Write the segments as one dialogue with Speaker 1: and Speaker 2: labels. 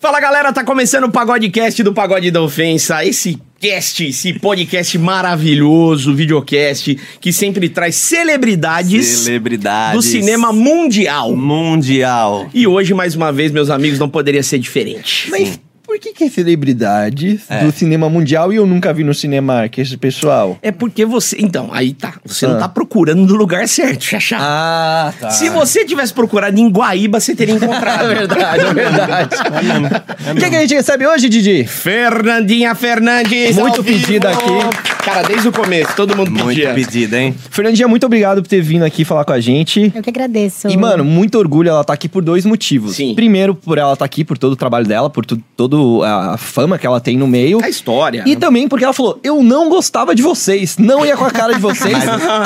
Speaker 1: Fala galera, tá começando o Pagodecast do Pagode da Ofensa. Esse cast, esse podcast maravilhoso, videocast, que sempre traz celebridades
Speaker 2: Celebridades.
Speaker 1: do cinema mundial.
Speaker 2: mundial.
Speaker 1: E hoje, mais uma vez, meus amigos, não poderia ser diferente.
Speaker 3: Mas por que, que é celebridade do cinema mundial e eu nunca vi no cinema que esse pessoal?
Speaker 1: É porque você. Então, aí tá. Você não
Speaker 3: Ah.
Speaker 1: tá procurando no lugar certo, Xaxá.
Speaker 3: Ah, tá.
Speaker 1: Se você tivesse procurado em Guaíba, você teria encontrado.
Speaker 3: É verdade, é verdade.
Speaker 1: é
Speaker 3: O que, que a gente recebe hoje, Didi?
Speaker 1: Fernandinha Fernandes.
Speaker 3: Muito
Speaker 1: ao vivo.
Speaker 3: pedido aqui.
Speaker 1: Cara, desde o começo, todo mundo
Speaker 2: Muito
Speaker 1: pedia.
Speaker 2: pedido, hein?
Speaker 3: Fernandinha, muito obrigado por ter vindo aqui falar com a gente.
Speaker 4: Eu que agradeço.
Speaker 3: E, mano, muito orgulho ela tá aqui por dois motivos.
Speaker 1: Sim.
Speaker 3: Primeiro, por ela tá aqui, por todo o trabalho dela, por tu- toda a fama que ela tem no meio.
Speaker 1: A história. né?
Speaker 3: E também porque ela falou: eu não gostava de vocês, não ia com a cara de vocês,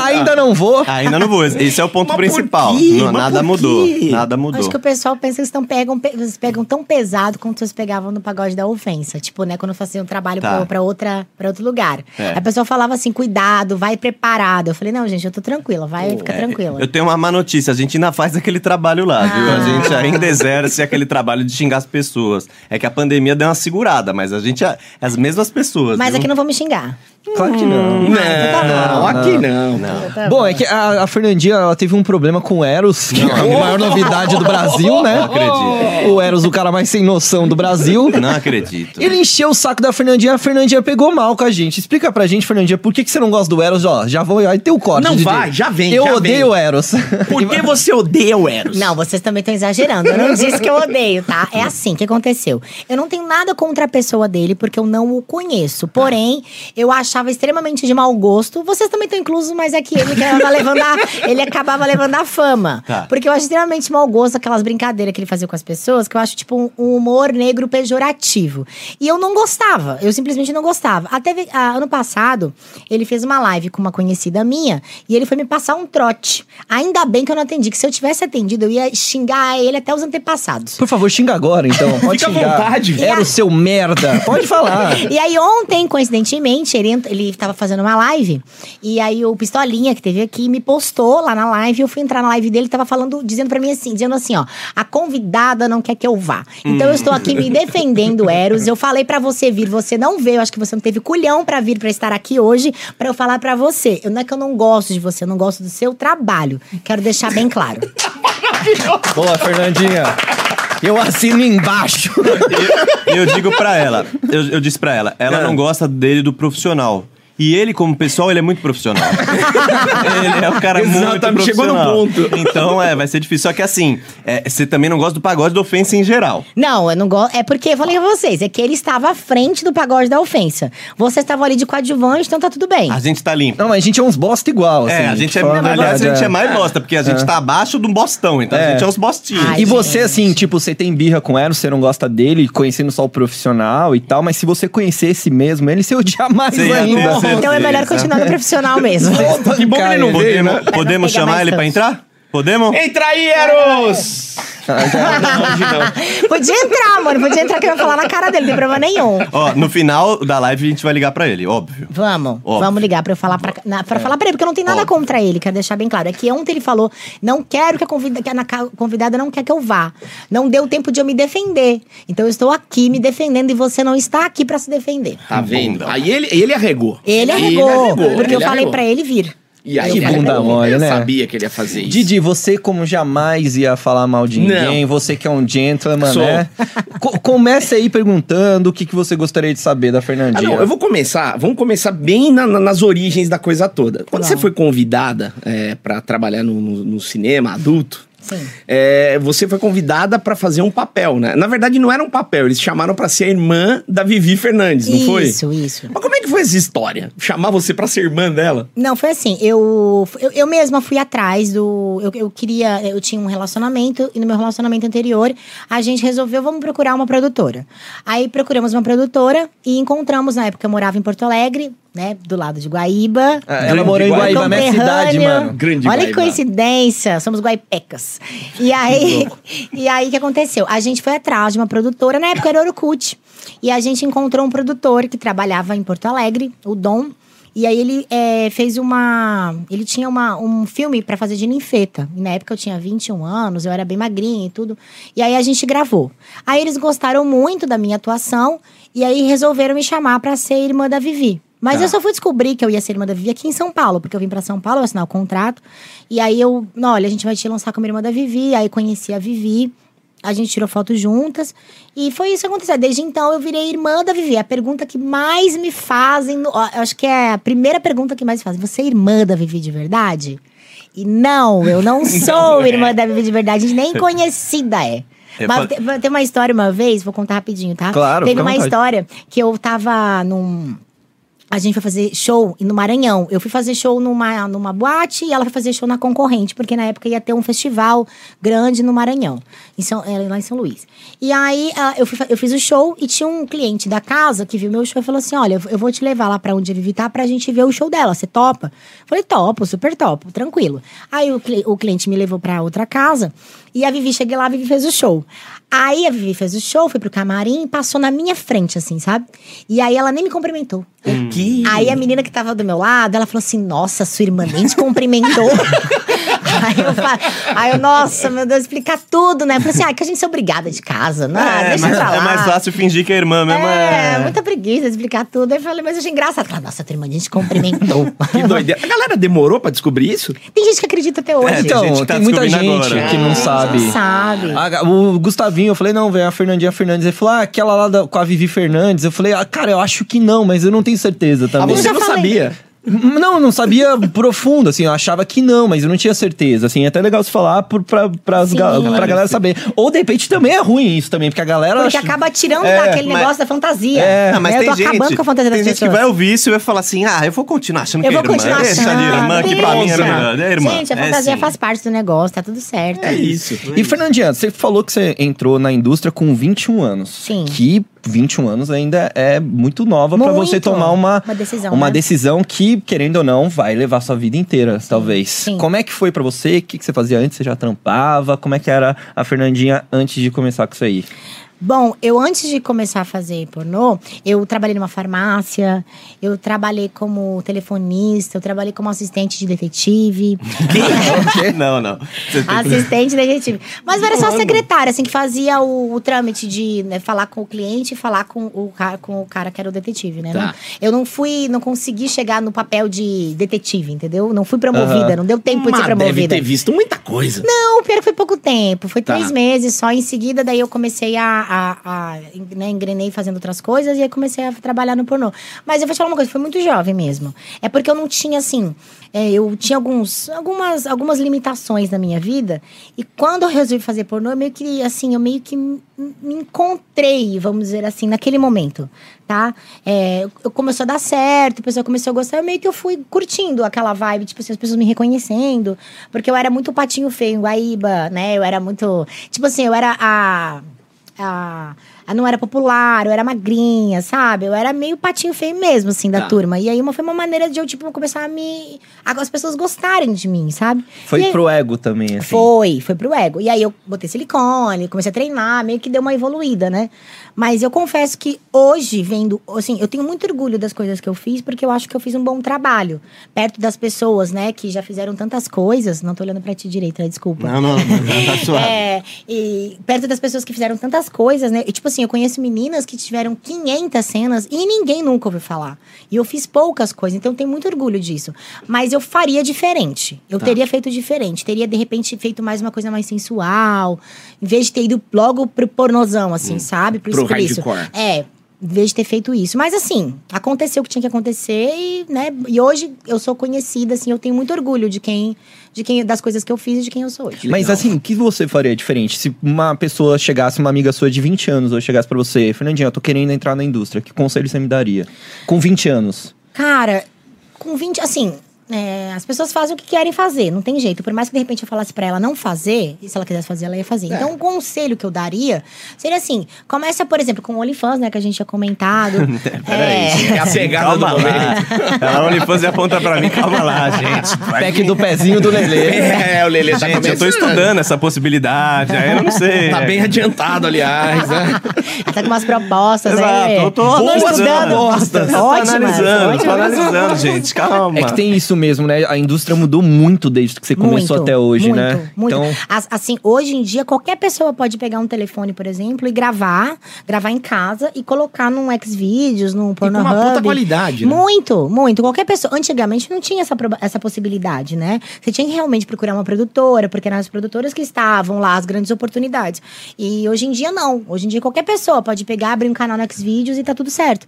Speaker 3: ainda não vou.
Speaker 2: Ainda não vou. Esse é o ponto
Speaker 1: Mas por
Speaker 2: principal.
Speaker 1: quê?
Speaker 2: Não,
Speaker 1: Mas
Speaker 2: nada
Speaker 1: por
Speaker 2: mudou.
Speaker 1: quê? é
Speaker 2: Nada
Speaker 4: Acho
Speaker 2: mudou.
Speaker 4: que o pessoal pensa que vocês, tão pegam, pe- vocês pegam tão pesado quanto vocês pegavam no pagode da ofensa. Tipo, né, quando faziam um trabalho
Speaker 2: Tá.
Speaker 4: pra, pra outra, pra outro lugar.
Speaker 2: É.
Speaker 4: A pessoa falava assim, cuidado, vai preparado. Eu falei, não, gente, eu tô tranquila, vai, fica tranquila.
Speaker 2: é, Eu tenho uma má notícia, a gente ainda faz aquele trabalho lá, viu? A
Speaker 4: Ah.
Speaker 2: gente ainda exerce aquele trabalho de xingar as pessoas. É que a pandemia deu uma segurada, mas a gente é é as mesmas pessoas.
Speaker 4: Mas
Speaker 1: é
Speaker 2: viu?
Speaker 4: aqui não vou me xingar.
Speaker 3: Claro que não.
Speaker 1: Não, aqui não.
Speaker 4: Tá
Speaker 3: Bom, é que a, a Fernandinha ela teve um problema com o Eros, que é a maior novidade do Brasil, né?
Speaker 2: Não acredito.
Speaker 3: O Eros, o cara mais sem noção do Brasil.
Speaker 2: Não acredito.
Speaker 3: Ele encheu o saco da Fernandinha, a Fernandinha pegou mal com a gente. Explica pra gente, Fernandinha, por que, que você não gosta do Eros? Ó, já vou, aí tem o corte.
Speaker 1: Não
Speaker 3: Didi.
Speaker 1: vai, já vem,
Speaker 3: Eu
Speaker 1: já
Speaker 3: odeio
Speaker 1: vem.
Speaker 3: o Eros.
Speaker 1: Por que você odeia o Eros?
Speaker 4: Não, vocês também estão exagerando. Eu não disse que eu odeio, tá? É assim que aconteceu. Eu não tenho nada contra a pessoa dele, porque eu não o conheço. Porém, eu achava extremamente de mau gosto. Vocês também estão inclusos, mas é que ele acabava levando a, ele acabava levando a fama.
Speaker 2: Tá.
Speaker 4: Porque eu acho extremamente mau gosto aquelas brincadeiras que ele fazia com as pessoas, que eu acho tipo um, um humor negro pejorativo. E eu não gostava, eu simplesmente não gostava. Até ve- ah, ano passado, ele fez uma live com uma conhecida minha e ele foi me passar um trote. Ainda bem que eu não atendi, que se eu tivesse atendido, eu ia xingar ele até os antepassados.
Speaker 3: Por favor, xinga agora, então. Pode
Speaker 1: Fica à
Speaker 3: xingar.
Speaker 1: vontade.
Speaker 3: Eros, seu merda. Pode falar.
Speaker 4: E aí ontem, coincidentemente, ele, ent- ele tava fazendo uma live. E aí o Pistolinha, que teve aqui, me postou lá na live. Eu fui entrar na live dele, tava falando, dizendo pra mim assim, dizendo assim, ó. A convidada não quer que eu vá. Então eu estou aqui me defendendo, Eros. Eu falei pra você vir, você não veio. Acho que você não teve culhão pra vir, pra estar aqui hoje, pra eu falar pra você. Eu, não é que eu não gosto de você, eu não gosto do seu trabalho. Quero deixar bem claro.
Speaker 3: Boa, Fernandinha. Eu assino embaixo.
Speaker 2: E eu digo pra ela, eu, eu disse pra ela, ela não gosta dele do profissional. E ele, como pessoal, ele é muito profissional. ele é um cara muito
Speaker 1: Exatamente,
Speaker 2: profissional.
Speaker 1: chegou no ponto.
Speaker 2: Então, é, vai ser difícil. Só que assim, é, você também não gosta do pagode da ofensa em geral.
Speaker 4: Não, eu não gosto. É porque eu falei pra vocês, é que ele estava à frente do pagode da ofensa. Vocês estavam ali de coadjuvante, então tá tudo bem.
Speaker 2: A gente tá limpo.
Speaker 3: Não, mas a gente é uns bosta igual, assim.
Speaker 2: é, a gente é,
Speaker 3: fala a
Speaker 2: aliás, a
Speaker 3: verdade,
Speaker 2: gente é
Speaker 3: é.
Speaker 2: mais bosta, porque a gente tá abaixo de um bostão, então a
Speaker 3: É.
Speaker 2: gente é os bostinhos.
Speaker 4: Ai,
Speaker 3: E você, assim, tipo, você tem birra com o Eros, você não gosta dele, conhecendo só o profissional e tal, mas se você conhecesse mesmo ele, você odia mais
Speaker 2: Você ia
Speaker 3: ainda.
Speaker 2: ter certeza.
Speaker 4: Então é melhor continuar no profissional mesmo.
Speaker 1: que bom que ele não veio, né?
Speaker 2: podemos podemos
Speaker 4: pegar
Speaker 2: chamar
Speaker 4: mais É.
Speaker 2: ele pra
Speaker 4: tanto.
Speaker 2: entrar? Podemos?
Speaker 1: Entra aí, Eros!
Speaker 4: podia entrar, mano. Podia entrar que eu ia falar na cara dele, não tem problema nenhum.
Speaker 2: Ó, no final da live a gente vai ligar pra ele, óbvio.
Speaker 4: Vamos,
Speaker 2: Óbvio.
Speaker 4: vamos ligar pra eu falar pra, na, pra falar pra ele, porque eu não tenho nada
Speaker 2: Óbvio.
Speaker 4: contra ele, quero deixar bem claro. É que ontem ele falou: não quero que a, convida, que a na- ca- convidada não quer que eu vá. Não deu tempo de eu me defender. Então eu estou aqui me defendendo e você não está aqui pra se defender.
Speaker 1: Tá vendo?
Speaker 2: Bunda.
Speaker 1: Aí ele, ele arregou.
Speaker 4: Ele arregou, porque eu
Speaker 1: ele
Speaker 4: falei
Speaker 1: arregou.
Speaker 4: pra ele vir.
Speaker 1: E aí,
Speaker 3: Que
Speaker 1: ele
Speaker 3: bunda
Speaker 1: arregou.
Speaker 3: mole,
Speaker 1: Eu
Speaker 3: né?
Speaker 1: sabia que ele ia fazer isso.
Speaker 3: Didi, você como jamais ia falar mal de ninguém,
Speaker 1: Não.
Speaker 3: você que é um gentleman,
Speaker 1: Sou.
Speaker 3: né? Co- começa aí perguntando o que, que você gostaria de saber da
Speaker 1: Ah,
Speaker 3: Fernandinha.
Speaker 1: não, eu vou começar, vamos começar bem na- na- nas origens da coisa toda. Quando
Speaker 4: Tá.
Speaker 1: você foi convidada é, para trabalhar no, no- no cinema adulto,
Speaker 4: Sim.
Speaker 1: é, você foi convidada para fazer um papel, né? Na verdade, não era um papel, eles chamaram para ser a irmã da Vivi Fernandes, não foi?
Speaker 4: Isso, isso.
Speaker 1: Mas como é que foi essa história? Chamar você pra ser irmã dela?
Speaker 4: Não, foi assim, eu, eu, eu mesma fui atrás do. Eu, eu queria. Eu tinha um relacionamento, e no meu relacionamento anterior, a gente resolveu, vamos procurar uma produtora. Aí procuramos uma produtora e encontramos, na época eu morava em Porto Alegre, né? Do lado de Guaíba.
Speaker 3: Ah, Ela
Speaker 1: Grande
Speaker 3: morou em Guaíba, minha é cidade,
Speaker 4: Conterrânea.
Speaker 3: mano.
Speaker 1: Grande
Speaker 4: é Olha que
Speaker 1: Guaíba.
Speaker 4: coincidência, somos guaipecas. E aí, e aí o que aconteceu? A gente foi atrás de uma produtora, na época era Orkut. E a gente encontrou um produtor que trabalhava em Porto Alegre, o Dom. E aí ele é, fez uma. Ele tinha uma, um filme pra fazer de ninfeta. E na época eu tinha 21 anos, eu era bem magrinha e tudo. E aí a gente gravou. Aí eles gostaram muito da minha atuação e aí resolveram me chamar pra ser irmã da Vivi. Mas eu só fui descobrir que eu ia ser irmã da Vivi aqui em São Paulo, porque eu vim pra São Paulo eu assinar o contrato. E aí eu, "Não, olha, a gente vai te lançar como irmã da Vivi. Aí conheci a Vivi, a gente tirou foto juntas. E foi isso que aconteceu. Desde então eu virei irmã da Vivi. A pergunta que mais me fazem, no- ó, eu acho que é a primeira pergunta que mais me fazem: você é irmã da Vivi de verdade? E não, eu não sou irmã da Vivi de verdade, nem conhecida é.
Speaker 2: Eu
Speaker 4: Mas
Speaker 2: falo-
Speaker 4: te- tem uma história uma vez, vou contar rapidinho, tá?
Speaker 3: Claro,
Speaker 4: Teve
Speaker 3: fica à
Speaker 4: uma
Speaker 3: vontade.
Speaker 4: história que eu tava num. A gente foi fazer show no Maranhão. Eu fui fazer show numa, numa boate e ela foi fazer show na concorrente, porque na época ia ter um festival grande no Maranhão, em São, é, lá em São Luís. E aí ah, eu, fui fa- eu fiz o show e tinha um cliente da casa que viu meu show e falou assim: Olha, eu vou- eu vou te levar lá pra onde ele tá pra gente ver o show dela. Você topa? Falei, topo, super topo, tranquilo. Aí o, cli- o cliente me levou pra outra casa e a Vivi cheguei lá, a Vivi fez o show. Aí a Vivi fez o show, foi pro camarim e passou na minha frente, assim, sabe? E aí ela nem me cumprimentou.
Speaker 1: Que...
Speaker 4: Aí a menina que tava do meu lado, ela falou assim: Nossa, sua irmã nem te cumprimentou. aí, eu fa- aí eu, nossa, meu Deus, explicar tudo, né? Eu falei assim: Ah, que a gente é obrigada de casa, né? Deixa
Speaker 2: mais,
Speaker 4: eu falar.
Speaker 2: é mais fácil fingir que é irmã mesmo.
Speaker 4: É,
Speaker 2: É,
Speaker 4: muita preguiça de explicar tudo. Aí eu falei, mas eu achei engraçado. Ela, nossa, tua irmã nem te cumprimentou.
Speaker 1: Que doideira. A galera demorou pra descobrir isso?
Speaker 4: tem gente que acredita até hoje.
Speaker 2: É, tem
Speaker 3: Então,
Speaker 2: gente que tá
Speaker 3: tem muita gente
Speaker 2: descobrindo agora.
Speaker 3: que
Speaker 2: Ah,
Speaker 3: não sabe.
Speaker 4: Não sabe.
Speaker 3: A- o Gustavinho, eu falei, não, velho, a Fernandinha Fernandes. Ele falou, ah, aquela lá da- com a Vivi Fernandes. Eu falei, ah, cara, eu acho que não, mas eu não tenho certeza
Speaker 1: Ah,
Speaker 3: também. Hum,
Speaker 4: Eu
Speaker 1: você
Speaker 4: já
Speaker 1: não
Speaker 4: falei.
Speaker 1: sabia.
Speaker 3: Não, eu não sabia profundo, assim, eu achava que não, mas eu não tinha certeza, assim, é até legal você falar por, pra, pras
Speaker 4: Sim.
Speaker 3: ga- pra
Speaker 4: Galera,
Speaker 3: galera saber. Ou de repente também é ruim isso também, porque a galera...
Speaker 4: Porque
Speaker 3: acha-
Speaker 4: acaba tirando
Speaker 3: É,
Speaker 4: daquele
Speaker 2: mas-
Speaker 4: negócio da fantasia.
Speaker 3: É,
Speaker 2: Ah, mas
Speaker 4: né, eu
Speaker 2: tem
Speaker 4: tô acabando
Speaker 2: gente,
Speaker 4: com a fantasia das
Speaker 2: tem gente que
Speaker 4: pessoas.
Speaker 2: vai ouvir isso e vai falar assim: ah, eu vou continuar achando que
Speaker 4: Eu
Speaker 2: é
Speaker 4: vou
Speaker 2: irmã.
Speaker 4: continuar
Speaker 2: Deixa
Speaker 4: achando.
Speaker 2: de irmã, que pra mim era melhor. É irmã.
Speaker 4: Gente, a
Speaker 2: É
Speaker 4: fantasia
Speaker 2: sim.
Speaker 4: faz parte do negócio, tá tudo certo.
Speaker 1: É isso.
Speaker 3: E Fernandinha, você falou que você entrou na indústria com 21 anos.
Speaker 4: Sim.
Speaker 3: Que 21 anos ainda é muito nova pra
Speaker 4: Muito.
Speaker 3: você tomar uma,
Speaker 4: Uma decisão,
Speaker 3: uma
Speaker 4: né?
Speaker 3: decisão que, querendo ou não, vai levar sua vida inteira, talvez.
Speaker 4: Sim.
Speaker 3: Como é que foi pra você? O que, que você fazia antes? Você já trampava? Como é que era a Fernandinha antes de começar com isso aí?
Speaker 4: Bom, eu antes de começar a fazer pornô, eu trabalhei numa farmácia, eu trabalhei como telefonista, eu trabalhei como assistente de detetive.
Speaker 2: Não, não. Você tem que-
Speaker 4: Assistente da gente. Mas eu era só secretária, assim, que fazia o, o trâmite de né, falar com o cliente e falar com o, ca- com o cara que era o detetive, né?
Speaker 1: Tá.
Speaker 4: Não- eu não fui, não consegui chegar no papel de detetive, entendeu? Não fui promovida,
Speaker 3: Aham.
Speaker 4: não deu tempo de ser
Speaker 1: Mas deve
Speaker 4: promovida.
Speaker 1: ter visto muita coisa.
Speaker 4: Não, pior é que foi pouco tempo. Foi
Speaker 1: Tá.
Speaker 4: três meses só. Em seguida, daí eu comecei a. a- a, né, engrenei fazendo outras coisas e aí comecei a trabalhar no pornô. Mas eu vou te falar uma coisa, foi muito jovem mesmo. É porque eu não tinha, assim. é, eu tinha alguns, algumas, algumas limitações na minha vida. E quando eu resolvi fazer pornô, eu meio que, assim, eu meio que me me encontrei, vamos dizer assim, naquele momento, tá? É, eu- começou a dar certo, a pessoa começou a gostar, eu meio que eu fui curtindo aquela vibe, tipo assim, as pessoas me reconhecendo, porque eu era muito patinho feio em Guaíba, né? Eu era muito. Tipo assim, eu era a. a a não era popular, eu era magrinha, sabe? Eu era meio patinho feio mesmo, assim, da
Speaker 1: Tá.
Speaker 4: turma. E aí uma, foi uma maneira de eu, tipo, começar a me. a- as pessoas gostarem de mim, sabe?
Speaker 3: Foi
Speaker 4: E aí-
Speaker 3: pro ego também, assim.
Speaker 4: foi, foi pro ego. E aí eu botei silicone, comecei a treinar, meio que deu uma evoluída, né? Mas eu confesso que hoje, vendo, assim, eu tenho muito orgulho das coisas que eu fiz, porque eu acho que eu fiz um bom trabalho. Perto das pessoas, né, que já fizeram tantas coisas. Não tô olhando pra ti direito, né? desculpa.
Speaker 2: Não, não, não, tá suave.
Speaker 4: É, e perto das pessoas que fizeram tantas coisas, né? E, tipo assim, eu conheço meninas que tiveram 500 cenas e ninguém nunca ouviu falar. E eu fiz poucas coisas, então eu tenho muito orgulho disso. Mas eu faria diferente. Eu
Speaker 1: Tá.
Speaker 4: teria feito diferente. Teria, de repente, feito mais uma coisa mais sensual. Em vez de ter ido logo pro pornozão, assim, sabe?
Speaker 1: Hum. Pro
Speaker 4: explícito.
Speaker 1: hardcore.
Speaker 4: É. Em vez de ter feito isso. Mas assim, aconteceu o que tinha que acontecer e, né? E hoje eu sou conhecida, assim, eu tenho muito orgulho de quem, de quem, das coisas que eu fiz e de quem eu sou hoje.
Speaker 3: Mas
Speaker 1: Legal.
Speaker 3: assim, o que você faria diferente? Se uma pessoa chegasse, uma amiga sua de 20 anos, ou chegasse pra você, Fernandinha, eu tô querendo entrar na indústria, que conselho você me daria? Com 20 anos.
Speaker 4: Cara, com 20, assim, é, as pessoas fazem o que querem fazer, não tem jeito. Por mais que de repente eu falasse pra ela não fazer, e se ela quisesse fazer, ela ia fazer.
Speaker 2: É.
Speaker 4: Então, um conselho que eu daria seria assim: começa, por exemplo, com o OnlyFans, né, que a gente tinha comentado.
Speaker 1: Peraí,
Speaker 4: É.
Speaker 1: é a pegada do
Speaker 2: Calma
Speaker 1: momento.
Speaker 2: lá. Ela é OnlyFans e aponta pra mim. Calma lá, gente. Vai tá
Speaker 3: Pack do pezinho do Lelê.
Speaker 1: É, o Lelê tá
Speaker 2: Gente, eu tô
Speaker 1: começando.
Speaker 2: estudando né? essa possibilidade, aí eu não sei.
Speaker 1: Tá bem adiantado, aliás, né?
Speaker 4: Ela tá com umas propostas é.
Speaker 2: Exato,
Speaker 4: aí.
Speaker 2: eu tô
Speaker 1: Boas
Speaker 2: analisando.
Speaker 1: propostas.
Speaker 2: Eu tô
Speaker 4: Ótimas,
Speaker 2: analisando, tô
Speaker 4: ótimas.
Speaker 2: analisando, gente, calma.
Speaker 3: É que tem isso mesmo, né? A indústria mudou muito desde que você começou
Speaker 4: Muito,
Speaker 3: até hoje,
Speaker 4: muito,
Speaker 3: né?
Speaker 4: Muito.
Speaker 3: Então,
Speaker 4: As- assim, hoje em dia, qualquer pessoa pode pegar um telefone, por exemplo, e gravar, gravar em casa e colocar num Xvideos, num
Speaker 1: com
Speaker 4: Pornhub.
Speaker 1: uma puta qualidade, né?
Speaker 4: Muito, muito. Qualquer pessoa. Antigamente não tinha essa, proba- essa possibilidade, né? Você tinha que realmente procurar uma produtora, porque eram as produtoras que estavam lá, as grandes oportunidades. E hoje em dia, não. Hoje em dia, qualquer pessoa pode pegar, abrir um canal no Xvideos e tá tudo certo.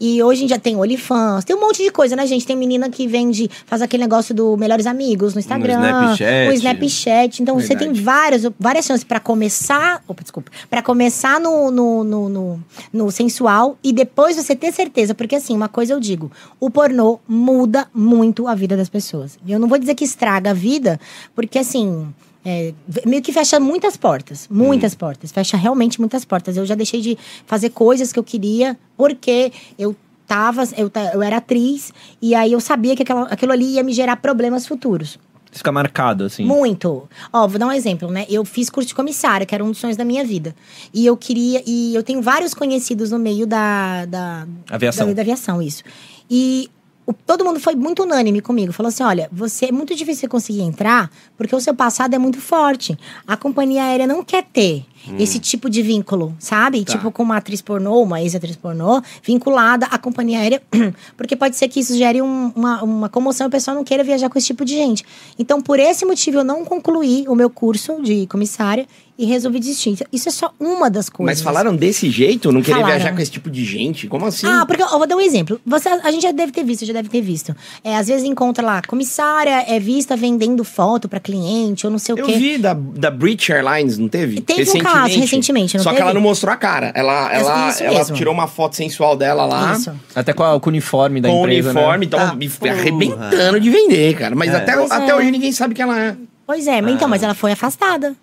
Speaker 4: E hoje em dia tem OnlyFans, tem um monte de coisa, né, gente? Tem menina que vende, faz aquele negócio do Melhores Amigos no Instagram,
Speaker 2: Snapchat.
Speaker 4: o Snapchat. Então, você tem
Speaker 1: Verdade.
Speaker 4: várias, várias chances pra começar. Opa, desculpa. Pra começar no, no, no, no, no sensual e depois você ter certeza. Porque, assim, uma coisa eu digo: o pornô muda muito a vida das pessoas. Eu não vou dizer que estraga a vida, porque, assim. é, ve- meio que fecha muitas portas, muitas portas, fecha realmente muitas portas. Eu já deixei de fazer coisas que eu queria porque eu tava, eu, ta- eu era atriz e aí eu sabia que aquela, aquilo ali ia me gerar problemas futuros.
Speaker 3: isso fica marcado, assim.
Speaker 4: Muito. Ó, vou dar um exemplo, né? Eu fiz curso de comissária, que era um dos sonhos da minha vida. E eu queria. E eu tenho vários conhecidos no meio da. da
Speaker 3: Aviação.
Speaker 4: Da, da aviação, isso. E. o- Todo mundo foi muito unânime comigo. Falou assim: olha, você é muito difícil você conseguir entrar porque o seu passado é muito forte. A companhia aérea não quer ter esse tipo de vínculo, sabe?
Speaker 1: Hum. Tá.
Speaker 4: Tipo, com uma atriz pornô, uma ex-atriz pornô, vinculada à companhia aérea, porque pode ser que isso gere um- uma, uma comoção e o pessoal não queira viajar com esse tipo de gente. Então, por esse motivo, eu não concluí o meu curso de comissária e resolvi desistir. Isso é só uma das coisas.
Speaker 1: Mas falaram desse jeito? Não querer
Speaker 4: Falaram.
Speaker 1: viajar com esse tipo de gente? Como assim?
Speaker 4: Ah, porque eu vou dar um exemplo. Você, a gente já deve ter visto, já deve ter visto. É, às vezes encontra lá, comissária é vista vendendo foto pra cliente, ou não sei o
Speaker 1: eu
Speaker 4: quê.
Speaker 1: vi da, da British Airlines, não teve?
Speaker 4: Teve um caso recentemente, não
Speaker 1: Só que
Speaker 4: teve?
Speaker 1: ela não mostrou a cara. Ela,
Speaker 4: É
Speaker 1: ela,
Speaker 4: isso
Speaker 1: ela
Speaker 4: mesmo.
Speaker 1: tirou uma foto sensual dela lá.
Speaker 4: Isso. Ah,
Speaker 3: Até com, a- com o uniforme da
Speaker 1: Com o
Speaker 3: empresa, né?
Speaker 1: uniforme, então,
Speaker 2: Tá.
Speaker 1: me f- arrebentando de vender, cara. Mas até,
Speaker 4: Pois
Speaker 1: até
Speaker 4: é.
Speaker 1: hoje ninguém sabe quem ela é.
Speaker 4: Pois é, mas então, mas ela foi afastada.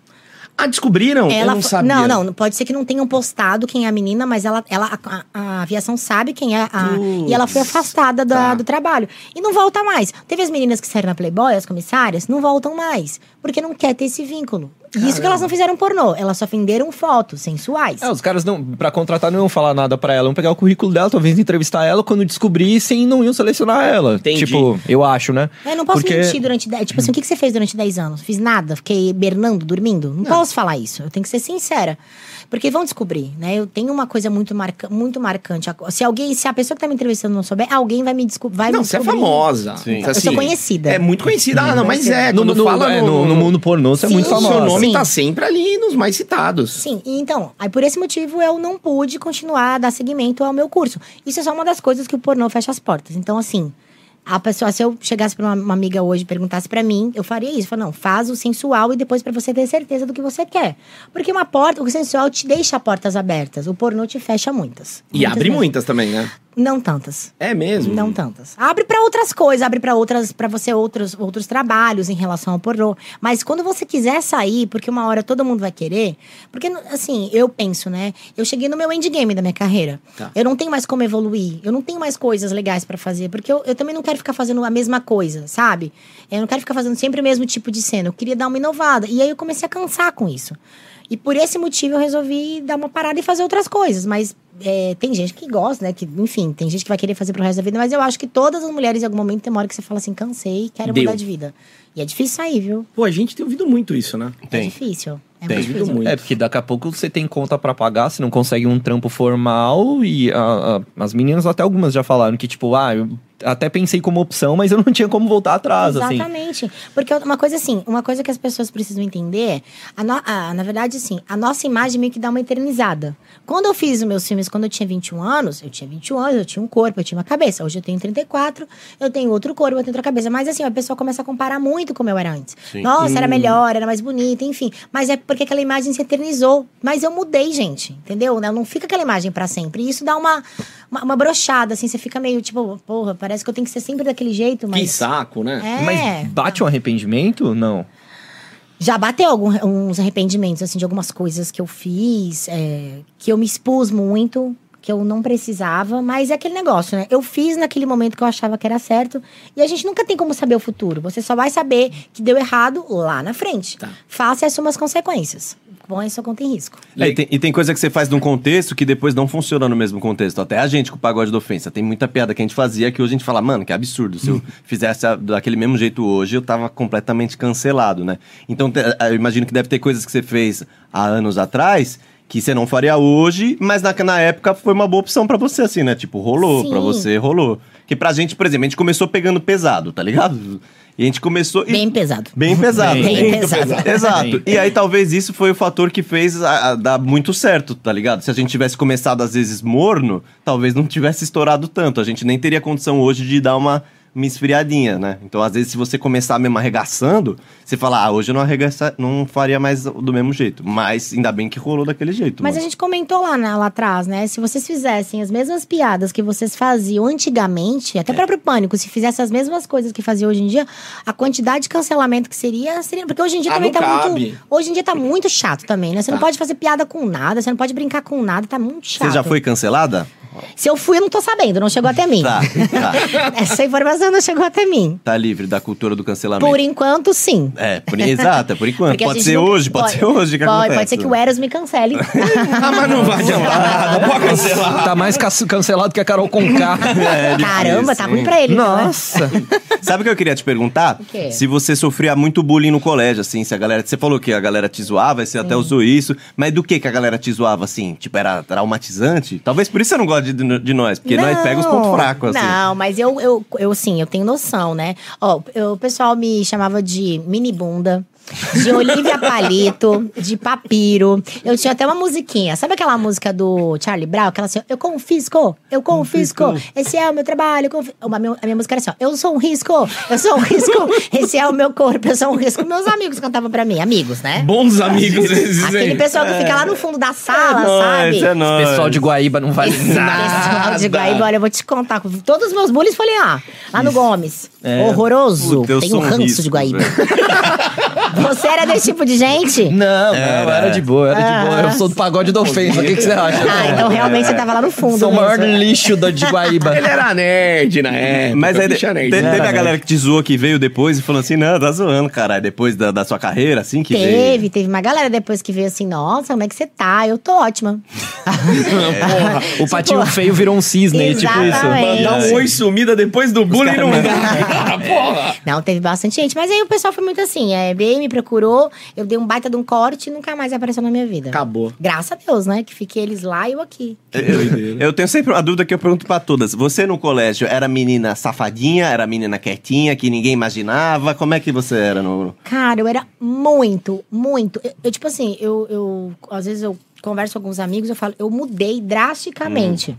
Speaker 1: Ah, descobriram?
Speaker 4: Ela
Speaker 1: eu não
Speaker 4: fo-
Speaker 1: sabia.
Speaker 4: Não, não, pode ser que não tenham postado quem é a menina, mas ela, ela a, a- a aviação sabe quem é a. E ela foi afastada da-
Speaker 1: tá.
Speaker 4: do trabalho. E não volta mais. Teve as meninas que saíram na Playboy, as comissárias, não voltam mais. Porque não quer ter esse vínculo. E Isso que elas não fizeram pornô, elas só venderam fotos sensuais.
Speaker 3: É, os caras não, pra contratar não iam falar nada pra ela, iam pegar o currículo dela, talvez entrevistar ela, quando descobrissem não iam selecionar ela.
Speaker 1: Entendi.
Speaker 3: Tipo, eu acho, né?
Speaker 4: Eu É, não posso
Speaker 3: Porque-
Speaker 4: mentir durante 10 Tipo assim, o que que você fez durante 10 anos? Fiz nada, fiquei hibernando, dormindo? Não, posso falar isso. Eu tenho que ser sincera. Porque vão descobrir, né? Eu tenho uma coisa muito, marca, muito marcante. Se alguém, se a pessoa que tá me entrevistando não souber, alguém vai me, desco vai me
Speaker 1: Não, você é
Speaker 4: descobrir.
Speaker 1: famosa.
Speaker 2: Sim.
Speaker 1: Então,
Speaker 4: Eu sou conhecida.
Speaker 1: É muito conhecida. Ah, não, mas é.
Speaker 3: No,
Speaker 1: Quando
Speaker 3: no-
Speaker 1: fala
Speaker 3: é, no- no mundo pornô, você é
Speaker 4: Sim.
Speaker 3: muito
Speaker 1: seu
Speaker 3: famosa.
Speaker 1: nome
Speaker 4: Sim.
Speaker 1: tá sempre ali nos mais citados.
Speaker 4: Sim, e então, aí por esse motivo eu não pude continuar a dar seguimento ao meu curso. Isso é só uma das coisas que o pornô fecha as portas. Então, assim, a pessoa, se eu chegasse pra uma, uma amiga hoje e perguntasse pra mim, eu faria isso. Eu falaria, não, faz o sensual e depois pra você ter certeza do que você quer. Porque uma porta, o sensual te deixa portas abertas, o pornô te fecha muitas.
Speaker 1: E abre
Speaker 4: mesmo.
Speaker 1: muitas também, né?
Speaker 4: Não tantas.
Speaker 1: É mesmo.
Speaker 4: Não tá. tantas. Abre pra outras coisas, abre pra outras, para você outros, outros trabalhos em relação ao pornô. Mas quando você quiser sair, porque uma hora todo mundo vai querer, porque assim, eu penso, né? Eu cheguei no meu endgame da minha carreira.
Speaker 1: Tá.
Speaker 4: Eu não tenho mais como evoluir, eu não tenho mais coisas legais pra fazer, porque eu, eu também não quero ficar fazendo a mesma coisa, sabe? Eu não quero ficar fazendo sempre o mesmo tipo de cena. Eu queria dar uma inovada. E aí eu comecei a cansar com isso. E por esse motivo eu resolvi dar uma parada e fazer outras coisas. Mas é, tem gente que gosta, né? Que, enfim, tem gente que vai querer fazer pro resto da vida. Mas eu acho que todas as mulheres, em algum momento, tem uma hora que você fala assim, cansei, quero
Speaker 1: Deu.
Speaker 4: mudar de vida. E é difícil sair, viu?
Speaker 1: Pô, a gente tem ouvido muito isso, né?
Speaker 4: É
Speaker 2: Tem.
Speaker 4: difícil. É
Speaker 2: Tem.
Speaker 4: muito
Speaker 1: Ouvido
Speaker 4: difícil.
Speaker 1: muito.
Speaker 3: É, porque daqui a pouco você tem conta pra pagar, você não consegue um trampo formal e a- a- as meninas até algumas já falaram que tipo, ah, eu até pensei como opção, mas eu não tinha como voltar atrás, assim.
Speaker 4: Exatamente. Porque uma coisa assim, uma coisa que as pessoas precisam entender, a no- a- na verdade, assim, a nossa imagem meio que dá uma eternizada. Quando eu fiz os meus filmes, quando eu tinha 21 anos, eu tinha 21 anos, eu tinha um corpo, eu tinha uma cabeça. Hoje eu tenho 34, eu tenho outro corpo, eu tenho outra cabeça. Mas assim, a pessoa começa a comparar muito como eu era antes. Nossa, era melhor, era mais bonita, enfim. Mas é por porque aquela imagem se eternizou. Mas eu mudei, gente, entendeu? Né? Não fica aquela imagem pra sempre. E isso dá uma, uma, uma brochada, assim, você fica meio tipo, porra, parece que eu tenho que ser sempre daquele jeito, mas.
Speaker 1: Que saco, né?
Speaker 4: É.
Speaker 3: Mas bate um arrependimento? Não.
Speaker 4: Já bateu alguns arrependimentos, assim, de algumas coisas que eu fiz, é, que eu me expus muito, que eu não precisava, mas é aquele negócio, né? Eu fiz naquele momento que eu achava que era certo, e a gente nunca tem como saber o futuro. Você só vai saber que deu errado lá na frente.
Speaker 1: Tá.
Speaker 4: Faça e assuma as consequências. Bom, isso conta em risco.
Speaker 2: É, e, tem, e tem coisa que você faz num contexto que depois não funciona no mesmo contexto. Até a gente com o pagode da ofensa. Tem muita piada que a gente fazia que hoje a gente fala, mano, que absurdo. Se eu fizesse a- daquele mesmo jeito hoje, eu tava completamente cancelado, né? Então te- eu imagino que deve ter coisas que você fez há anos atrás que você não faria hoje, mas na, na época foi uma boa opção pra você, assim, né? Tipo, rolou,
Speaker 4: Sim.
Speaker 2: pra você rolou. Que pra gente, por exemplo, a gente começou pegando pesado, tá ligado? E a gente começou. e-
Speaker 4: Bem pesado.
Speaker 2: Bem pesado.
Speaker 3: Bem
Speaker 2: Muito
Speaker 4: pesado.
Speaker 2: Exato.
Speaker 3: Bem.
Speaker 2: E aí talvez isso foi o fator que fez a- a dar muito certo, tá ligado? Se a gente tivesse começado às vezes morno, talvez não tivesse estourado tanto. A gente nem teria condição hoje de dar uma, uma esfriadinha, né? Então às vezes se você começar mesmo arregaçando, você fala, ah, hoje eu não arregaça, não faria mais do mesmo jeito. Mas ainda bem que rolou daquele jeito.
Speaker 4: Mas a
Speaker 2: mano.
Speaker 4: gente comentou lá, na- lá atrás, né? Se vocês fizessem as mesmas piadas que vocês faziam antigamente,
Speaker 2: É.
Speaker 4: até o próprio pânico, se fizesse as mesmas coisas que fazia hoje em dia, a quantidade de cancelamento que seria. seria porque hoje em dia
Speaker 1: Ah,
Speaker 4: também
Speaker 1: não
Speaker 4: tá
Speaker 1: cabe.
Speaker 4: muito. Hoje em dia tá muito chato também, né? Você não
Speaker 1: Tá.
Speaker 4: pode fazer piada com nada, você não pode brincar com nada, tá muito chato.
Speaker 2: Você já foi cancelada?
Speaker 4: Se eu fui, eu não tô sabendo, não chegou até mim.
Speaker 2: Tá, tá.
Speaker 4: Essa informação não chegou até mim.
Speaker 2: Tá livre da cultura do cancelamento.
Speaker 4: Por enquanto, sim.
Speaker 2: É, por... exato, é por enquanto.
Speaker 4: Porque a
Speaker 2: pode
Speaker 4: gente
Speaker 2: ser
Speaker 4: nunca-
Speaker 2: hoje, pode, ser hoje que
Speaker 4: pode,
Speaker 2: acontece. É
Speaker 4: pode ser que o Eros me cancele.
Speaker 1: Ah, mas não vai adiantar nada. Pode cancelar.
Speaker 3: Tá mais ca- cancelado que a Carol Conká.
Speaker 2: É, difícil,
Speaker 4: Caramba, tá ruim
Speaker 2: hein?
Speaker 4: pra ele. então, né?
Speaker 3: Nossa.
Speaker 2: Sabe o que eu queria te perguntar?
Speaker 4: quê?
Speaker 2: Se você sofria muito bullying no colégio, assim, se a galera. Você falou que a galera te zoava, você até usou isso. Mas do que que a galera te zoava, assim? Tipo, era traumatizante? Talvez por isso você não gosta de, de nós, porque nós pega os pontos fracos, assim.
Speaker 4: Não, mas eu, eu, eu sim, eu tenho noção, né? Ó, eu- o pessoal me chamava de mini bunda. De Olivia Palito, de Papiro. Eu tinha até uma musiquinha. Sabe aquela música do Charlie Brown? Aquela assim, eu confisco, eu confisco. Esse é o meu trabalho. eu confi-" Uma, meu- a minha música era assim, ó, eu sou um risco, eu sou um risco. Esse é o meu corpo, eu sou um risco. Meus amigos cantavam pra mim, amigos, né?
Speaker 1: Bons amigos esses
Speaker 4: Aquele
Speaker 1: aí.
Speaker 4: pessoal que fica lá no fundo da sala, sabe?
Speaker 2: Nós, é nóis.
Speaker 3: Pessoal de Guaíba não vale
Speaker 4: Esse pessoal
Speaker 3: nada.
Speaker 4: de Guaíba, olha, eu vou te contar. Todos os meus bullies foi lá. Lá no Gomes.
Speaker 3: É.
Speaker 4: Horroroso.
Speaker 2: Puta, eu
Speaker 4: Tem
Speaker 2: sou
Speaker 4: um
Speaker 2: um
Speaker 4: ranço
Speaker 2: risco,
Speaker 4: de Guaíba.
Speaker 2: velho.
Speaker 4: Você era desse tipo de gente?
Speaker 3: Não, não, era de boa, era de boa. Eu sou do pagode da ofensa. O que, que você acha?
Speaker 4: Ah, então realmente você tava lá no fundo.
Speaker 3: Sou o maior
Speaker 4: mesmo.
Speaker 3: lixo da, de Guaíba.
Speaker 1: Ele era nerd na
Speaker 3: É,
Speaker 1: época.
Speaker 2: Mas aí, te-
Speaker 1: bicha nerd.
Speaker 2: teve
Speaker 1: né?
Speaker 2: a galera que te zoou que veio depois e falou assim: não, tá zoando, caralho, depois da, da sua carreira, assim que veio.
Speaker 4: Teve, teve uma galera depois que veio assim, nossa, como é que você tá? Eu tô ótima.
Speaker 1: Porra.
Speaker 3: O patinho feio virou um cisne, tipo isso.
Speaker 4: Tipo, Exatamente.
Speaker 1: Mandar um oi sumida depois do bullying não dá. Porra.
Speaker 4: Não, teve bastante gente. Mas aí o pessoal foi muito assim, é, bem me procurou, eu dei um baita de um corte e nunca mais apareceu na minha vida.
Speaker 1: Acabou.
Speaker 4: Graças a Deus, né? Que fiquei eles lá e eu aqui.
Speaker 2: Eu, eu tenho sempre uma dúvida que eu pergunto pra todas. Você no colégio era menina safadinha, era menina quietinha, que ninguém imaginava? Como é que você era no.
Speaker 4: Cara, eu era muito, muito. Eu, eu, tipo assim, eu, eu. Às vezes eu converso com alguns amigos, eu falo, eu mudei drasticamente.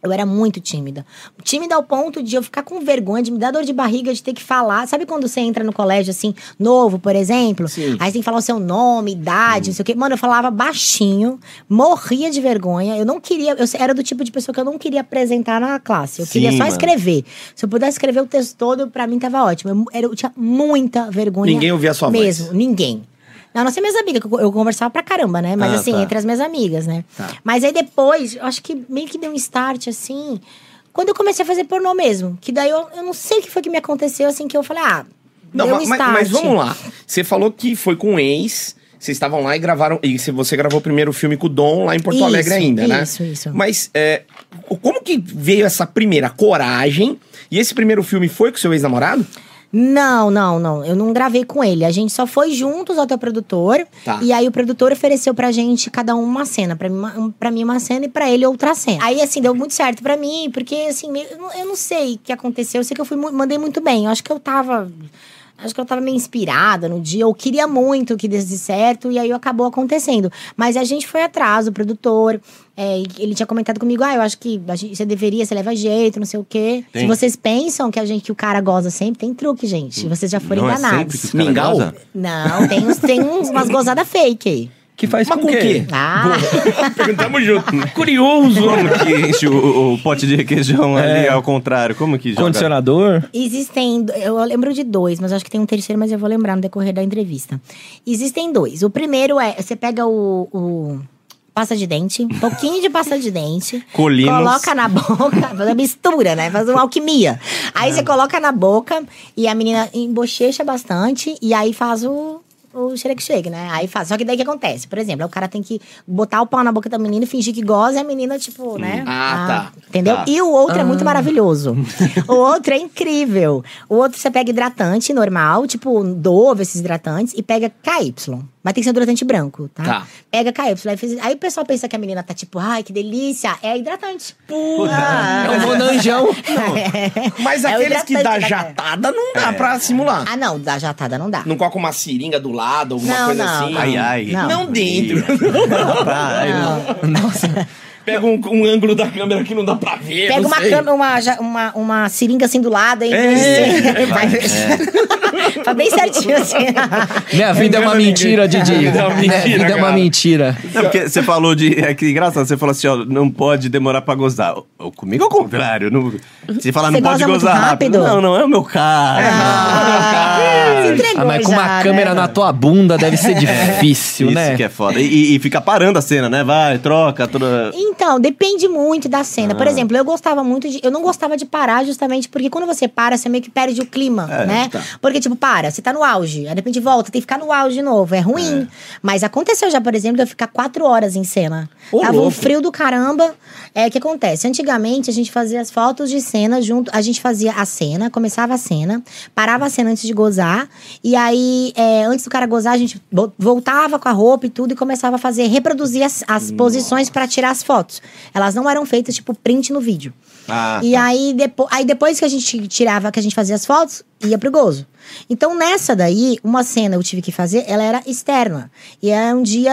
Speaker 4: Eu era muito tímida. Tímida ao ponto de eu ficar com vergonha, de me dar dor de barriga, de ter que falar. Sabe quando você entra no colégio, assim, novo, por exemplo?
Speaker 1: Sim.
Speaker 4: Aí você tem que falar o seu nome, idade, não sei o quê. Mano, eu falava baixinho, morria de vergonha. Eu não queria. Eu era do tipo de pessoa que eu não queria apresentar na classe. Eu
Speaker 2: Sim,
Speaker 4: queria só
Speaker 2: mano.
Speaker 4: escrever. Se eu pudesse escrever o texto todo, pra mim tava ótimo. Eu, era- eu tinha muita vergonha.
Speaker 1: Ninguém ouvia a sua voz.
Speaker 4: Mesmo, ninguém. Não, não sei minhas amigas, que eu eu conversava pra caramba, né? Mas
Speaker 2: Ah,
Speaker 4: assim,
Speaker 2: tá.
Speaker 4: entre as minhas amigas, né?
Speaker 1: Tá.
Speaker 4: Mas aí depois, eu acho que meio que deu um start, assim, quando eu comecei a fazer pornô mesmo. Que daí eu, eu não sei o que foi que me aconteceu, assim, que eu falei, ah,
Speaker 1: Não,
Speaker 4: deu
Speaker 1: ma-
Speaker 4: um
Speaker 1: mas,
Speaker 4: start.
Speaker 1: mas vamos lá. Você falou que foi com um ex, vocês estavam lá e gravaram. E se- você gravou o primeiro filme com o Dom lá em Porto
Speaker 4: Isso,
Speaker 1: Alegre ainda, né?
Speaker 4: isso, isso.
Speaker 1: Mas é, o- como que veio essa primeira coragem? E esse primeiro filme foi com seu ex-namorado?
Speaker 4: Não, não, não. Eu não gravei com ele. A gente só foi juntos até o produtor.
Speaker 1: Tá.
Speaker 4: E aí o produtor ofereceu pra gente cada um uma cena. Pra mim uma, um- pra mim uma cena e pra ele outra cena. Aí, assim, deu muito certo pra mim. Porque, assim, meio- eu não, eu não sei o que aconteceu. Eu sei que eu fui, mu- mandei muito bem. Eu acho que eu tava... Acho que eu tava meio inspirada no dia, eu queria muito que desse certo, e aí acabou acontecendo. Mas a gente foi atrás, o produtor. é, e ele tinha comentado comigo, ah, eu acho que a gente- você deveria, você leva jeito, não sei o quê.
Speaker 2: Tem.
Speaker 4: Se vocês pensam que a gente, que o cara goza sempre, tem truque, gente. Vocês já foram
Speaker 2: Não é
Speaker 4: enganados.
Speaker 2: sempre que os caras
Speaker 1: Mingau?
Speaker 2: gozam?
Speaker 4: Não, tem, uns, tem uns, umas gozadas fake aí.
Speaker 3: Que faz
Speaker 1: Mas
Speaker 3: com
Speaker 1: com
Speaker 3: que-
Speaker 1: o quê?
Speaker 4: Ah,
Speaker 1: Perguntamos junto. Curioso.
Speaker 2: Como que enche o, o- o pote de requeijão ali ao contrário? Como que joga?
Speaker 3: Condicionador?
Speaker 4: Existem, do- eu lembro de dois, mas eu acho que tem um terceiro, mas eu vou lembrar no decorrer da entrevista. Existem dois. O primeiro é, você pega o, o pasta de dente, um pouquinho de pasta de dente,
Speaker 2: Colinos.
Speaker 4: coloca na boca, faz uma mistura, né? Faz uma alquimia. Aí você coloca na boca e a menina embochecha bastante e aí faz o o xereque chega, né? Aí faz. Só que daí o que acontece? Por exemplo, aí o cara tem que botar o pau na boca da menina e fingir que goza e a menina, tipo, né?
Speaker 1: Ah, tá.
Speaker 4: Entendeu?
Speaker 1: Tá.
Speaker 4: E o outro é muito maravilhoso. o outro é incrível. O outro você pega hidratante normal, tipo Dove, esses hidratantes, e pega KY. Mas tem que ser um hidratante branco, tá?
Speaker 1: Tá.
Speaker 4: Pega KY. Aí, fez- aí o pessoal pensa que a menina tá tipo, ai, que delícia. É hidratante. Ah,
Speaker 3: É um monanjão.
Speaker 1: Mas
Speaker 4: É o
Speaker 1: aqueles que
Speaker 4: hidratante
Speaker 1: dá
Speaker 4: da
Speaker 1: jatada não dá pra simular.
Speaker 4: ah, não, da jatada não dá.
Speaker 1: Não coloca uma seringa do lado, alguma
Speaker 4: Não,
Speaker 1: coisa
Speaker 4: não.
Speaker 1: assim.
Speaker 2: Ai, ai.
Speaker 4: Não.
Speaker 1: Não dentro.
Speaker 2: Ai,
Speaker 1: Pega um, um ângulo da câmera que não dá pra ver.
Speaker 4: Pega
Speaker 1: não
Speaker 4: uma,
Speaker 1: sei.
Speaker 4: cama, uma, ja- uma, uma seringa assim do lado, hein?
Speaker 1: É.
Speaker 4: Vai- Faz bem certinho assim.
Speaker 3: Minha vida é uma mentira, Didi.
Speaker 1: Não,
Speaker 3: Minha
Speaker 1: mentira,
Speaker 3: vida é uma
Speaker 1: cara.
Speaker 3: mentira.
Speaker 2: Não, porque você falou de. É que engraçado, você falou assim, ó, não pode demorar pra gozar. Ô, ô, Comigo é o contrário. Não, você fala,
Speaker 4: Você
Speaker 2: não pode
Speaker 4: goza muito
Speaker 2: gozar rápido.
Speaker 4: rápido? Ah.
Speaker 2: Não, não é o meu é carro.
Speaker 4: Se entregou
Speaker 3: Ah, mas com uma
Speaker 4: já,
Speaker 3: câmera
Speaker 4: né?
Speaker 3: na tua bunda deve ser difícil,
Speaker 2: Isso
Speaker 3: né?
Speaker 2: que é foda. E- E, e fica parando a cena, né? Vai, troca, toda.
Speaker 4: Então, depende muito da cena. Por exemplo, eu gostava muito de. Eu não gostava de parar justamente porque quando você para, você meio que perde o clima, né? Porque, tipo, para, você tá no auge, aí de repente volta, tem que ficar no auge de novo. É ruim. Mas aconteceu já, por exemplo, de eu ficar quatro horas em cena.
Speaker 1: Ô,
Speaker 4: Tava um
Speaker 1: louco.
Speaker 4: frio do caramba. É o que acontece? Antigamente a gente fazia as fotos de cena junto. A gente fazia a cena, começava a cena, parava a cena antes de gozar. E aí, é, antes do cara gozar, a gente vo- voltava com a roupa e tudo e começava a fazer, reproduzir as, as posições pra tirar as fotos. Elas não eram feitas tipo print no vídeo.
Speaker 2: Ah,
Speaker 4: E aí, depo aí depois que a gente tirava, que a gente fazia as fotos, ia pro gozo. Então, nessa daí, uma cena eu tive que fazer, ela era externa. E era um dia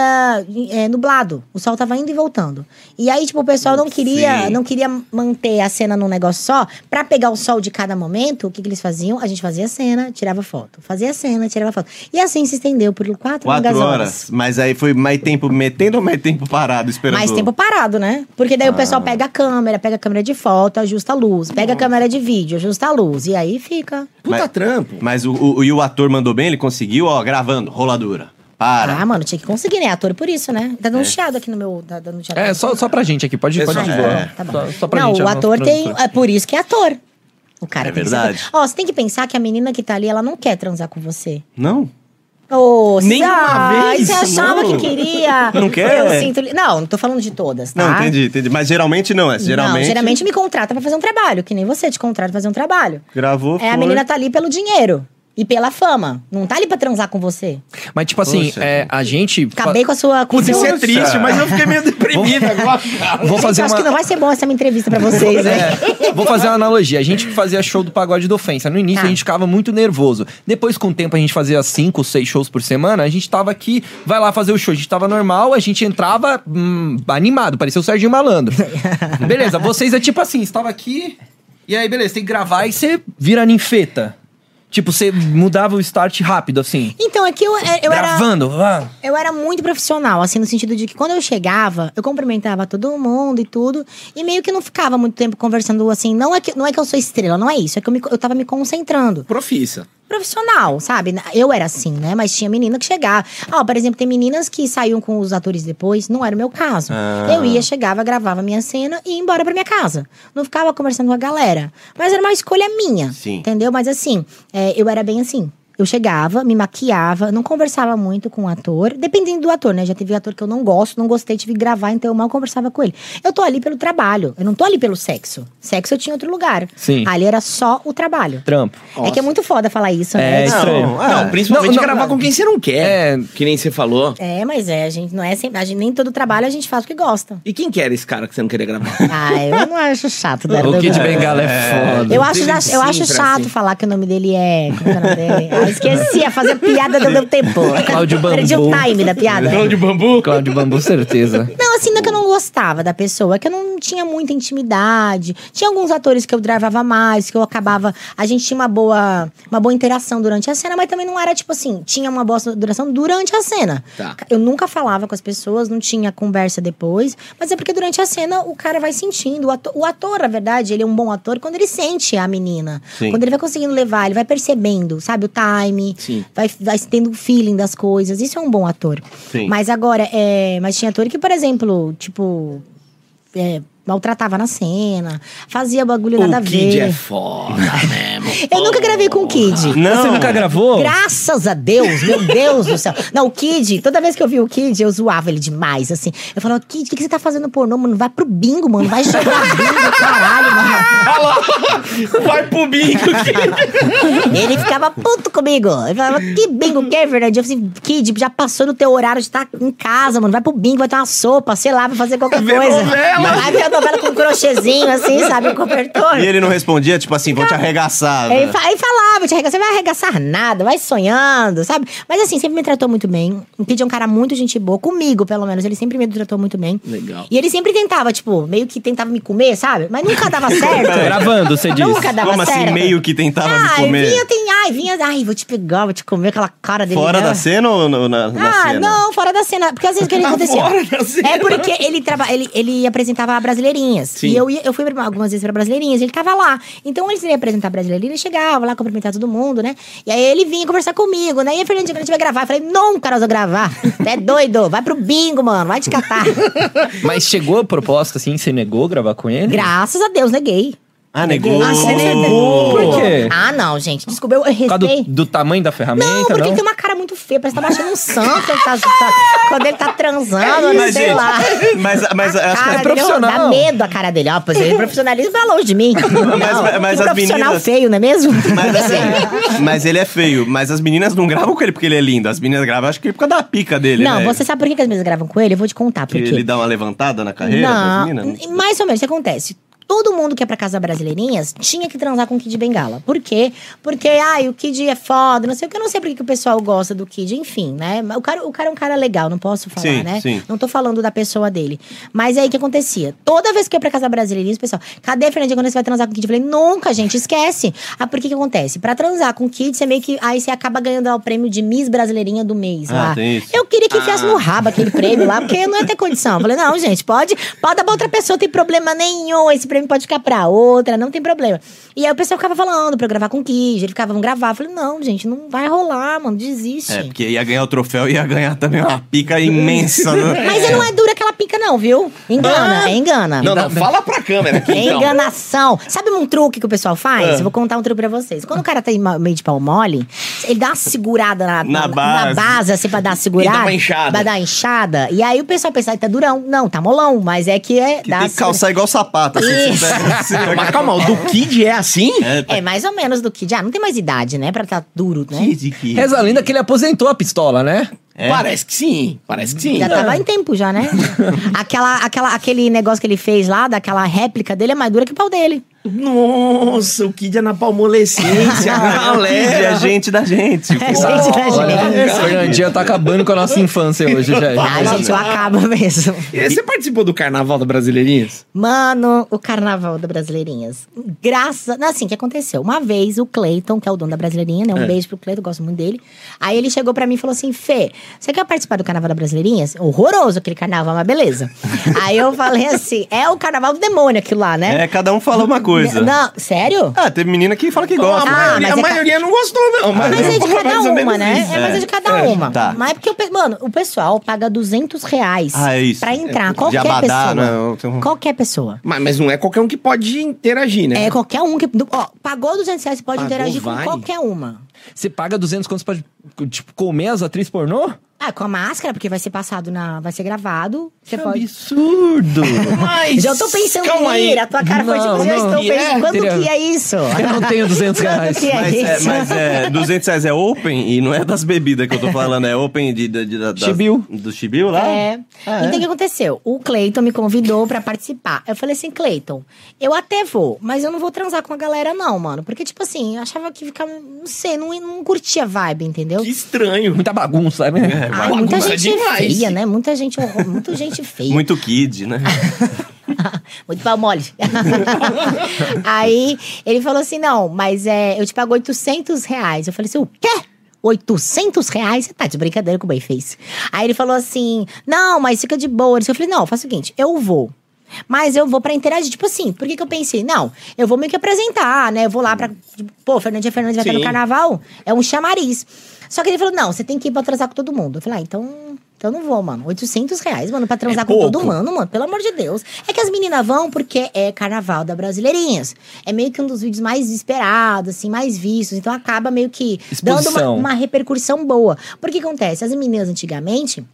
Speaker 4: é, nublado. O sol tava indo e voltando. E aí, tipo, o pessoal não queria,
Speaker 2: Sim.
Speaker 4: não queria manter a cena num negócio só. Pra pegar o sol de cada momento, o que, que eles faziam? A gente fazia a cena, tirava foto. Fazia a cena, tirava foto. E assim se estendeu por quatro, longas
Speaker 2: Quatro
Speaker 4: horas.
Speaker 2: horas. Mas aí foi mais tempo metendo ou mais tempo parado esperando? Ah.
Speaker 4: Mais tempo parado, né? Porque daí o pessoal pega a câmera, pega a câmera de foto, ajusta a luz, pega a câmera de vídeo, ajusta a luz. E aí fica.
Speaker 1: Puta
Speaker 2: Mas-
Speaker 1: trampo.
Speaker 2: Mas o, o- e o ator mandou bem, ele conseguiu, ó, gravando, roladura. Para.
Speaker 4: Ah, mano, tinha que conseguir, né? Ator por isso, né? Tá
Speaker 2: É.
Speaker 4: dando chiado aqui no meu. Tá dando chiado.
Speaker 3: É, só, só pra gente aqui, pode,
Speaker 1: É
Speaker 3: pode
Speaker 1: só-
Speaker 3: ir de boa.
Speaker 2: é,
Speaker 4: Tá bom.
Speaker 3: Só, só pra
Speaker 4: não,
Speaker 3: gente.
Speaker 4: o
Speaker 3: é nosso
Speaker 4: ator tem.
Speaker 3: produtor.
Speaker 4: É por isso que é ator. O cara
Speaker 2: É
Speaker 4: tem que
Speaker 2: verdade.
Speaker 4: ser. ator. Ó, você tem que pensar que a menina que tá ali, ela não quer transar com você.
Speaker 2: Não?
Speaker 4: Ô,
Speaker 1: Nem
Speaker 4: Cisa,
Speaker 1: uma vez?
Speaker 4: Você achava
Speaker 2: Não.
Speaker 4: que queria.
Speaker 2: Não quer?
Speaker 4: Eu sinto. Não, não tô falando de todas, tá?
Speaker 2: Não, entendi, entendi. Mas geralmente não, é. Geralmente.
Speaker 4: Não, geralmente me contrata pra fazer um trabalho, que nem você te contrata pra fazer um trabalho.
Speaker 2: Gravou,
Speaker 4: É, a
Speaker 2: foi.
Speaker 4: menina tá ali pelo dinheiro e pela fama. Não tá ali pra transar com você.
Speaker 3: Mas, tipo assim,
Speaker 2: Poxa.
Speaker 3: é, a gente. fa-
Speaker 4: Acabei com a sua. Com
Speaker 1: Putz,
Speaker 4: seu-
Speaker 1: isso é triste, mas eu fiquei meio deprimido agora. cara.
Speaker 3: Vou fazer
Speaker 4: Eu acho
Speaker 3: uma.
Speaker 4: que não vai ser bom essa minha entrevista pra vocês, né?
Speaker 3: É, vou fazer uma analogia. A gente que fazia show do pagode da ofensa. No início
Speaker 4: Tá.
Speaker 3: a gente ficava muito nervoso. Depois, com o tempo, a gente fazia cinco, seis shows por semana. A gente tava aqui, vai lá fazer o show. A gente tava normal, a gente entrava hum, animado, parecia o Serginho Malandro. beleza, vocês é tipo assim: estava aqui, e aí, beleza, tem que gravar e você vira ninfeta. Tipo, você mudava o start rápido, assim.
Speaker 4: Então, é que eu, é, eu era.
Speaker 3: gravando. ah.
Speaker 4: Eu era muito profissional, assim, no sentido de que quando eu chegava, eu cumprimentava todo mundo e tudo, e meio que não ficava muito tempo conversando assim. Não é que, não é que eu sou estrela, não é isso, é que eu, me, eu tava me concentrando.
Speaker 1: Profissa.
Speaker 4: Profissional, sabe? Na- Eu era assim, né? Mas tinha menina que chegava. Ó, por exemplo, tem meninas que saíam com os atores depois, não era o meu caso. Eu ia, chegava, gravava minha cena e ia embora pra minha casa. Não ficava conversando com a galera. Mas era uma escolha minha.
Speaker 2: Sim.
Speaker 4: Entendeu? Mas assim, é, eu era bem assim. Eu chegava, me maquiava, não conversava muito com o ator, dependendo do ator, né? Já teve ator que eu não gosto, não gostei, tive que gravar, então eu mal conversava com ele. Eu tô ali pelo trabalho, eu não tô ali pelo sexo. Sexo eu tinha em outro lugar.
Speaker 3: Sim.
Speaker 4: Ali era só o trabalho.
Speaker 3: Trampo.
Speaker 4: É que é muito foda falar isso,
Speaker 3: É
Speaker 4: né?
Speaker 3: estranho.
Speaker 2: Não, é.
Speaker 1: Não, principalmente
Speaker 3: Não, não,
Speaker 1: gravar
Speaker 3: não.
Speaker 1: com quem você não quer.
Speaker 3: É.
Speaker 1: Que nem você falou.
Speaker 4: É, mas é, a gente não é sempre. A gente, nem todo trabalho a gente faz o que gosta.
Speaker 1: E quem que era esse cara que você não queria gravar?
Speaker 4: Ah, eu não acho chato. Né?
Speaker 3: O Kid Bengala é foda.
Speaker 4: Eu acho,
Speaker 1: Teve
Speaker 4: eu acho
Speaker 1: sempre
Speaker 4: chato
Speaker 1: assim.
Speaker 4: falar que o nome dele é. Como que é o nome dele? Eu esqueci a fazer piada do meu tempo.
Speaker 3: Cláudio
Speaker 4: Perdi o
Speaker 3: Bambu.
Speaker 4: time da piada.
Speaker 1: de bambu?
Speaker 3: Cláudio Bambu, certeza.
Speaker 4: Não, assim, não é que eu não gostava da pessoa, é que eu não tinha muita intimidade. Tinha alguns atores que eu dravava mais, que eu acabava. A gente tinha uma boa, uma boa interação durante a cena, mas também não era tipo assim, tinha uma boa duração durante a cena.
Speaker 1: Tá.
Speaker 4: Eu nunca falava com as pessoas, não tinha conversa depois, mas é porque durante a cena o cara vai sentindo. O ator, o ator, na verdade, ele é um bom ator quando ele sente a menina.
Speaker 2: Sim.
Speaker 4: Quando ele vai conseguindo levar, ele vai percebendo, sabe, o time,
Speaker 1: Sim.
Speaker 4: vai, vai tendo o feeling das coisas. Isso é um bom ator.
Speaker 2: Sim.
Speaker 4: Mas agora, é, mas tinha ator que, por exemplo, tipo, é, maltratava na cena, fazia bagulho nada a
Speaker 1: O Kid é
Speaker 4: ver.
Speaker 1: foda mesmo.
Speaker 4: Eu nunca gravei com o Kid.
Speaker 2: Não.
Speaker 3: Você nunca gravou?
Speaker 4: Graças a Deus, meu Deus do céu. Não, o Kid, toda vez que eu vi o Kid, eu zoava ele demais, assim. Eu falava, Kid, o que, que você tá fazendo pornô, mano? Vai pro bingo, mano. Vai jogar bingo, caralho, mano.
Speaker 1: Olha lá, vai pro bingo. Kid.
Speaker 4: Ele ficava puto comigo. Ele falava, que bingo que é, Fernandinho? Eu falei, Kid, já passou do teu horário de estar em casa, mano. Vai pro bingo, vai ter uma sopa, sei lá, vai fazer qualquer
Speaker 1: Ver
Speaker 4: coisa.
Speaker 1: novela.
Speaker 4: Vai ver a novela com um crochêzinho, assim, sabe? Um cobertor.
Speaker 2: E ele não respondia, tipo assim, vão te arregaçar.
Speaker 4: Aí,
Speaker 2: né?
Speaker 4: fa- aí falava, te arregaçar, você vai arregaçar nada, vai sonhando, sabe? Mas assim, sempre me tratou muito bem. O Kid é um cara muito gente boa, comigo pelo menos, ele sempre me tratou muito bem.
Speaker 1: Legal.
Speaker 4: E ele sempre tentava, tipo, meio que tentava me comer, sabe? Mas nunca dava certo.
Speaker 3: Gravando, você disse.
Speaker 4: nunca dava
Speaker 2: Como assim,
Speaker 4: certo.
Speaker 2: meio que tentava me
Speaker 4: Ah,
Speaker 2: comer?
Speaker 4: vinha, tem, ai, vinha, ai, vou te pegar, vou te comer aquela cara dele.
Speaker 2: Fora
Speaker 4: né?
Speaker 2: da cena ou no- na, Tipo, na
Speaker 4: Ah,
Speaker 2: cena?
Speaker 4: não, fora da cena. Porque às vezes o que ele acontecia.
Speaker 1: Fora da cena.
Speaker 4: É porque ele, traba, ele, ele apresentava brasileirinhas.
Speaker 1: Sim.
Speaker 4: E eu, ia- eu fui algumas vezes pra brasileirinhas, ele tava lá. Então eles iam apresentar brasileirinhas, chegava lá, cumprimentar todo mundo, né? E aí ele vinha conversar comigo, né? E a Fernandinha, quando a gente vai gravar, eu falei, nunca nós vamos gravar. Tu é doido, vai pro bingo, mano, vai te catar.
Speaker 3: Mas chegou a proposta, assim, você negou gravar com ele?
Speaker 4: Graças a Deus, neguei.
Speaker 2: Ah, negou.
Speaker 4: Ah, você
Speaker 3: negou. Por quê?
Speaker 4: Ah, não, gente, desculpa, eu, eu
Speaker 3: Por causa
Speaker 4: restei.
Speaker 3: do, do tamanho da ferramenta,
Speaker 4: Não, porque ele tem uma cara muito feia, parece que tá baixando um santo ele tá- tá- quando ele tá transando,
Speaker 2: Mas,
Speaker 4: sei
Speaker 2: gente,
Speaker 4: lá. Ah,
Speaker 2: mas, mas
Speaker 4: A
Speaker 2: acho que
Speaker 4: cara
Speaker 3: é
Speaker 4: dele, ó,
Speaker 3: profissional.
Speaker 4: Dá medo a cara dele. Ó, pois ele profissionalismo vai longe de mim. Não,
Speaker 2: mas- mas
Speaker 4: que
Speaker 2: as
Speaker 4: profissional
Speaker 2: meninas-
Speaker 4: feio, não é mesmo?
Speaker 2: Mas assim, mas ele é feio. Mas as meninas não gravam com ele porque ele é lindo. As meninas gravam, acho que é por causa da pica dele,
Speaker 4: não,
Speaker 2: né?
Speaker 4: você sabe por que que as meninas gravam com ele? Eu vou te contar
Speaker 2: Que
Speaker 4: por
Speaker 2: ele
Speaker 4: quê.
Speaker 2: dá uma levantada na carreira das tipo?
Speaker 4: Não,
Speaker 2: meninas?
Speaker 4: mais ou menos, o que acontece? Todo mundo que é pra casa brasileirinhas tinha que transar com o Kid Bengala. Por quê? Porque, ai, o Kid é foda, não sei o que. Eu não sei por que que o pessoal gosta do Kid, enfim, né? Mas O cara, o cara é um cara legal, não posso falar,
Speaker 2: Sim,
Speaker 4: né?
Speaker 2: sim.
Speaker 4: Não tô falando da pessoa dele. Mas aí o que acontecia? Toda vez que eu ia pra casa brasileirinha, o pessoal, cadê a Fernandinha quando você vai transar com o Kid? Eu falei, nunca, gente, esquece. Ah, por que que acontece? Pra transar com o Kid, você meio que. Aí você acaba ganhando lá o prêmio de Miss Brasileirinha do mês
Speaker 2: Ah,
Speaker 4: lá.
Speaker 2: tem isso.
Speaker 4: Eu queria que enfiasse
Speaker 2: Ah.
Speaker 4: no rabo aquele prêmio lá, porque eu não ia ter condição. Eu falei, não, gente, pode, pode dar pra outra pessoa, não tem problema nenhum. Esse prêmio pode ficar pra outra, não tem problema. E aí o pessoal ficava falando pra eu gravar com o Kid, ele ficava, vamos gravar. Eu falei, não, gente, não vai rolar, mano, desiste.
Speaker 2: É, porque ia ganhar o troféu e ia ganhar também uma pica imensa. né?
Speaker 4: Mas eu não é dura aquela pica, não, viu?
Speaker 2: Ah.
Speaker 4: Engana, engana.
Speaker 1: Não, não, fala pra câmera aqui,
Speaker 4: É
Speaker 1: então.
Speaker 4: enganação. Sabe um truque que o pessoal faz? Eu vou contar um truque pra vocês. Quando o cara tá em ma- meio de pau mole, ele dá uma segurada na,
Speaker 2: Na
Speaker 4: na,
Speaker 2: base.
Speaker 4: na base, assim, pra dar uma segurada.
Speaker 1: E dá uma inchada.
Speaker 4: Pra dar uma inchada. E aí o pessoal pensa, "Ai, tá durão. Não, tá molão, mas é que é.
Speaker 2: Que
Speaker 4: dá
Speaker 2: tem que
Speaker 4: uma segura-
Speaker 2: calçar igual sapato. Assim,
Speaker 4: Isso.
Speaker 2: você pega assim,
Speaker 1: Não, mas calma, o do Kid é assim?
Speaker 2: É, tá
Speaker 4: É mais ou menos do que. Já não tem mais idade, né? Pra tá duro, né?
Speaker 2: aqui, de que-
Speaker 3: Reza a lenda que ele aposentou a pistola, né?
Speaker 2: É.
Speaker 1: Parece que sim, parece que sim.
Speaker 4: Já tava em tempo já, né? aquela, aquela, aquele negócio que ele fez lá, daquela réplica dele, é mais dura que o pau dele.
Speaker 1: Nossa, o Kid é na palmolescência,
Speaker 2: É a
Speaker 1: galera.
Speaker 2: gente da gente.
Speaker 4: Ah, É gente da
Speaker 3: Olha,
Speaker 4: gente.
Speaker 3: o Fernandinho tá acabando com a nossa infância hoje, gente.
Speaker 4: Ah, gente, eu acabo mesmo.
Speaker 1: Você participou do Carnaval da Brasileirinhas?
Speaker 4: Mano, o carnaval da Brasileirinhas. Graças. não, Assim, o que aconteceu? Uma vez o Cleiton, que é o dono da Brasileirinha, né? Um beijo pro Cleiton, gosto muito dele. Aí ele chegou pra mim e falou assim: Fê, você quer participar do carnaval da Brasileirinhas? Horroroso aquele carnaval, mas beleza. Aí eu falei assim: é o carnaval do demônio aquilo lá, né?
Speaker 2: É, cada um fala uma coisa.
Speaker 4: Não, sério?
Speaker 2: Ah, teve menina que fala que gosta.
Speaker 4: Ah,
Speaker 2: né?
Speaker 4: mas é
Speaker 1: a
Speaker 4: ca-
Speaker 1: maioria não gostou, não.
Speaker 2: Ah,
Speaker 4: Mas é de cada
Speaker 1: mais ou
Speaker 4: uma,
Speaker 1: menos
Speaker 4: né?
Speaker 1: isso.
Speaker 4: É, mas é de cada
Speaker 2: É,
Speaker 4: uma.
Speaker 2: tá.
Speaker 4: Mas é porque, o pe- mano, o pessoal paga 200 reais
Speaker 2: Ah, é isso.
Speaker 4: pra entrar.
Speaker 2: É, de
Speaker 4: qualquer
Speaker 2: Abadá,
Speaker 4: pessoa.
Speaker 2: né? Tem um-
Speaker 4: Qualquer pessoa.
Speaker 1: Mas, mas não é qualquer um que pode interagir, né?
Speaker 4: É, qualquer um que. do- Ó, pagou 200 reais, você pode
Speaker 1: Pagou,
Speaker 4: interagir
Speaker 1: vai.
Speaker 4: com qualquer uma.
Speaker 3: Você paga 200 contos pra, tipo, comer as atrizes pornô?
Speaker 4: Ah, com a máscara, porque vai ser passado na. Vai ser gravado. Você
Speaker 3: Que
Speaker 4: pode.
Speaker 3: absurdo!
Speaker 1: Mas.
Speaker 4: um Já tô pensando
Speaker 1: é calma
Speaker 4: em
Speaker 1: aí.
Speaker 4: ir. A tua cara foi tipo,
Speaker 3: Não,
Speaker 4: já
Speaker 3: não.
Speaker 4: estou
Speaker 1: E é?
Speaker 4: pensando. Quando
Speaker 3: Entendeu?
Speaker 4: que é isso?
Speaker 3: Eu não tenho 200 reais.
Speaker 4: Quanto que é
Speaker 2: Mas, é,
Speaker 4: isso?
Speaker 2: mas é, 200 reais é open e não é das bebidas que eu tô falando, é open de, de, de- da- das-
Speaker 3: Chibiu.
Speaker 2: do chibiu lá?
Speaker 4: É.
Speaker 2: Ah,
Speaker 4: Então o que aconteceu? O Cleiton me convidou pra participar. Eu falei assim, Cleiton, eu até vou, mas eu não vou transar com a galera, não, mano. Porque, tipo assim, eu achava que ficava. Não sei, não, não curtia a vibe, entendeu?
Speaker 1: Que estranho.
Speaker 3: Muita bagunça, né?
Speaker 4: Ai,
Speaker 1: bagunça
Speaker 4: muita gente
Speaker 1: demais.
Speaker 4: feia, né? Muita gente, horror- muita gente feia.
Speaker 2: Muito kid, né?
Speaker 4: Muito pau mole. aí ele falou assim: não, mas é, eu te pago 800 reais. Eu falei assim: o quê? 800 reais? Você tá de brincadeira com o Bayface. Aí ele falou assim: não, mas fica de boa. Eu falei: não, faz o seguinte, eu vou. Mas eu vou pra interagir. Tipo assim, por que, que eu pensei? Não, eu vou meio que apresentar, né? Eu vou lá pra. Pô, Fernandinha Fernandes vai estar no
Speaker 1: Sim.
Speaker 4: carnaval? É um chamariz. Só que ele falou: não, você tem que ir pra transar com todo mundo. Eu falei: ah, então. Então eu não vou, mano. 800 reais, mano, pra transar com todo
Speaker 1: pouco.
Speaker 4: mundo. Mano, mano, pelo amor de Deus. É que as meninas vão porque é carnaval da Brasileirinhas. É meio que um dos vídeos mais esperados, assim, mais vistos. Então acaba meio que dando
Speaker 3: Exposição.
Speaker 4: uma, uma repercussão boa. Porque acontece, as meninas antigamente,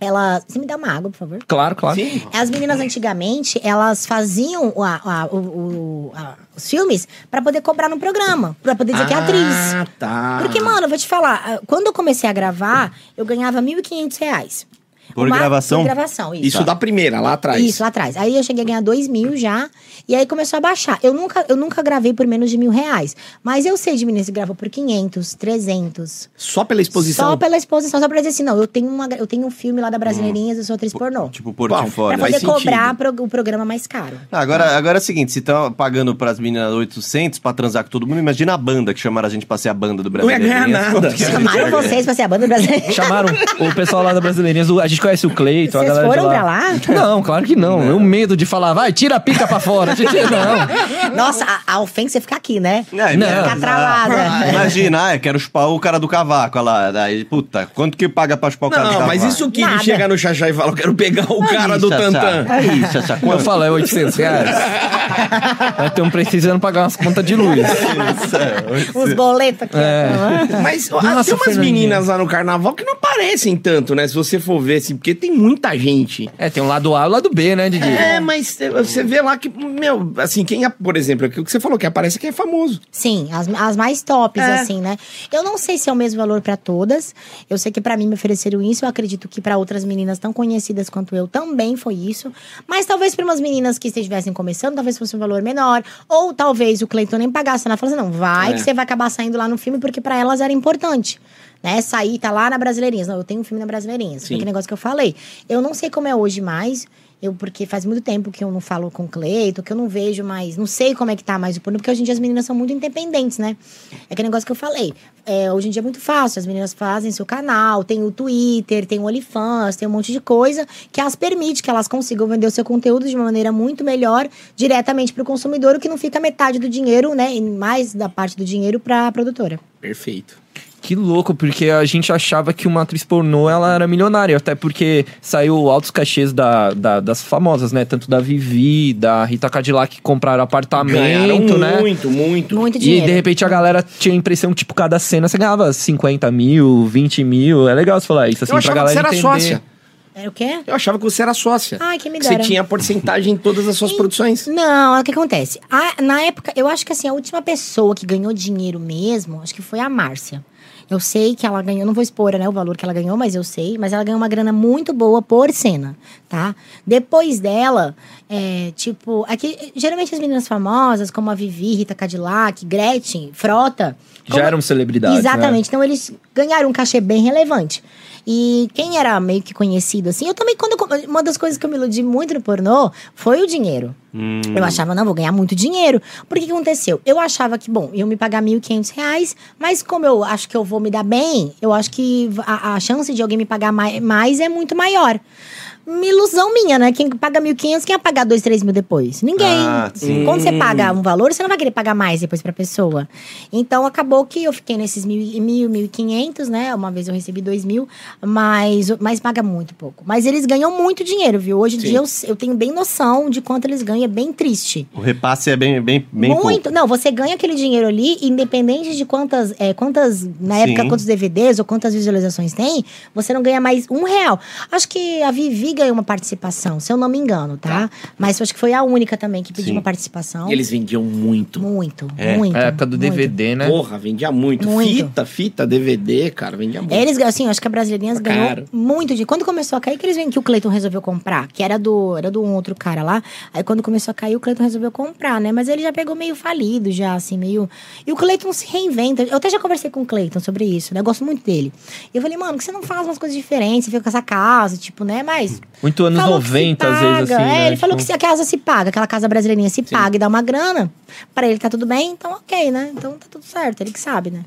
Speaker 4: elas. Você me dá uma água, por favor?
Speaker 3: Claro, claro.
Speaker 1: Sim.
Speaker 4: As meninas antigamente, elas faziam a- a- o- o- a- os filmes pra poder cobrar no programa, pra poder dizer que é atriz.
Speaker 1: Ah, tá.
Speaker 4: Porque, mano, eu vou te falar, ah, quando eu comecei a gravar, eu ganhava R$ 1.500 reais.
Speaker 2: Por
Speaker 4: Uma-
Speaker 2: gravação?
Speaker 4: Por gravação, isso.
Speaker 1: Isso da primeira, lá atrás.
Speaker 4: Isso, lá atrás. Aí eu cheguei a ganhar dois mil já. E aí começou a baixar. Eu nunca, eu nunca gravei por menos de mil reais. Mas eu sei de meninas que gravam por 500, 300.
Speaker 1: Só pela exposição.
Speaker 4: Só pela exposição, só pra dizer assim, não, eu tenho, uma, gra- eu tenho um filme lá da Brasileirinhas, eu sou atriz pornô.
Speaker 2: Tipo,
Speaker 4: pra
Speaker 2: portfólio.
Speaker 1: Hum. faz
Speaker 4: poder
Speaker 1: sentido.
Speaker 4: cobrar pro- o programa mais caro.
Speaker 2: Ah, Agora, agora é o seguinte, se estão pagando pras meninas 800 pra transar com todo mundo, imagina a banda que chamaram a gente pra ser a banda do
Speaker 1: Não
Speaker 2: Brasil.
Speaker 1: ia ganhar nada.
Speaker 4: Chamaram
Speaker 1: é
Speaker 4: vocês pra ser a banda brasileira.
Speaker 3: Chamaram o pessoal lá da Brasileirinhas, o- a gente conhece o Cleiton, a
Speaker 4: Vocês
Speaker 3: galera
Speaker 4: foram
Speaker 3: de
Speaker 4: pra lá?
Speaker 3: Não, claro que não. Eu medo de falar, vai, tira a pica pra fora. Tira- tira- Não.
Speaker 4: Nossa, a, a ofensa é ficar aqui, né?
Speaker 3: Não.
Speaker 4: Ficar travada.
Speaker 2: Imagina, ah, eu quero chupar o cara do cavaco, olha lá. Daí, puta, quanto que paga pra chupar o cara do
Speaker 1: Não,
Speaker 2: cavaco?
Speaker 1: mas isso que
Speaker 4: Nada.
Speaker 1: chega no Xaxá e fala, eu quero pegar o cara
Speaker 2: Aí,
Speaker 1: do
Speaker 2: Xaxá.
Speaker 1: Tantan.
Speaker 2: Aí, Xaxá,
Speaker 3: Como eu
Speaker 2: quanto?
Speaker 3: falo, é 800 reais. Nós estamos precisando pagar umas contas de luz.
Speaker 2: Isso, é,
Speaker 4: Os boletos aqui. ó.
Speaker 1: Mas ó,
Speaker 3: Nossa,
Speaker 1: tem umas
Speaker 3: Fernandinha.
Speaker 1: meninas lá no carnaval que não aparecem tanto, né? Se você for ver, assim, porque tem muita gente.
Speaker 3: É, tem um lado A e o lado B, né, Didi?
Speaker 1: É, mas eh, você vê lá que, meu, assim, quem, é- por exemplo, aquilo que você falou, que aparece quem é famoso.
Speaker 4: Sim, as, as mais tops,
Speaker 1: É.
Speaker 4: assim, né? Eu não sei se é o mesmo valor pra todas. Eu sei que pra mim me ofereceram isso. Eu acredito que pra outras meninas tão conhecidas quanto eu também foi isso. Mas talvez pra umas meninas que estivessem começando, talvez fosse um valor menor. Ou talvez o Cleiton nem pagasse. Ela falou assim: não, vai que você vai acabar saindo lá no filme, porque pra elas era importante. Né, sair, tá lá na Brasileirinhas. Não, eu tenho um filme na Brasileirinhas. Foi
Speaker 1: Sim.
Speaker 4: aquele negócio que eu falei. Eu não sei como é hoje mais. Eu, porque faz muito tempo que eu não falo com o Cleito, que eu não vejo mais, não sei como é que tá mais o porno, porque hoje em dia as meninas são muito independentes, né? É aquele negócio que eu falei. É, hoje em dia é muito fácil, as meninas fazem seu canal, tem o Twitter, tem o OnlyFans, tem um monte de coisa que as permite que elas consigam vender o seu conteúdo de uma maneira muito melhor diretamente pro consumidor, o que não fica metade do dinheiro, né? E mais da parte do dinheiro pra produtora.
Speaker 1: Perfeito.
Speaker 3: Que louco, porque a gente achava que uma atriz pornô ela era milionária, até porque saiu altos cachês da, da- das famosas, né? Tanto da Vivi, da Rita Cadillac que compraram
Speaker 1: Ganharam
Speaker 3: apartamento, né?
Speaker 1: muito, muito.
Speaker 4: Muito
Speaker 3: E
Speaker 4: dinheiro.
Speaker 3: de repente a galera tinha a impressão que, tipo, cada cena você ganhava 50 mil, 20 mil. É legal você falar isso, assim,
Speaker 1: Eu
Speaker 3: pra
Speaker 1: achava que
Speaker 3: galera
Speaker 1: você era
Speaker 3: entender.
Speaker 1: sócia.
Speaker 4: Era o quê?
Speaker 1: Eu achava que você era sócia.
Speaker 4: Ai, que me
Speaker 1: Você
Speaker 4: dera.
Speaker 1: tinha porcentagem em todas as suas produções.
Speaker 4: Não, é o que acontece? A- na época, eu acho que assim, a última pessoa que ganhou dinheiro mesmo, acho que foi a Márcia. Eu sei que ela ganhou, não vou expor né, o valor que ela ganhou, mas eu sei, mas ela ganhou uma grana muito boa por cena, tá? Depois dela, é, tipo, aqui, geralmente as meninas famosas, como a Vivi, Rita Cadillac, Gretchen, Frota.
Speaker 3: Já
Speaker 4: como-
Speaker 3: eram
Speaker 2: né?
Speaker 3: celebridades.
Speaker 4: Exatamente. Então eles ganharam um cachê bem relevante. E quem era meio que conhecido, assim, eu também, quando. eu- Uma das coisas que eu me iludi muito no pornô foi o dinheiro.
Speaker 2: Hum.
Speaker 4: Eu achava, não, vou ganhar muito dinheiro. Por que que aconteceu? Eu achava que, bom, iam me pagar 1.500 reais, mas como eu acho que eu vou me dar bem, eu acho que a, a chance de alguém me pagar mai- mais é muito maior. uma ilusão minha, né? Quem paga 1.500, quem vai pagar 2, 3 mil depois? Ninguém.
Speaker 2: Ah, sim.
Speaker 4: Quando você
Speaker 2: Hum.
Speaker 4: paga um valor, você não vai querer pagar mais depois pra pessoa. Então, acabou que eu fiquei nesses mil, e- mil 1.500, né? Uma vez eu recebi 2 mil, mas, mas paga muito pouco. Mas eles ganham muito dinheiro, viu? Hoje em
Speaker 1: Sim.
Speaker 4: dia eu, eu tenho bem noção de quanto eles ganham, é bem triste.
Speaker 2: O repasse é bem, bem, bem
Speaker 4: Muito.
Speaker 2: pouco.
Speaker 4: Não, você ganha aquele dinheiro ali, independente de quantas, é, quantas na
Speaker 2: Sim.
Speaker 4: época, quantos DVDs ou quantas visualizações tem, você não ganha mais um real. Acho que a Vivi ganhou uma participação, se eu não me engano, tá? Mas acho que foi a única também que pediu
Speaker 2: Sim.
Speaker 4: uma participação.
Speaker 1: E eles vendiam muito.
Speaker 4: Muito,
Speaker 2: É,
Speaker 4: muito.
Speaker 3: É a época do
Speaker 4: muito.
Speaker 3: DVD, né?
Speaker 1: Porra, vendia muito.
Speaker 4: Muito.
Speaker 1: Fita, fita, DVD, cara, vendia muito.
Speaker 4: Eles, assim, eu acho que a Brasileirinhas
Speaker 1: Tá
Speaker 4: ganhou
Speaker 1: caro.
Speaker 4: muito de. Quando começou a cair, que eles veem que o Cleiton resolveu comprar, que era do era do um outro cara lá. Aí quando começou a cair, o Cleiton resolveu comprar, né? Mas ele já pegou meio falido, já, assim, meio. E o Cleiton se reinventa. Eu até já conversei com o Cleiton sobre isso, né? Eu gosto muito dele. E eu falei, mano, por que você não faz umas coisas diferentes? Você fica com essa casa, tipo, né? Mas.
Speaker 3: Muito anos
Speaker 4: falou que se
Speaker 3: 90, às vezes, assim.
Speaker 4: paga. É,
Speaker 3: né?
Speaker 4: ele falou que
Speaker 3: Tipo,
Speaker 4: se a casa se paga, aquela casa brasileirinha se paga e dá uma grana. Pra ele tá tudo bem, então ok, né? Então tá tudo certo, ele que sabe, né?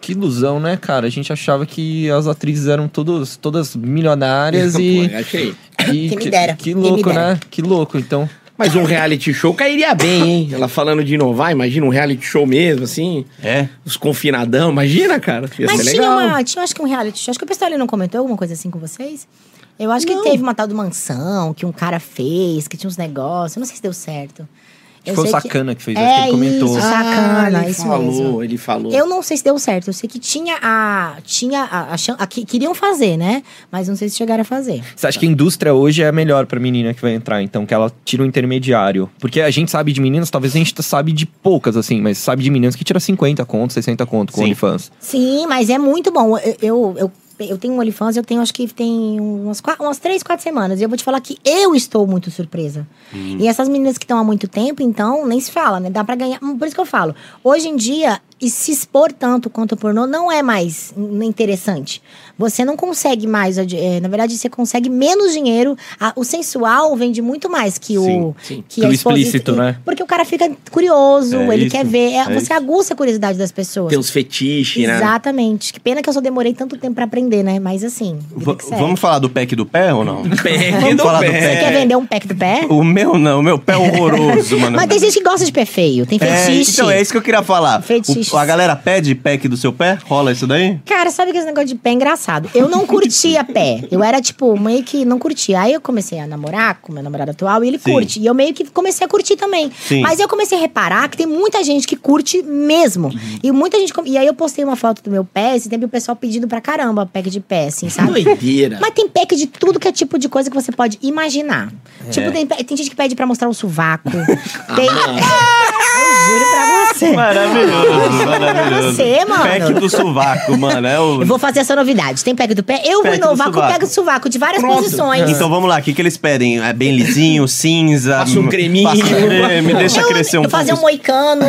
Speaker 3: Que ilusão, né, cara? A gente achava que as atrizes eram todos, todas milionárias e.
Speaker 1: Pô, achei.
Speaker 3: e
Speaker 4: Quem me dera,
Speaker 3: Que,
Speaker 4: quem me
Speaker 3: louco,
Speaker 4: dera.
Speaker 3: né? Que louco, então.
Speaker 1: Mas um reality show cairia bem, hein? Ela falando de inovar, imagina um reality show mesmo, assim.
Speaker 2: É.
Speaker 1: Os confinadão, imagina, cara. Ia
Speaker 4: Mas
Speaker 1: ser
Speaker 4: tinha,
Speaker 1: legal.
Speaker 4: uma, tinha, acho que um reality show. Acho que o pessoal ali não comentou alguma coisa assim com vocês. Eu acho que teve uma tal de mansão que um cara fez, que tinha uns negócios. Eu não sei se deu certo. Eu
Speaker 3: foi o
Speaker 4: sei
Speaker 3: Sacana que, fez,
Speaker 4: é
Speaker 3: acho que ele comentou.
Speaker 4: isso.
Speaker 1: ah,
Speaker 4: Sacana,
Speaker 1: ele
Speaker 4: isso
Speaker 1: falou,
Speaker 4: mesmo.
Speaker 1: ele falou.
Speaker 4: Eu não sei se deu certo. Eu sei que tinha a. Tinha a, a, chan- a que queriam fazer, né? Mas não sei se chegaram a fazer.
Speaker 3: Você acha que a indústria hoje é a melhor pra menina que vai entrar, então, que ela tira o intermediário? Porque a gente sabe de meninas, talvez a gente sabe de poucas, assim, mas sabe de meninas que tira 50 conto, 60 conto com
Speaker 2: Sim.
Speaker 3: OnlyFans.
Speaker 4: Sim, mas é muito bom. Eu, eu, eu, eu tenho um OnlyFans, eu tenho acho que tem umas, qua- umas três, quatro semanas. E eu vou te falar que eu estou muito surpresa. E essas meninas que estão há muito tempo, então, nem se fala, né? Dá pra ganhar. Hum, Por isso que eu falo. Hoje em dia, e se expor tanto quanto o pornô não é mais n- interessante. Você não consegue mais. adi- eh, na verdade, você consegue menos dinheiro. A- o sensual vende muito mais que o.
Speaker 1: sim.
Speaker 4: Que
Speaker 3: Que
Speaker 4: a
Speaker 3: o
Speaker 4: exposi-
Speaker 3: explícito, né?
Speaker 4: Porque o cara fica curioso,
Speaker 2: É
Speaker 4: ele
Speaker 2: isso,
Speaker 4: quer ver. É-
Speaker 2: é
Speaker 4: você
Speaker 2: isso.
Speaker 4: aguça a curiosidade das pessoas.
Speaker 1: Tem uns fetiches, né?
Speaker 4: Exatamente. Que pena que eu só demorei tanto tempo pra aprender, né? Mas assim, vida
Speaker 2: Va-
Speaker 4: que segue.
Speaker 2: vamos falar do pack do pé ou não?
Speaker 1: Pack
Speaker 2: Vamos
Speaker 1: do
Speaker 2: falar
Speaker 1: pé.
Speaker 2: do
Speaker 4: Você
Speaker 2: pack.
Speaker 4: quer vender um pack do pé?
Speaker 2: O meu não, o meu pé é horroroso, mano.
Speaker 4: Mas tem gente que gosta de pé feio, tem
Speaker 2: É,
Speaker 4: fetiche.
Speaker 2: então, é isso que eu queria falar.
Speaker 4: Fetiche.
Speaker 2: O- a galera pede pack do seu pé? Rola isso daí?
Speaker 4: Cara, sabe que esse negócio de pé é engraçado? Eu não curtia pé. Eu era, tipo, meio que não curtia. Aí eu comecei a namorar com meu namorado atual e ele
Speaker 2: Sim.
Speaker 4: curte. E eu meio que comecei a curtir também.
Speaker 2: Sim.
Speaker 4: Mas eu comecei a reparar que tem muita gente que curte mesmo.
Speaker 2: Uhum.
Speaker 4: E muita gente. com- E aí eu postei uma foto do meu pé, esse tempo e o pessoal pedindo pra caramba pack de pé, assim,
Speaker 1: Que
Speaker 4: sabe?
Speaker 3: É.
Speaker 1: Doideira.
Speaker 4: Mas tem pack de tudo que é tipo de coisa que você pode imaginar.
Speaker 3: É.
Speaker 4: Tipo, tem, pe- tem gente que pede pra mostrar o sovaco. tem.
Speaker 1: Ah,
Speaker 3: Ah,
Speaker 4: Eu juro pra você.
Speaker 2: Maravilhoso, maravilhoso.
Speaker 4: Você, mano.
Speaker 2: Pack do sovaco, mano. É o...
Speaker 4: Eu vou fazer essa novidade. Tem pack do pé? Eu vou
Speaker 2: Pack do
Speaker 4: inovar com o
Speaker 2: sovaco.
Speaker 4: pack do sovaco de várias
Speaker 1: Pronto.
Speaker 4: posições.
Speaker 2: Então vamos lá, o que, que eles pedem? É bem lisinho, cinza. hum,
Speaker 1: Passa um creminho.
Speaker 2: Passa creme, deixa
Speaker 4: Eu-
Speaker 2: crescer um
Speaker 4: fazer um
Speaker 2: pouco.
Speaker 4: moicano,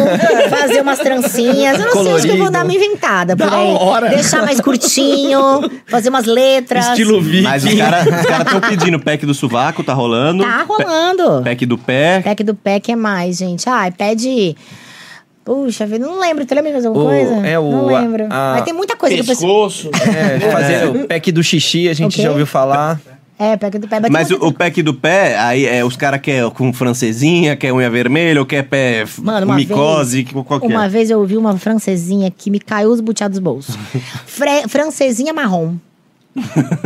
Speaker 4: fazer umas trancinhas. Eu não sei, acho que eu vou
Speaker 1: Colorido.
Speaker 4: dar uma inventada por
Speaker 1: Da
Speaker 4: aí.
Speaker 1: hora.
Speaker 4: Deixar mais curtinho, fazer umas letras.
Speaker 1: Estilo Vicky.
Speaker 2: Mas os caras estão pedindo pack do sovaco, tá rolando.
Speaker 4: Tá rolando.
Speaker 2: Pack do pé.
Speaker 4: Pack do pé que é mais, gente. Ai, pede. Puxa vida, não lembro. Tu lembra de mais alguma
Speaker 3: O-
Speaker 4: coisa?
Speaker 3: é o-
Speaker 4: não lembro.
Speaker 3: a-
Speaker 4: Mas tem muita coisa que eu preciso.
Speaker 1: Pescoço.
Speaker 3: É, fazer o pack do xixi, a gente
Speaker 4: Ok.
Speaker 3: já ouviu falar.
Speaker 4: É, pack do pé. tem
Speaker 2: Mas o,
Speaker 4: muita-
Speaker 2: o pack do pé, aí é, os caras querem com francesinha, quer unha vermelha, ou quer pé f-
Speaker 4: Mano, uma
Speaker 2: micose, que- qual que
Speaker 4: Uma
Speaker 2: é?
Speaker 4: vez eu ouvi uma francesinha que me caiu os buteados dos bolsos. Fre- francesinha marrom.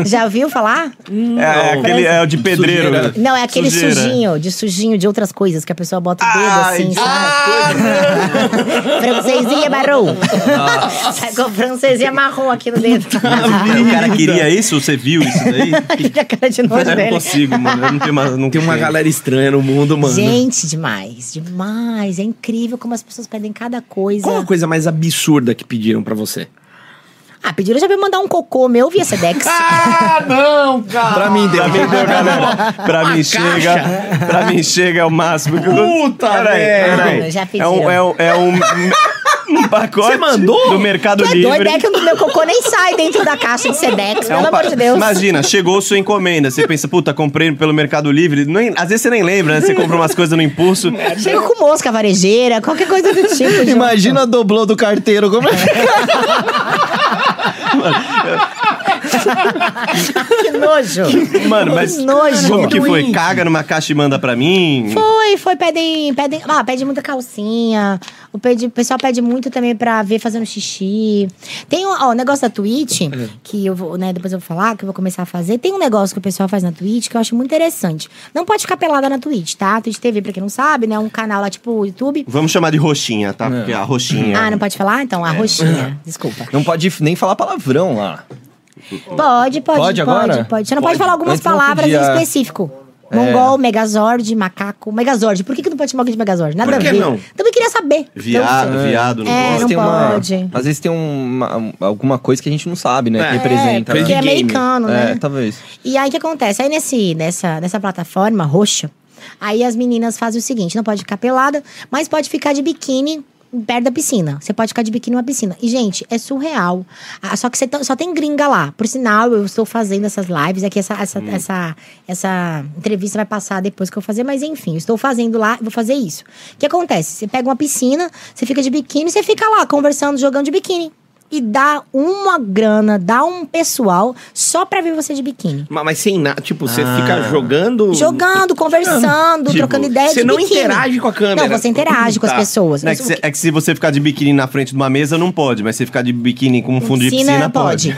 Speaker 4: Já ouviu falar?
Speaker 2: É, é aquele, é o de pedreiro.
Speaker 1: Sujeira.
Speaker 4: Não, é aquele
Speaker 2: Sujeira.
Speaker 4: sujinho, de sujinho de outras coisas que a pessoa bota o dedo
Speaker 2: Ai, Ah!
Speaker 4: assim,
Speaker 2: de-
Speaker 4: sabe? francesinha marrom. Sacou francesinha marrom aqui no dedo.
Speaker 2: O cara queria isso? Você viu isso daí?
Speaker 4: Fica a cara de
Speaker 2: Eu
Speaker 4: nojo
Speaker 2: não
Speaker 4: dele.
Speaker 2: consigo, mano. Eu não tenho mais. Não
Speaker 1: Tem uma
Speaker 2: tenho.
Speaker 1: galera estranha no mundo, mano.
Speaker 4: Gente, demais, demais. É incrível como as pessoas pedem cada coisa.
Speaker 1: Qual a coisa mais absurda que pediram pra você?
Speaker 4: Ah, pediram já pra eu mandar um cocô meu via Sedex.
Speaker 1: Ah, não, cara!
Speaker 2: Pra mim deu. Pra mim deu, galera. Pra mim chega. Pra mim chega é o máximo. que eu-
Speaker 1: Puta,
Speaker 2: Peraí,
Speaker 1: velho.
Speaker 2: peraí.
Speaker 4: Já
Speaker 2: É um, é um, é um, um pacote
Speaker 1: Você mandou?
Speaker 2: do Mercado
Speaker 4: Tu é
Speaker 2: Livre.
Speaker 4: doido, é que o meu cocô nem sai dentro da caixa de Sedex,
Speaker 2: É um
Speaker 4: pelo
Speaker 2: pa-
Speaker 4: amor de Deus.
Speaker 2: Imagina, chegou sua encomenda. Você pensa, puta, comprei pelo Mercado Livre. Nem- às vezes você nem lembra, né? Você compra umas coisas no impulso.
Speaker 4: Chega com mosca, varejeira, qualquer coisa do tipo. junto.
Speaker 3: a doblô do carteiro, como é
Speaker 4: que nojo.
Speaker 2: Mano, mas
Speaker 4: Que nojo.
Speaker 2: como que foi?
Speaker 1: Doente.
Speaker 2: Caga numa caixa e manda pra mim?
Speaker 4: Foi, foi, pedem, pedem. Ah, pede muita calcinha. O, pede, o pessoal pede muito também pra ver fazendo xixi. Tem um, ó, o negócio da Twitch,
Speaker 2: Hum.
Speaker 4: que eu vou, né, depois eu vou falar, que eu vou começar a fazer. Tem um negócio que o pessoal faz na Twitch que eu acho muito interessante. Não pode ficar pelada na Twitch, tá? Twitch TV, pra quem não sabe, né? Um canal lá, tipo, o YouTube.
Speaker 2: Vamos chamar de roxinha, tá? Porque a roxinha.
Speaker 4: Ah, não pode falar? Então,
Speaker 2: É.
Speaker 4: a roxinha. Desculpa.
Speaker 3: Não pode nem falar palavrão lá.
Speaker 4: Pode, pode,
Speaker 3: Pode
Speaker 4: pode.
Speaker 3: agora?
Speaker 4: pode. Você não pode,
Speaker 3: Pode.
Speaker 4: falar algumas
Speaker 3: Antes não
Speaker 4: palavras
Speaker 3: podia. É.
Speaker 4: em específico. Mongol, Megazord, macaco, Megazord. Por que, que não pode chamar alguém de Megazord? Nada
Speaker 1: Por que
Speaker 4: a ver.
Speaker 1: não?
Speaker 4: Também queria saber.
Speaker 2: Viado, viado, não
Speaker 4: É,
Speaker 2: gosta.
Speaker 4: não
Speaker 3: tem uma-
Speaker 4: pode.
Speaker 3: às vezes tem um, uma, alguma coisa que a gente não sabe, né?
Speaker 1: É.
Speaker 3: que representa.
Speaker 4: porque é
Speaker 1: Game.
Speaker 4: americano,
Speaker 3: É,
Speaker 4: né?
Speaker 3: talvez.
Speaker 4: E aí o que acontece? Aí nesse, nessa, nessa plataforma roxa, aí as meninas fazem o seguinte: não pode ficar pelada, mas pode ficar de biquíni perto da piscina. Você pode ficar de biquíni numa piscina. E, gente, é surreal. Ah, só que você tá- só tem gringa lá. Por sinal, eu estou fazendo essas lives aqui, essa, essa, essa, essa entrevista vai passar depois que eu fazer, mas enfim, eu estou fazendo lá, vou fazer isso. O que acontece? Você pega uma piscina, você fica de biquíni, você fica lá conversando, jogando de biquíni. E dá uma grana, dá um pessoal só pra ver você de biquíni.
Speaker 1: Ma- Mas sem nada, tipo, você fica jogando.
Speaker 4: Ah. Jogando, conversando,
Speaker 1: Tipo,
Speaker 4: trocando ideia
Speaker 1: você
Speaker 4: de
Speaker 1: não
Speaker 4: biquíni.
Speaker 1: interage com a câmera.
Speaker 4: Não, você interage com as
Speaker 1: Tá.
Speaker 4: pessoas.
Speaker 2: Não, é,
Speaker 4: Mas
Speaker 2: que
Speaker 4: o
Speaker 2: se,
Speaker 4: que-
Speaker 2: é que se você ficar de biquíni na frente de uma mesa, não pode. Mas se ficar de biquíni com um fundo de piscina, pode.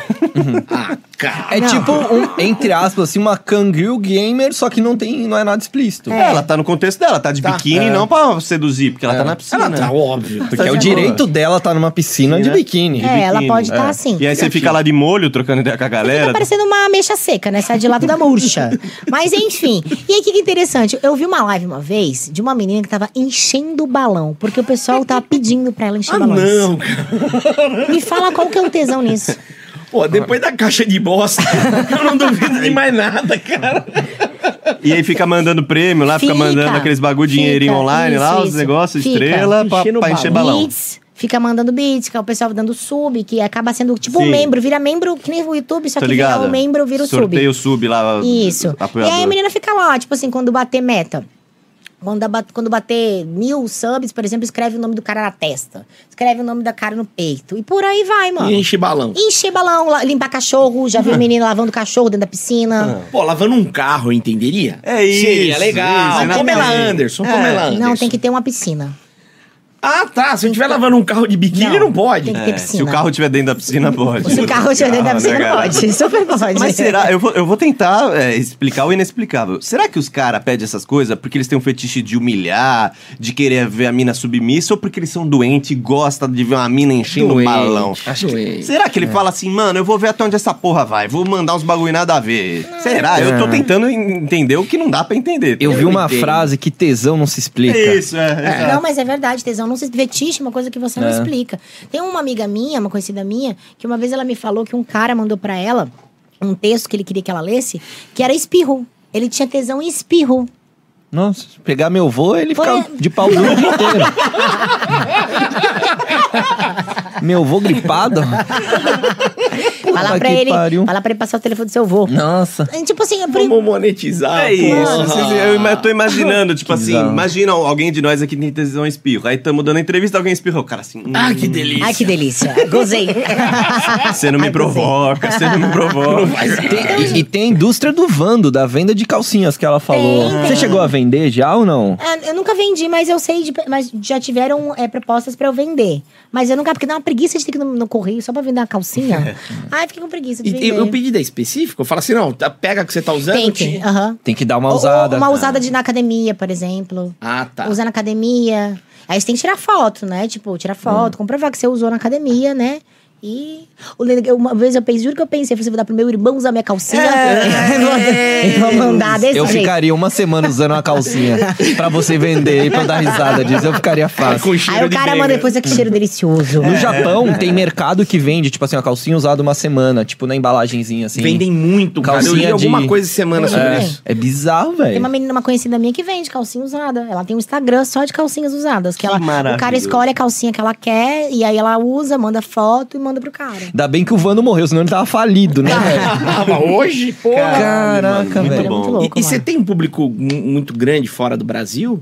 Speaker 1: Ah, cara.
Speaker 3: É
Speaker 4: Não.
Speaker 3: tipo, um, entre aspas, assim, uma Kangirl Gamer, só que não, tem, não é nada explícito.
Speaker 2: É, Ela tá no contexto dela. Tá de
Speaker 1: Tá.
Speaker 2: biquíni
Speaker 1: É.
Speaker 2: não pra seduzir, porque ela tá na piscina.
Speaker 4: né?
Speaker 1: Ela tá óbvio.
Speaker 3: Porque é o
Speaker 2: de
Speaker 3: direito dela estar numa piscina de
Speaker 2: Sim, né?
Speaker 3: biquíni.
Speaker 4: É, ela
Speaker 2: biquíni.
Speaker 4: pode estar assim.
Speaker 2: E aí você fica lá de molho, trocando ideia com a
Speaker 4: Tá
Speaker 2: galera.
Speaker 4: parecendo uma ameixa seca, né? Sai de lá toda murcha. Mas enfim. E aí, o que, que é interessante? Eu vi uma live uma vez de uma menina que tava enchendo o balão. Porque o pessoal tava pedindo pra ela encher
Speaker 1: Ah,
Speaker 4: balões.
Speaker 1: não, cara.
Speaker 4: Me fala qual que é o tesão nisso.
Speaker 1: Pô, depois da caixa de bosta, eu não duvido de mais nada, cara.
Speaker 2: E aí fica mandando prêmio lá, fica,
Speaker 4: Fica,
Speaker 2: mandando aqueles bagulho
Speaker 4: fica,
Speaker 2: dinheirinho online
Speaker 4: isso,
Speaker 2: lá, os
Speaker 4: isso.
Speaker 2: negócios,
Speaker 4: Fica.
Speaker 2: estrela, pra,
Speaker 1: Enchendo
Speaker 2: pra encher balão.
Speaker 4: Beats. Fica mandando beats, que é o pessoal dando sub, que acaba sendo tipo
Speaker 2: Sim.
Speaker 4: um membro, vira membro, que nem o YouTube, só
Speaker 2: Tô
Speaker 4: que vira
Speaker 2: tá ligado?
Speaker 4: o membro, vira o sub.
Speaker 2: Sorteio sub lá.
Speaker 4: Isso.
Speaker 2: Apoiador.
Speaker 4: E aí a menina fica lá, tipo assim, quando bater meta. Quando, aba- quando bater mil subs, por exemplo, escreve o nome do cara na testa. Escreve o nome da cara no peito. E por aí vai, mano.
Speaker 1: E enche balão.
Speaker 4: Encher balão, la- limpar cachorro. Já
Speaker 2: Hum.
Speaker 4: vi menino lavando cachorro dentro da piscina.
Speaker 1: Pô, lavando um carro, eu entenderia?
Speaker 2: É isso,
Speaker 1: Seria legal. Ah,
Speaker 2: isso,
Speaker 1: Mas Pamela
Speaker 2: exatamente.
Speaker 1: Anderson,
Speaker 2: É.
Speaker 1: Pamela Anderson.
Speaker 4: Não, tem que ter uma piscina.
Speaker 1: Ah, tá. Se eu estiver lavando um carro de biquíni, não,
Speaker 4: Não,
Speaker 1: pode.
Speaker 4: tem que
Speaker 2: É,
Speaker 4: ter
Speaker 2: se
Speaker 4: piscina.
Speaker 2: o carro tiver dentro da piscina, pode.
Speaker 4: Se o carro estiver dentro da
Speaker 2: Carro, né,
Speaker 4: piscina,
Speaker 2: cara?
Speaker 4: pode. Super pode.
Speaker 2: Mas será? Eu vou, eu vou tentar é, explicar o inexplicável. Será que os caras pedem essas coisas porque eles têm um fetiche de humilhar, de querer ver a mina submissa, ou porque eles são doentes e gostam de ver uma mina enchendo um
Speaker 1: Doente,
Speaker 2: balão?
Speaker 1: É. acho que-
Speaker 2: Será
Speaker 3: É.
Speaker 2: que ele fala assim, mano, eu vou ver até onde essa porra vai, vou mandar uns bagulho nada a ver? Será? Eu tô tentando en- entender o que não dá pra entender.
Speaker 3: É. Eu vi uma
Speaker 1: entendo.
Speaker 3: frase que tesão não se explica.
Speaker 2: Isso, é. exato.
Speaker 4: Não, mas é verdade, tesão. Não se fetiche, é uma coisa que você não explica. Tem uma amiga minha, uma conhecida minha, que uma vez ela me falou que um cara mandou pra ela um texto que ele queria que ela lesse, que era espirro. Ele tinha tesão em espirro.
Speaker 3: Nossa, se pegar meu vô, ele fica
Speaker 4: Foi-
Speaker 3: de pau duro o dia inteiro. meu vô gripado?
Speaker 4: Fala
Speaker 3: que
Speaker 4: pra ele,
Speaker 3: pariu.
Speaker 4: fala pra ele passar o telefone do seu avô.
Speaker 3: Nossa.
Speaker 4: É, Tipo assim, é por-
Speaker 1: Vamos monetizar.
Speaker 2: É isso,
Speaker 1: porra.
Speaker 2: vocês- eu, ima- tô imaginando, tipo assim,
Speaker 3: bizarro.
Speaker 2: imagina alguém de nós aqui tem tesão em espirro. Aí tamo dando entrevista, alguém espirrou. O cara assim, hum,
Speaker 1: Ah, que delícia.
Speaker 4: ai que delícia. Gozei.
Speaker 2: você não me
Speaker 4: Ai, gozei.
Speaker 2: provoca, você não me provoca.
Speaker 4: Então,
Speaker 3: Tem- e, e tem a indústria do Vando, da venda de calcinhas que ela falou.
Speaker 4: Tem,
Speaker 3: Você
Speaker 4: tem.
Speaker 3: chegou a vender já ou não?
Speaker 4: É, Eu nunca vendi, mas eu sei, de- mas já tiveram é, propostas pra eu vender. Mas eu nunca, porque dá uma preguiça de ter que ir no, no correio só pra vender uma calcinha. Ai, fiquei com preguiça de
Speaker 1: E,
Speaker 4: vender.
Speaker 1: e o pedido é específico? Eu falo assim, não, tá- pega o que você tá usando.
Speaker 4: Tem
Speaker 1: te-
Speaker 4: que, aham.
Speaker 3: Tem que dar uma
Speaker 4: Ou- ou
Speaker 3: usada. tá.
Speaker 4: Uma usada de, na academia, por exemplo.
Speaker 1: Ah, tá.
Speaker 4: Usar na academia. Aí você tem que tirar foto, né? Tipo, tirar foto, comprovar que você usou na academia, né? E. o le- eu- Uma vez eu pensei, juro que eu pensei, eu falei, "Você vou dar pro meu irmão usar minha calcinha. eu, vou, eu vou mandar desse
Speaker 3: É. Eu
Speaker 4: jeito.
Speaker 3: ficaria uma semana usando uma calcinha pra você vender e pra eu dar risada disso. Eu ficaria fácil.
Speaker 1: Com cheiro
Speaker 4: Aí o
Speaker 1: de né?
Speaker 4: cara
Speaker 1: grega.
Speaker 4: manda depois, "Ah, que cheiro delicioso.
Speaker 3: No Japão tem mercado que vende, tipo assim, uma calcinha usada uma semana, tipo na embalagenzinha assim.
Speaker 1: Vendem muito, cara. Eu li
Speaker 3: Calcinha de-
Speaker 1: alguma coisa semana sobre
Speaker 4: É.
Speaker 1: isso.
Speaker 3: É bizarro,
Speaker 4: Tem uma
Speaker 3: velho.
Speaker 4: menina, uma conhecida minha que vende calcinha usada. Ela tem um Instagram só de calcinhas usadas. Que,
Speaker 2: Que
Speaker 4: ela, o cara
Speaker 2: maravilhoso.
Speaker 4: escolhe a calcinha que ela quer e aí ela usa, manda foto e manda pro cara.
Speaker 3: Ainda bem que o Vando morreu, senão ele tava falido, né? velho?
Speaker 1: Ah, mas hoje, pô.
Speaker 3: Caraca,
Speaker 2: Muito
Speaker 4: Era
Speaker 3: velho.
Speaker 2: bom.
Speaker 4: Tá. muito
Speaker 2: E-
Speaker 4: louco.
Speaker 1: E
Speaker 4: mano.
Speaker 1: você tem um público mu- muito grande fora do Brasil?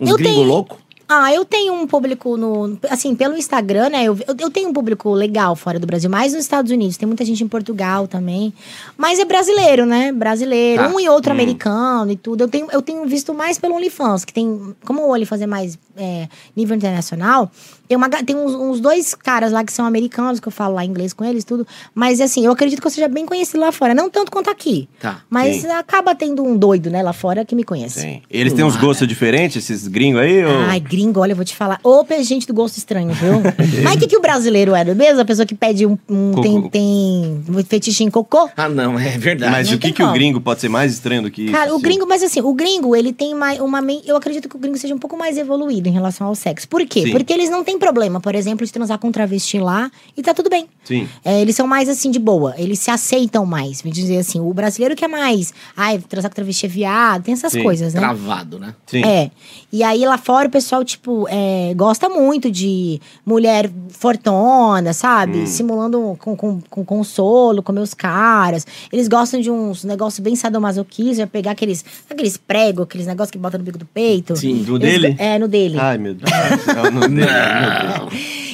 Speaker 1: Uns
Speaker 4: Eu
Speaker 1: gringo
Speaker 4: tenho.
Speaker 1: louco?
Speaker 4: Ah, eu tenho um público no. Assim, pelo Instagram, né? Eu, eu, eu tenho um público legal fora do Brasil, mais nos Estados Unidos. Tem muita gente em Portugal também. Mas é brasileiro, né? Brasileiro.
Speaker 2: Tá.
Speaker 4: Um e outro
Speaker 2: Hum.
Speaker 4: americano e tudo. Eu tenho, eu tenho visto mais pelo OnlyFans, que tem. Como o OnlyFans é mais é, nível internacional, tem, uma, ga- tem uns, uns dois caras lá que são americanos, que eu falo lá inglês com eles, tudo. Mas assim, eu acredito que eu seja bem conhecido lá fora. Não tanto quanto aqui.
Speaker 1: Tá.
Speaker 4: Mas
Speaker 2: Sim.
Speaker 4: acaba tendo um doido, né, lá fora que me conhece.
Speaker 2: Sim. Eles têm uns gostos diferentes, esses gringos aí? ou-
Speaker 4: Ai, gringo, olha, eu vou te falar. Opa, é gente do gosto estranho, viu? Mas o que, que o brasileiro é, não é mesmo? A pessoa que pede um. um
Speaker 2: Cocô.
Speaker 4: tem, tem um fetiche em cocô?
Speaker 1: Ah, não, é verdade.
Speaker 2: Mas
Speaker 4: não
Speaker 2: o que,
Speaker 4: tem
Speaker 2: que o
Speaker 4: como.
Speaker 2: gringo pode ser mais estranho do que isso?
Speaker 4: Cara, o
Speaker 2: assim?
Speaker 4: gringo, mas assim, o gringo, ele tem mais uma. men- Eu acredito que o gringo seja um pouco mais evoluído em relação ao sexo. Por quê?
Speaker 2: Sim.
Speaker 4: Porque eles não têm problema, por exemplo, de transar com um travesti lá e tá tudo bem.
Speaker 2: Sim.
Speaker 4: É, eles são mais assim de boa, eles se aceitam mais. Me dizer assim, o brasileiro que é mais. Ai, transar com travesti é viado, tem essas
Speaker 2: Sim,
Speaker 4: coisas, né?
Speaker 1: Travado, né?
Speaker 2: Sim.
Speaker 4: É. E aí lá fora o pessoal, tipo, é, gosta muito de mulher fortona, sabe?
Speaker 2: Hum.
Speaker 4: Simulando um, com, com, com consolo, comer os caras. Eles gostam de uns negócios bem sadomasoquismo, é pegar aqueles, aqueles pregos, aqueles negócios que botam no bico do peito.
Speaker 1: Sim,
Speaker 2: do
Speaker 4: Eles
Speaker 2: dele? Ah.
Speaker 4: go- É, no dele.
Speaker 2: Ai, meu Deus. Não, não, não, não.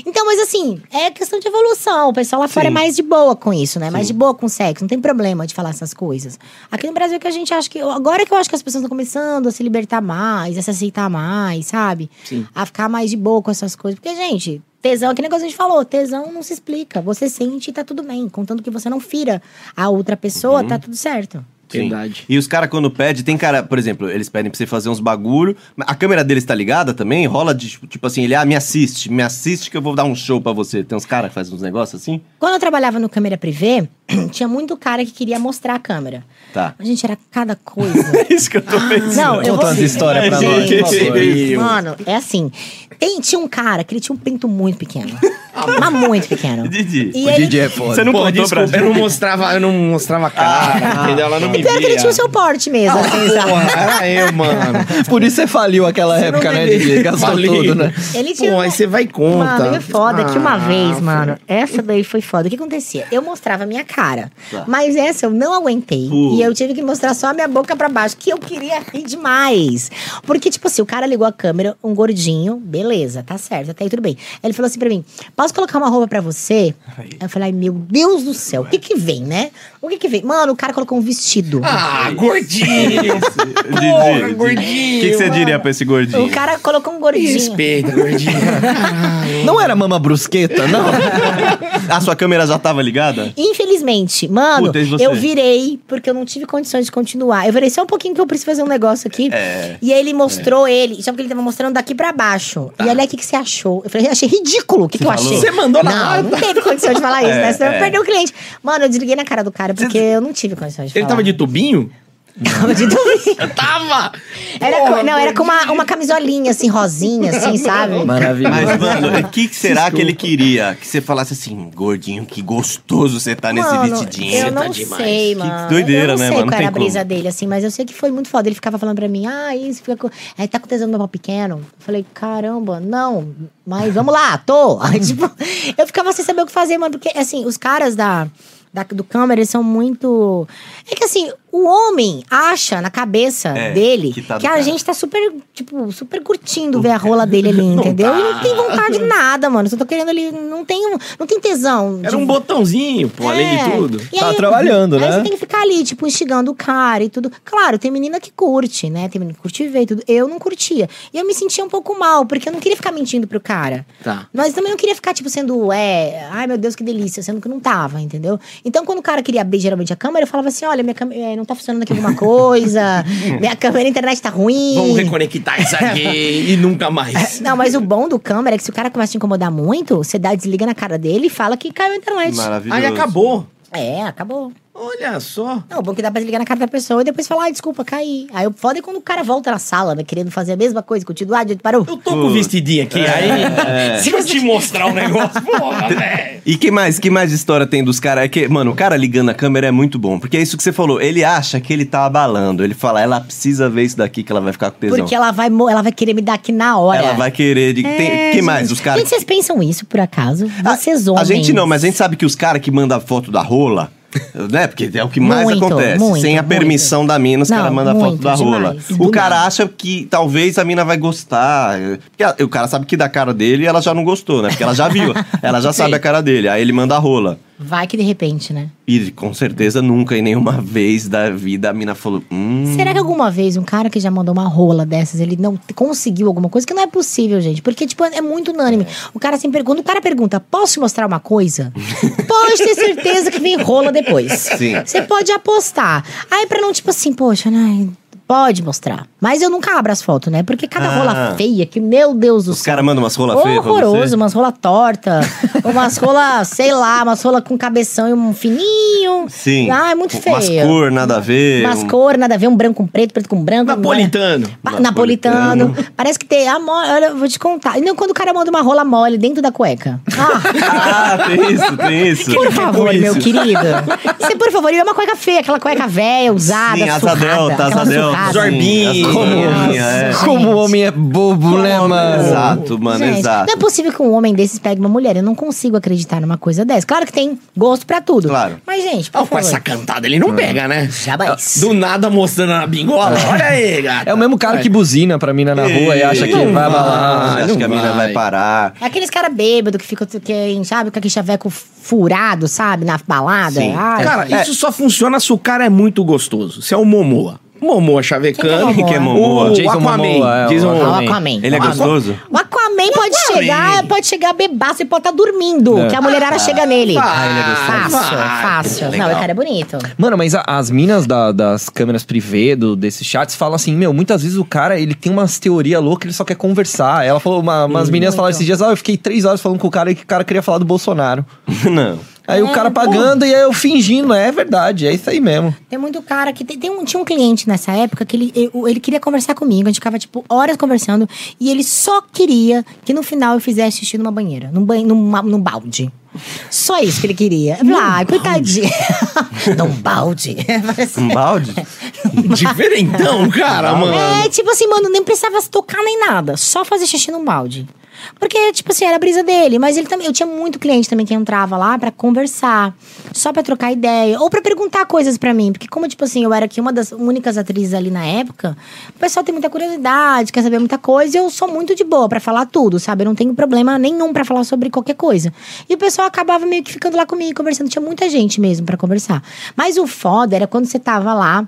Speaker 4: Então, mas assim, é questão de evolução. O pessoal lá fora é mais de boa com isso, né? Mais de boa com sexo. Não tem problema de falar essas coisas. Aqui no Brasil é que a gente acha que. Agora que eu acho que as pessoas estão começando a se libertar mais, a se aceitar mais, sabe?
Speaker 1: Sim.
Speaker 4: A ficar mais de boa com essas coisas. Porque, gente. Tesão, que negócio que a gente falou, tesão não se explica. Você sente e tá tudo bem. Contando que você não fira a outra pessoa, tá tudo certo.
Speaker 2: Sim.
Speaker 1: Verdade.
Speaker 2: E os caras, quando pedem, tem cara, por exemplo, eles pedem pra você fazer uns bagulho. mas A câmera deles tá ligada também? Rola de, tipo, tipo assim, ele, ah, me assiste, me assiste que eu vou dar um show pra você. Tem uns caras que fazem uns negócios assim?
Speaker 4: Quando eu trabalhava no câmera privê, tinha muito cara que queria mostrar a câmera.
Speaker 2: Tá.
Speaker 4: Mas, Gente, era cada coisa.
Speaker 2: É isso que eu tô pensando.
Speaker 4: Não, eu
Speaker 3: Conta
Speaker 4: vou...
Speaker 3: umas histórias
Speaker 2: pra nós, por
Speaker 4: Gente,
Speaker 2: favor.
Speaker 1: Meu.
Speaker 4: Mano, é assim. Tem, tinha um cara que ele tinha um pinto muito pequeno. mas muito pequeno.
Speaker 2: Didi.
Speaker 4: E
Speaker 3: O
Speaker 4: ele...
Speaker 3: DJ é foda.
Speaker 2: Você não
Speaker 1: Pô,
Speaker 2: contou pra
Speaker 1: desculpa, eu
Speaker 2: gente?
Speaker 1: não mostrava, eu não mostrava a cara, entendeu? Ela não me
Speaker 4: Pior que ele
Speaker 1: via.
Speaker 4: tinha o seu porte
Speaker 2: Ah,
Speaker 4: mesmo. assim, sabe?
Speaker 1: Porra, era eu, mano.
Speaker 3: Por isso você faliu aquela época, né, DJ? Gastou
Speaker 1: Falei.
Speaker 3: tudo, né?
Speaker 4: Ele tinha
Speaker 1: Pô,
Speaker 4: um-
Speaker 1: aí você vai e conta.
Speaker 4: Mano, é foda que uma
Speaker 1: Ah,
Speaker 4: vez, mano, essa daí foi foda. O que acontecia? Eu mostrava a minha cara,
Speaker 1: Tá.
Speaker 4: mas essa eu não aguentei.
Speaker 2: Pô.
Speaker 4: E eu tive que mostrar só a minha boca pra baixo, que eu queria rir demais. Porque, tipo assim, o cara ligou a câmera, um gordinho, beleza, tá certo, até aí tudo bem. Ele falou assim pra mim: posso colocar uma roupa pra você? Eu falei: ai, meu Deus do céu, o que que vem, né? O que que vem? Mano, o cara colocou um vestido.
Speaker 1: Ah, gordinho.
Speaker 2: Didi, Didi.
Speaker 1: gordinho,
Speaker 2: O que, que você
Speaker 1: mano.
Speaker 2: diria pra esse gordinho?
Speaker 4: O cara colocou um gordinho.
Speaker 1: Respeita, gordinho.
Speaker 3: Não era mama brusqueta, não.
Speaker 2: A sua câmera já tava ligada?
Speaker 4: Infelizmente, mano,
Speaker 2: Puta, e você?
Speaker 4: eu virei, porque eu não tive condições de continuar. Eu virei só um pouquinho que eu preciso fazer um negócio aqui.
Speaker 2: É.
Speaker 4: E aí ele mostrou ele, só que ele tava mostrando daqui pra baixo.
Speaker 2: Tá.
Speaker 4: E olha aí o que, que você achou. Eu falei, achei ridículo. O que, que eu achei?
Speaker 1: Você mandou na
Speaker 4: Não,
Speaker 1: lata.
Speaker 4: não teve condição de falar isso, né? Senão
Speaker 2: é.
Speaker 4: eu perdi o cliente. Mano, eu desliguei na cara do cara, porque eu não tive condições de
Speaker 1: Ele
Speaker 4: falar.
Speaker 1: tava de tubinho?
Speaker 4: Tava de dormir.
Speaker 1: Tava!
Speaker 4: Era
Speaker 1: Porra,
Speaker 4: com, não, era com uma, uma camisolinha, assim, rosinha, assim, sabe?
Speaker 3: Maravilhoso.
Speaker 2: Mas, mano, o que, que será que ele queria? Que você falasse assim, gordinho, que gostoso você tá nesse
Speaker 4: Mano,
Speaker 2: vestidinho.
Speaker 4: Eu não
Speaker 1: tá demais.
Speaker 4: sei,
Speaker 2: Que
Speaker 4: mano.
Speaker 2: doideira,
Speaker 4: eu não
Speaker 2: né,
Speaker 4: sei
Speaker 2: mano? Não
Speaker 4: qual
Speaker 2: tem
Speaker 4: era a brisa
Speaker 2: como.
Speaker 4: dele, assim, mas eu sei que foi muito foda. Ele ficava falando pra mim, ah, isso, fica com... é, tá com tesão no meu pau pequeno. Eu falei, caramba, não, mas vamos lá, tô. Aí, tipo, eu ficava sem saber o que fazer, mano, porque, assim, os caras da... da- do câmera, eles são muito. É que assim, o homem acha na cabeça
Speaker 2: É,
Speaker 4: dele
Speaker 2: que
Speaker 4: que,
Speaker 2: tá do
Speaker 4: a
Speaker 2: cara.
Speaker 4: gente tá super, tipo, super curtindo ver a rola dele ali, entendeu? E não tem vontade de nada, mano. Só tô querendo ali. Não tem, um- não tem tesão. de
Speaker 1: Era um botãozinho, pô, além
Speaker 4: É.
Speaker 1: de tudo.
Speaker 4: e
Speaker 3: Tá trabalhando,
Speaker 4: aí
Speaker 3: né?
Speaker 4: você tem que ficar ali, tipo, instigando o cara e tudo. Claro, tem menina que curte, né? Tem menina que curte ver e tudo. Eu não curtia. E eu me sentia um pouco mal, porque eu não queria ficar mentindo pro cara.
Speaker 1: Tá.
Speaker 4: Mas também não queria ficar, tipo, sendo, é, ai meu Deus, que delícia, sendo que eu não tava, entendeu? Então, quando o cara queria abrir geralmente a câmera, eu falava assim: olha, minha câmera é, não tá funcionando aqui alguma coisa, minha câmera, a internet tá ruim. É,
Speaker 1: Vamos reconectar isso aqui e nunca mais.
Speaker 4: Não, mas o bom do câmera é que se o cara começa a te incomodar muito, você dá, desliga na cara dele e fala que caiu a internet.
Speaker 2: Maravilhoso.
Speaker 1: Aí acabou.
Speaker 4: É, acabou.
Speaker 1: Olha só.
Speaker 4: Não, o bom é que dá pra desligar na cara da pessoa e depois falar, ah, desculpa, caí. Aí o foda é quando o cara volta na sala, né, querendo fazer a mesma coisa, continuar, de onde parou.
Speaker 1: Eu tô com o vestidinho aqui, aí. Se eu te mostrar um negócio, porra, velho.
Speaker 2: E que mais, que mais história tem dos caras? É que, mano, o cara ligando a câmera é muito bom. Porque é isso que você falou. Ele acha que ele tá abalando. Ele fala, ela precisa ver isso daqui que ela vai ficar com tesão.
Speaker 4: Porque ela vai, mo- ela vai querer me dar aqui na hora.
Speaker 2: Ela vai querer. De... tem-
Speaker 4: É,
Speaker 2: que
Speaker 4: gente.
Speaker 2: mais? Os caras.
Speaker 4: Gente, vocês pensam isso, por acaso? Vocês
Speaker 2: a,
Speaker 4: homens.
Speaker 2: a gente não, mas a gente sabe que os caras que mandam foto da rola Né? Porque é o que mais
Speaker 4: Muito,
Speaker 2: acontece.
Speaker 4: muito,
Speaker 2: Sem a
Speaker 4: muito.
Speaker 2: permissão da mina, os
Speaker 4: Não,
Speaker 2: caras mandam foto
Speaker 4: muito,
Speaker 2: da rola.
Speaker 4: demais.
Speaker 2: O
Speaker 4: Do
Speaker 2: cara
Speaker 4: nada.
Speaker 2: acha que talvez a mina vai gostar. Porque a- o cara sabe que da cara dele ela já não gostou, né? Porque ela já viu. ela já sabe a cara dele. Aí ele manda a rola.
Speaker 4: Vai que de repente, né?
Speaker 2: E com certeza nunca em nenhuma vez da vida a mina falou: Hum,
Speaker 4: Será que alguma vez um cara que já mandou uma rola dessas, ele não t- conseguiu alguma coisa? Que não é possível, gente. Porque, tipo, é muito unânime. O cara sempre pergunta, o cara pergunta, posso te mostrar uma coisa? pode ter certeza que vem rola depois.
Speaker 2: Sim.
Speaker 4: Você pode apostar. Aí pra não, tipo assim, poxa, né? Pode mostrar. Mas eu nunca abro as fotos, né? Porque cada
Speaker 2: Ah.
Speaker 4: rola feia, que meu Deus do
Speaker 2: os
Speaker 4: céu.
Speaker 2: caras mandam umas rola feias pra
Speaker 4: Horroroso,
Speaker 2: você?
Speaker 4: umas rola torta, umas rola, sei lá, umas rola com cabeção e um fininho.
Speaker 2: Sim.
Speaker 4: Ah, é muito feio.
Speaker 2: Umas cor, nada a ver.
Speaker 4: Umas
Speaker 2: um-
Speaker 4: cor, nada a ver, um branco com preto, preto com branco.
Speaker 1: Napolitano.
Speaker 4: não é? Pa- Napolitano. Parece que tem. Ah, mo- olha, eu vou te contar. E não quando o cara manda uma rola mole dentro da cueca. Ah,
Speaker 2: Ah, tem isso, tem isso.
Speaker 4: por favor,
Speaker 2: Tipo
Speaker 4: meu
Speaker 2: isso.
Speaker 4: querido. Você, por favor, e é uma cueca feia, aquela cueca velha, usada,
Speaker 2: Sim, asa
Speaker 4: surrada,
Speaker 2: delta,
Speaker 4: aquela
Speaker 2: asa delta.
Speaker 4: surrada.
Speaker 2: sim,
Speaker 1: Zorbinha.
Speaker 2: asa
Speaker 1: Como-
Speaker 2: zorbinha, é.
Speaker 4: Nossa.
Speaker 3: Como
Speaker 4: Gente.
Speaker 3: o homem é bobo, né, mano?
Speaker 2: Exato, mano,
Speaker 4: Gente,
Speaker 2: exato.
Speaker 4: Não é possível que um homem desses pegue uma mulher. Eu não consigo acreditar numa coisa dessa. Claro que tem gosto pra tudo.
Speaker 2: Claro.
Speaker 4: Mas, gente, por
Speaker 1: Ah, com
Speaker 4: favor.
Speaker 1: essa cantada ele não pega, né?
Speaker 4: Jamais.
Speaker 1: Do nada mostrando a bingola. Olha aí, gata.
Speaker 3: É o mesmo cara que buzina pra mina na rua e acha que
Speaker 2: Não
Speaker 3: vai
Speaker 2: Ah,
Speaker 3: abalar.
Speaker 2: acho
Speaker 1: não
Speaker 2: que a mina
Speaker 1: vai.
Speaker 2: vai parar.
Speaker 4: É aqueles cara bêbado que fica, que, sabe, com aquele chaveco furado, sabe, na balada.
Speaker 2: Sim.
Speaker 4: Ai,
Speaker 1: Cara,
Speaker 2: É.
Speaker 1: isso só funciona se o cara é muito gostoso. Se é o Momoa. Momoa chavecando.
Speaker 4: Quem que é
Speaker 2: Momoa?
Speaker 1: O
Speaker 3: Jason
Speaker 1: Aquaman.
Speaker 3: Momoa, é, o
Speaker 1: Jason
Speaker 4: Ah, o
Speaker 1: Momoa.
Speaker 4: Aquaman.
Speaker 2: Ele é
Speaker 4: O Aquaman.
Speaker 2: gostoso?
Speaker 4: O Aquaman pode
Speaker 1: Aquaman.
Speaker 4: chegar, pode chegar bebaço e pode estar dormindo,
Speaker 2: É.
Speaker 4: que a mulherada chega nele.
Speaker 1: Ah, ele é gostoso.
Speaker 4: fácil,
Speaker 1: Ah,
Speaker 4: fácil.
Speaker 2: legal.
Speaker 4: Não, o cara é bonito.
Speaker 3: Mano, mas a- as minas da- das câmeras privê, do, desses chats, falam assim, meu, muitas vezes o cara, ele tem umas teorias loucas, ele só quer conversar. Ela falou, uma- umas meninas falaram esses dias, ah, eu fiquei três horas falando com o cara e que o cara queria falar do Bolsonaro.
Speaker 2: Não.
Speaker 3: Aí o
Speaker 4: É,
Speaker 3: cara
Speaker 4: pô.
Speaker 3: pagando e aí eu fingindo, é verdade, é isso aí mesmo.
Speaker 4: Tem muito cara que. Tem, tem um, tinha um cliente nessa época que ele, eu- ele queria conversar comigo, a gente ficava, tipo, horas conversando, e ele só queria que no final eu fizesse xixi numa banheira, num, banho, numa, num balde. Só isso que ele queria. Eu falei, Ai, coitadinho. num balde. Parece-
Speaker 2: Um balde?
Speaker 1: Diferentão, cara, mano.
Speaker 4: É, tipo assim, mano, nem precisava se tocar nem nada. Só fazer xixi num balde. Porque, tipo assim, era a brisa dele. Mas ele também. Eu tinha muito cliente também que entrava lá pra conversar. Só pra trocar ideia. Ou pra perguntar coisas pra mim. Porque, como, tipo assim, eu era aqui uma das únicas atrizes ali na época, o pessoal tem muita curiosidade, quer saber muita coisa. E eu sou muito de boa pra falar tudo, sabe? Eu não tenho problema nenhum pra falar sobre qualquer coisa. E o pessoal acabava meio que ficando lá comigo, conversando. Tinha muita gente mesmo pra conversar. Mas o foda era quando você tava lá,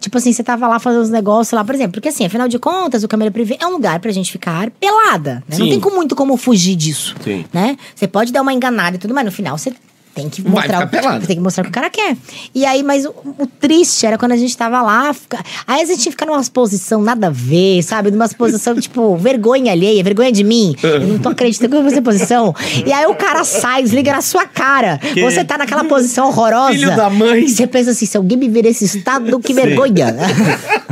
Speaker 4: tipo assim, você tava lá fazendo os negócios lá, por exemplo. Porque assim, afinal de contas, o câmera privê é um lugar pra gente ficar pelada. né? Não
Speaker 1: Sim.
Speaker 4: tem com- muito como fugir disso.
Speaker 2: Sim.
Speaker 4: Né? Você pode dar uma enganada e tudo, mas no final você tem que
Speaker 1: Vai
Speaker 4: mostrar.
Speaker 1: ficar pelado.
Speaker 4: Você tem que mostrar o que o cara quer. E aí, mas o, o triste era quando a gente tava lá. fica- aí a gente fica numa posição nada a ver, sabe? Numa posição, tipo, vergonha alheia, vergonha de mim. Eu não tô acreditando que eu vou fazer posição. E aí o cara sai, desliga na sua cara. Você tá naquela posição horrorosa.
Speaker 1: Filho da mãe.
Speaker 4: Você pensa assim, se alguém me ver nesse estado, que vergonha.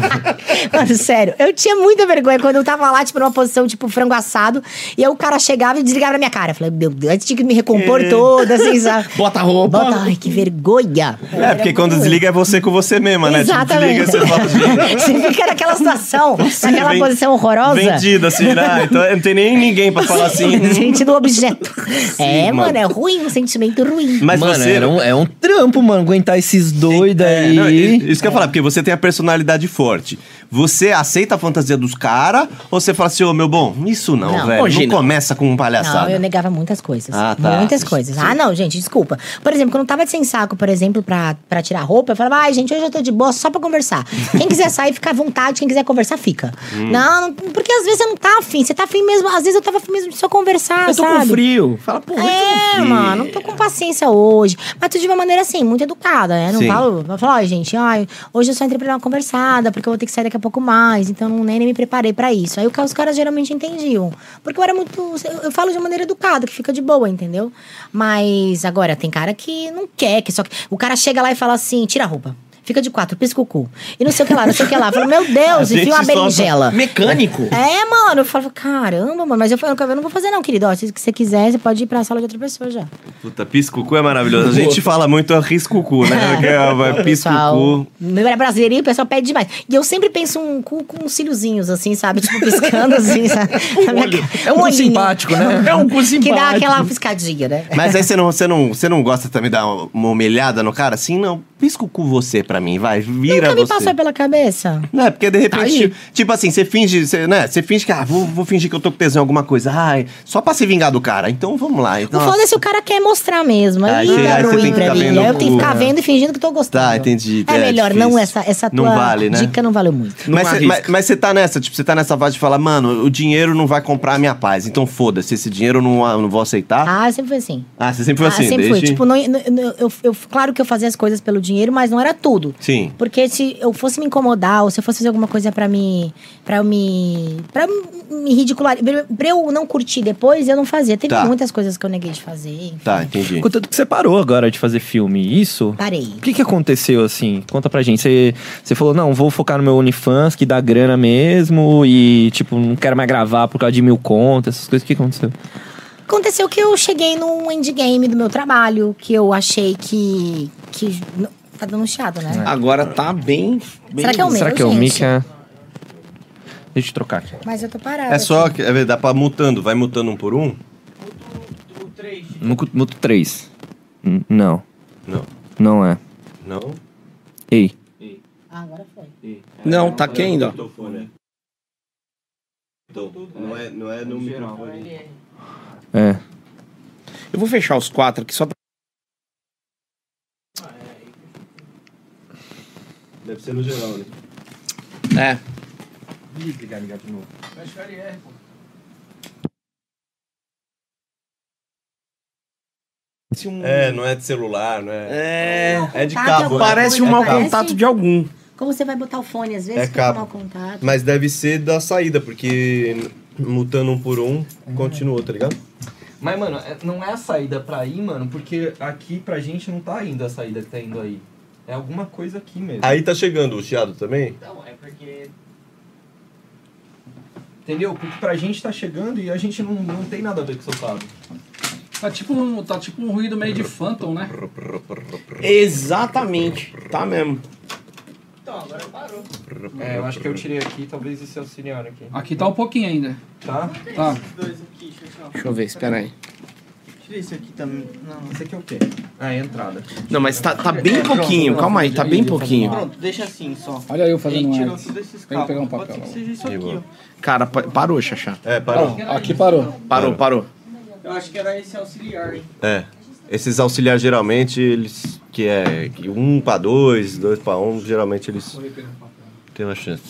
Speaker 4: Mano, sério, eu tinha muita vergonha quando eu tava lá, tipo, numa posição, tipo, frango assado. E aí o cara chegava e desligava na minha cara. Eu falei, meu Deus, antes tinha que me
Speaker 1: É.
Speaker 4: recompor toda, assim, sabe?
Speaker 1: Bota a roupa.
Speaker 4: Bota, ai, que vergonha.
Speaker 2: É, porque quando desliga é você com você mesma, né?
Speaker 4: Exatamente.
Speaker 2: Tipo, desliga, você fala,
Speaker 4: você fica naquela situação, naquela
Speaker 2: Vem-
Speaker 4: posição horrorosa.
Speaker 2: Vendida, assim, né? Então não tem nem ninguém pra falar assim.
Speaker 4: Sentindo objeto. é, mano,
Speaker 2: mano.
Speaker 4: é ruim, um sentimento ruim.
Speaker 2: Mas
Speaker 3: mano,
Speaker 2: você.
Speaker 3: era um- é um trampo, mano, aguentar esses doidos
Speaker 2: É,
Speaker 3: aí.
Speaker 2: não, i- isso que eu ia falar, porque você tem a personalidade forte. Você aceita a fantasia dos caras ou você fala assim, ô meu bom, isso não,
Speaker 4: Não.
Speaker 2: velho.
Speaker 1: Hoje
Speaker 2: não,
Speaker 1: não.
Speaker 2: começa com um palhaçada.
Speaker 4: Não, eu negava muitas coisas.
Speaker 2: Ah, tá.
Speaker 4: Muitas coisas. Ah, não, gente, desculpa. Por exemplo, quando eu tava de sem saco, por exemplo, pra, pra tirar roupa, eu falava, ai, gente, hoje eu tô de boa só pra conversar. Quem quiser sair, fica à vontade. Quem quiser conversar, fica.
Speaker 2: Hum.
Speaker 4: Não, não- porque às vezes você não tá afim. Você tá afim mesmo. Às vezes eu tava afim mesmo de só conversar,
Speaker 1: Eu tô
Speaker 4: sabe?
Speaker 1: com frio. Fala, pô,
Speaker 4: É, mano, não tô com paciência hoje. Mas tu de uma maneira assim, muito educada, né? Não
Speaker 2: Sim.
Speaker 4: falo, eu falo, ó, gente, ai, hoje eu só entrei pra dar uma conversada, porque eu vou ter que sair daqui a pouco mais, então não- nem, nem me preparei pra isso. Aí o ca- os caras geralmente entendiam. Porque eu era muito. Eu, eu falo de uma maneira educada, que fica de boa, entendeu? Mas agora, tem cara que não quer, que só. que- O cara chega lá e fala assim: tira a roupa. Fica de quatro, pisca o cu. E não sei o que lá, não sei o que lá. Eu Falo, meu Deus,
Speaker 2: gente
Speaker 4: enfia
Speaker 2: solta-
Speaker 4: uma berinjela.
Speaker 1: mecânico.
Speaker 4: É, mano, mano, eu falo, caramba, mano, mas eu, falo, eu não vou fazer, não, querido. Ó, se o que você quiser, você pode ir pra sala de outra pessoa já.
Speaker 2: Puta, pisco o cu é maravilhoso. A gente fala muito arrisco o cu, né? Que é, vai, pisco o
Speaker 4: pessoal,
Speaker 2: cu.
Speaker 4: meu é brasileirinho, o pessoal pede demais. E eu sempre penso um cu com uns cíliozinhos, assim, sabe? Tipo, piscando, assim, sabe? Na minha
Speaker 1: olho.
Speaker 4: cara.
Speaker 3: É um cu
Speaker 4: olhinho.
Speaker 3: simpático, né?
Speaker 1: É um cu
Speaker 4: Que dá
Speaker 1: simpático.
Speaker 4: aquela piscadinha, né?
Speaker 2: Mas aí você não, você, não, você não gosta também de dar uma humilhada no cara? Assim, não, pisco o cu você pra mim, vai, vira
Speaker 4: Nunca me
Speaker 2: você.
Speaker 4: passou pela cabeça.
Speaker 2: Não, é porque de
Speaker 4: Tá
Speaker 2: repente,
Speaker 1: Aí.
Speaker 2: tipo, tipo assim, você finge, você, né? Você finge que, ah, vou, vou fingir que eu tô com tesão em alguma coisa. Ai, só pra se vingar do cara. Então vamos lá.
Speaker 4: Não
Speaker 2: Então,
Speaker 4: foda-se, o cara quer mostrar mesmo. Aí,
Speaker 2: Aí você-
Speaker 4: dá
Speaker 2: aí você
Speaker 4: ruim
Speaker 2: tem que
Speaker 4: pra
Speaker 2: ficar
Speaker 4: mim.
Speaker 2: vendo
Speaker 4: Aí eu tenho que ficar
Speaker 2: o-
Speaker 4: vendo e fingindo que tô gostando.
Speaker 2: Tá, entendi.
Speaker 4: É,
Speaker 2: É,
Speaker 4: melhor, não,
Speaker 2: difícil.
Speaker 4: essa, essa
Speaker 2: Não
Speaker 4: tua
Speaker 2: vale, né?
Speaker 4: dica não valeu muito.
Speaker 1: Não
Speaker 2: mas, você,
Speaker 1: arrisca.
Speaker 2: mas, mas você tá nessa, tipo, você tá nessa vibe de falar, mano, o dinheiro não vai comprar a minha paz. Então foda-se, esse dinheiro eu não, eu não vou aceitar.
Speaker 4: Ah, sempre foi assim.
Speaker 2: Ah, você sempre foi
Speaker 4: Ah,
Speaker 2: assim,
Speaker 4: sempre
Speaker 2: desde...
Speaker 4: fui. Tipo, não, não- eu, eu- claro que eu fazia as coisas pelo dinheiro, mas não era tudo.
Speaker 2: Sim.
Speaker 4: Porque se eu fosse me incomodar, ou se eu fosse fazer alguma coisa pra me. pra eu me. pra eu me ridicular. pra eu não curtir depois, eu não fazia. Teve
Speaker 2: Tá.
Speaker 4: muitas coisas que eu neguei de fazer.
Speaker 2: Tá, entendi.
Speaker 3: Contanto que você parou agora de fazer filme, isso?
Speaker 4: Parei.
Speaker 3: O que, que aconteceu, assim? Conta pra gente. Você, você falou, não, vou focar no meu OnlyFans, que dá grana mesmo, e, tipo, não quero mais gravar por causa de mil contas, essas coisas. O que aconteceu?
Speaker 4: Aconteceu que eu cheguei num endgame do meu trabalho, que eu achei que. que não- tá dando chiado,
Speaker 2: Ah,
Speaker 4: né?
Speaker 1: Agora tá bem. bem-
Speaker 4: Será que é o meu,
Speaker 3: Será que é o
Speaker 4: gente?
Speaker 3: Mika? Deixa eu trocar aqui.
Speaker 4: Mas eu tô parada.
Speaker 2: É só,
Speaker 4: aqui.
Speaker 2: que- é verdade, dá pra mutando, vai mutando um por um?
Speaker 3: Muto, muto 3. Não,
Speaker 2: Não.
Speaker 3: não é.
Speaker 2: Não?
Speaker 3: Ei.
Speaker 4: Ah, agora foi.
Speaker 1: Não, tá quem ainda? ó.
Speaker 2: Não é, não é no microfone.
Speaker 3: É.
Speaker 1: Eu vou fechar os quatro aqui só pra.
Speaker 2: Deve ser no geral, né?
Speaker 1: É. Parece um-
Speaker 2: É, não é de celular, não é...
Speaker 1: É.
Speaker 2: É de
Speaker 4: Tá,
Speaker 2: cabo.
Speaker 4: agora
Speaker 2: né?
Speaker 1: Parece um
Speaker 4: Coisa,
Speaker 1: mau
Speaker 4: parece.
Speaker 1: contato de algum.
Speaker 4: Como você vai botar o fone às vezes,
Speaker 2: É
Speaker 4: fica
Speaker 2: cabo.
Speaker 4: com mau contato.
Speaker 2: Mas deve ser da saída, porque mutando um por um, continuou, tá ligado?
Speaker 3: Mas, mano, é- não é a saída pra ir, mano, porque aqui pra gente não tá indo a saída que tá indo aí. É alguma coisa aqui mesmo.
Speaker 2: Aí tá chegando o chiado também?
Speaker 3: Então, é porque. Entendeu? Porque pra gente tá chegando e a gente não, não tem nada a ver com o seu sábado.
Speaker 5: Tá tipo um, tá tipo um ruído meio de Phantom, né?
Speaker 1: Exatamente. Tá mesmo.
Speaker 3: É, eu acho que eu tirei aqui, talvez esse é o senhor aqui.
Speaker 5: Aqui tá um pouquinho ainda.
Speaker 3: Tá?
Speaker 5: Tá.
Speaker 1: Deixa eu ver, espera aí.
Speaker 3: Não, esse aqui é o quê? Ah, é a entrada.
Speaker 1: Não, mas tá, tá bem pouquinho. Calma aí, tá bem pouquinho.
Speaker 6: Pronto, deixa assim só.
Speaker 5: Olha eu fazendo
Speaker 6: Ele
Speaker 5: um
Speaker 6: tirou
Speaker 5: Ares.
Speaker 6: tudo esses
Speaker 5: Tem que
Speaker 6: cabos.
Speaker 5: pegar um
Speaker 6: Pode ser
Speaker 5: papel.
Speaker 6: que seja isso aqui,
Speaker 2: Boa.
Speaker 6: ó.
Speaker 1: Cara, pa- parou, Xaxá.
Speaker 2: É, parou.
Speaker 5: Ó, aqui parou.
Speaker 1: Parou, parou.
Speaker 6: Eu acho que era esse auxiliar, hein?
Speaker 2: É. Esses auxiliares, geralmente, eles... Que é que um pra dois, dois pra um, geralmente eles têm uma chance.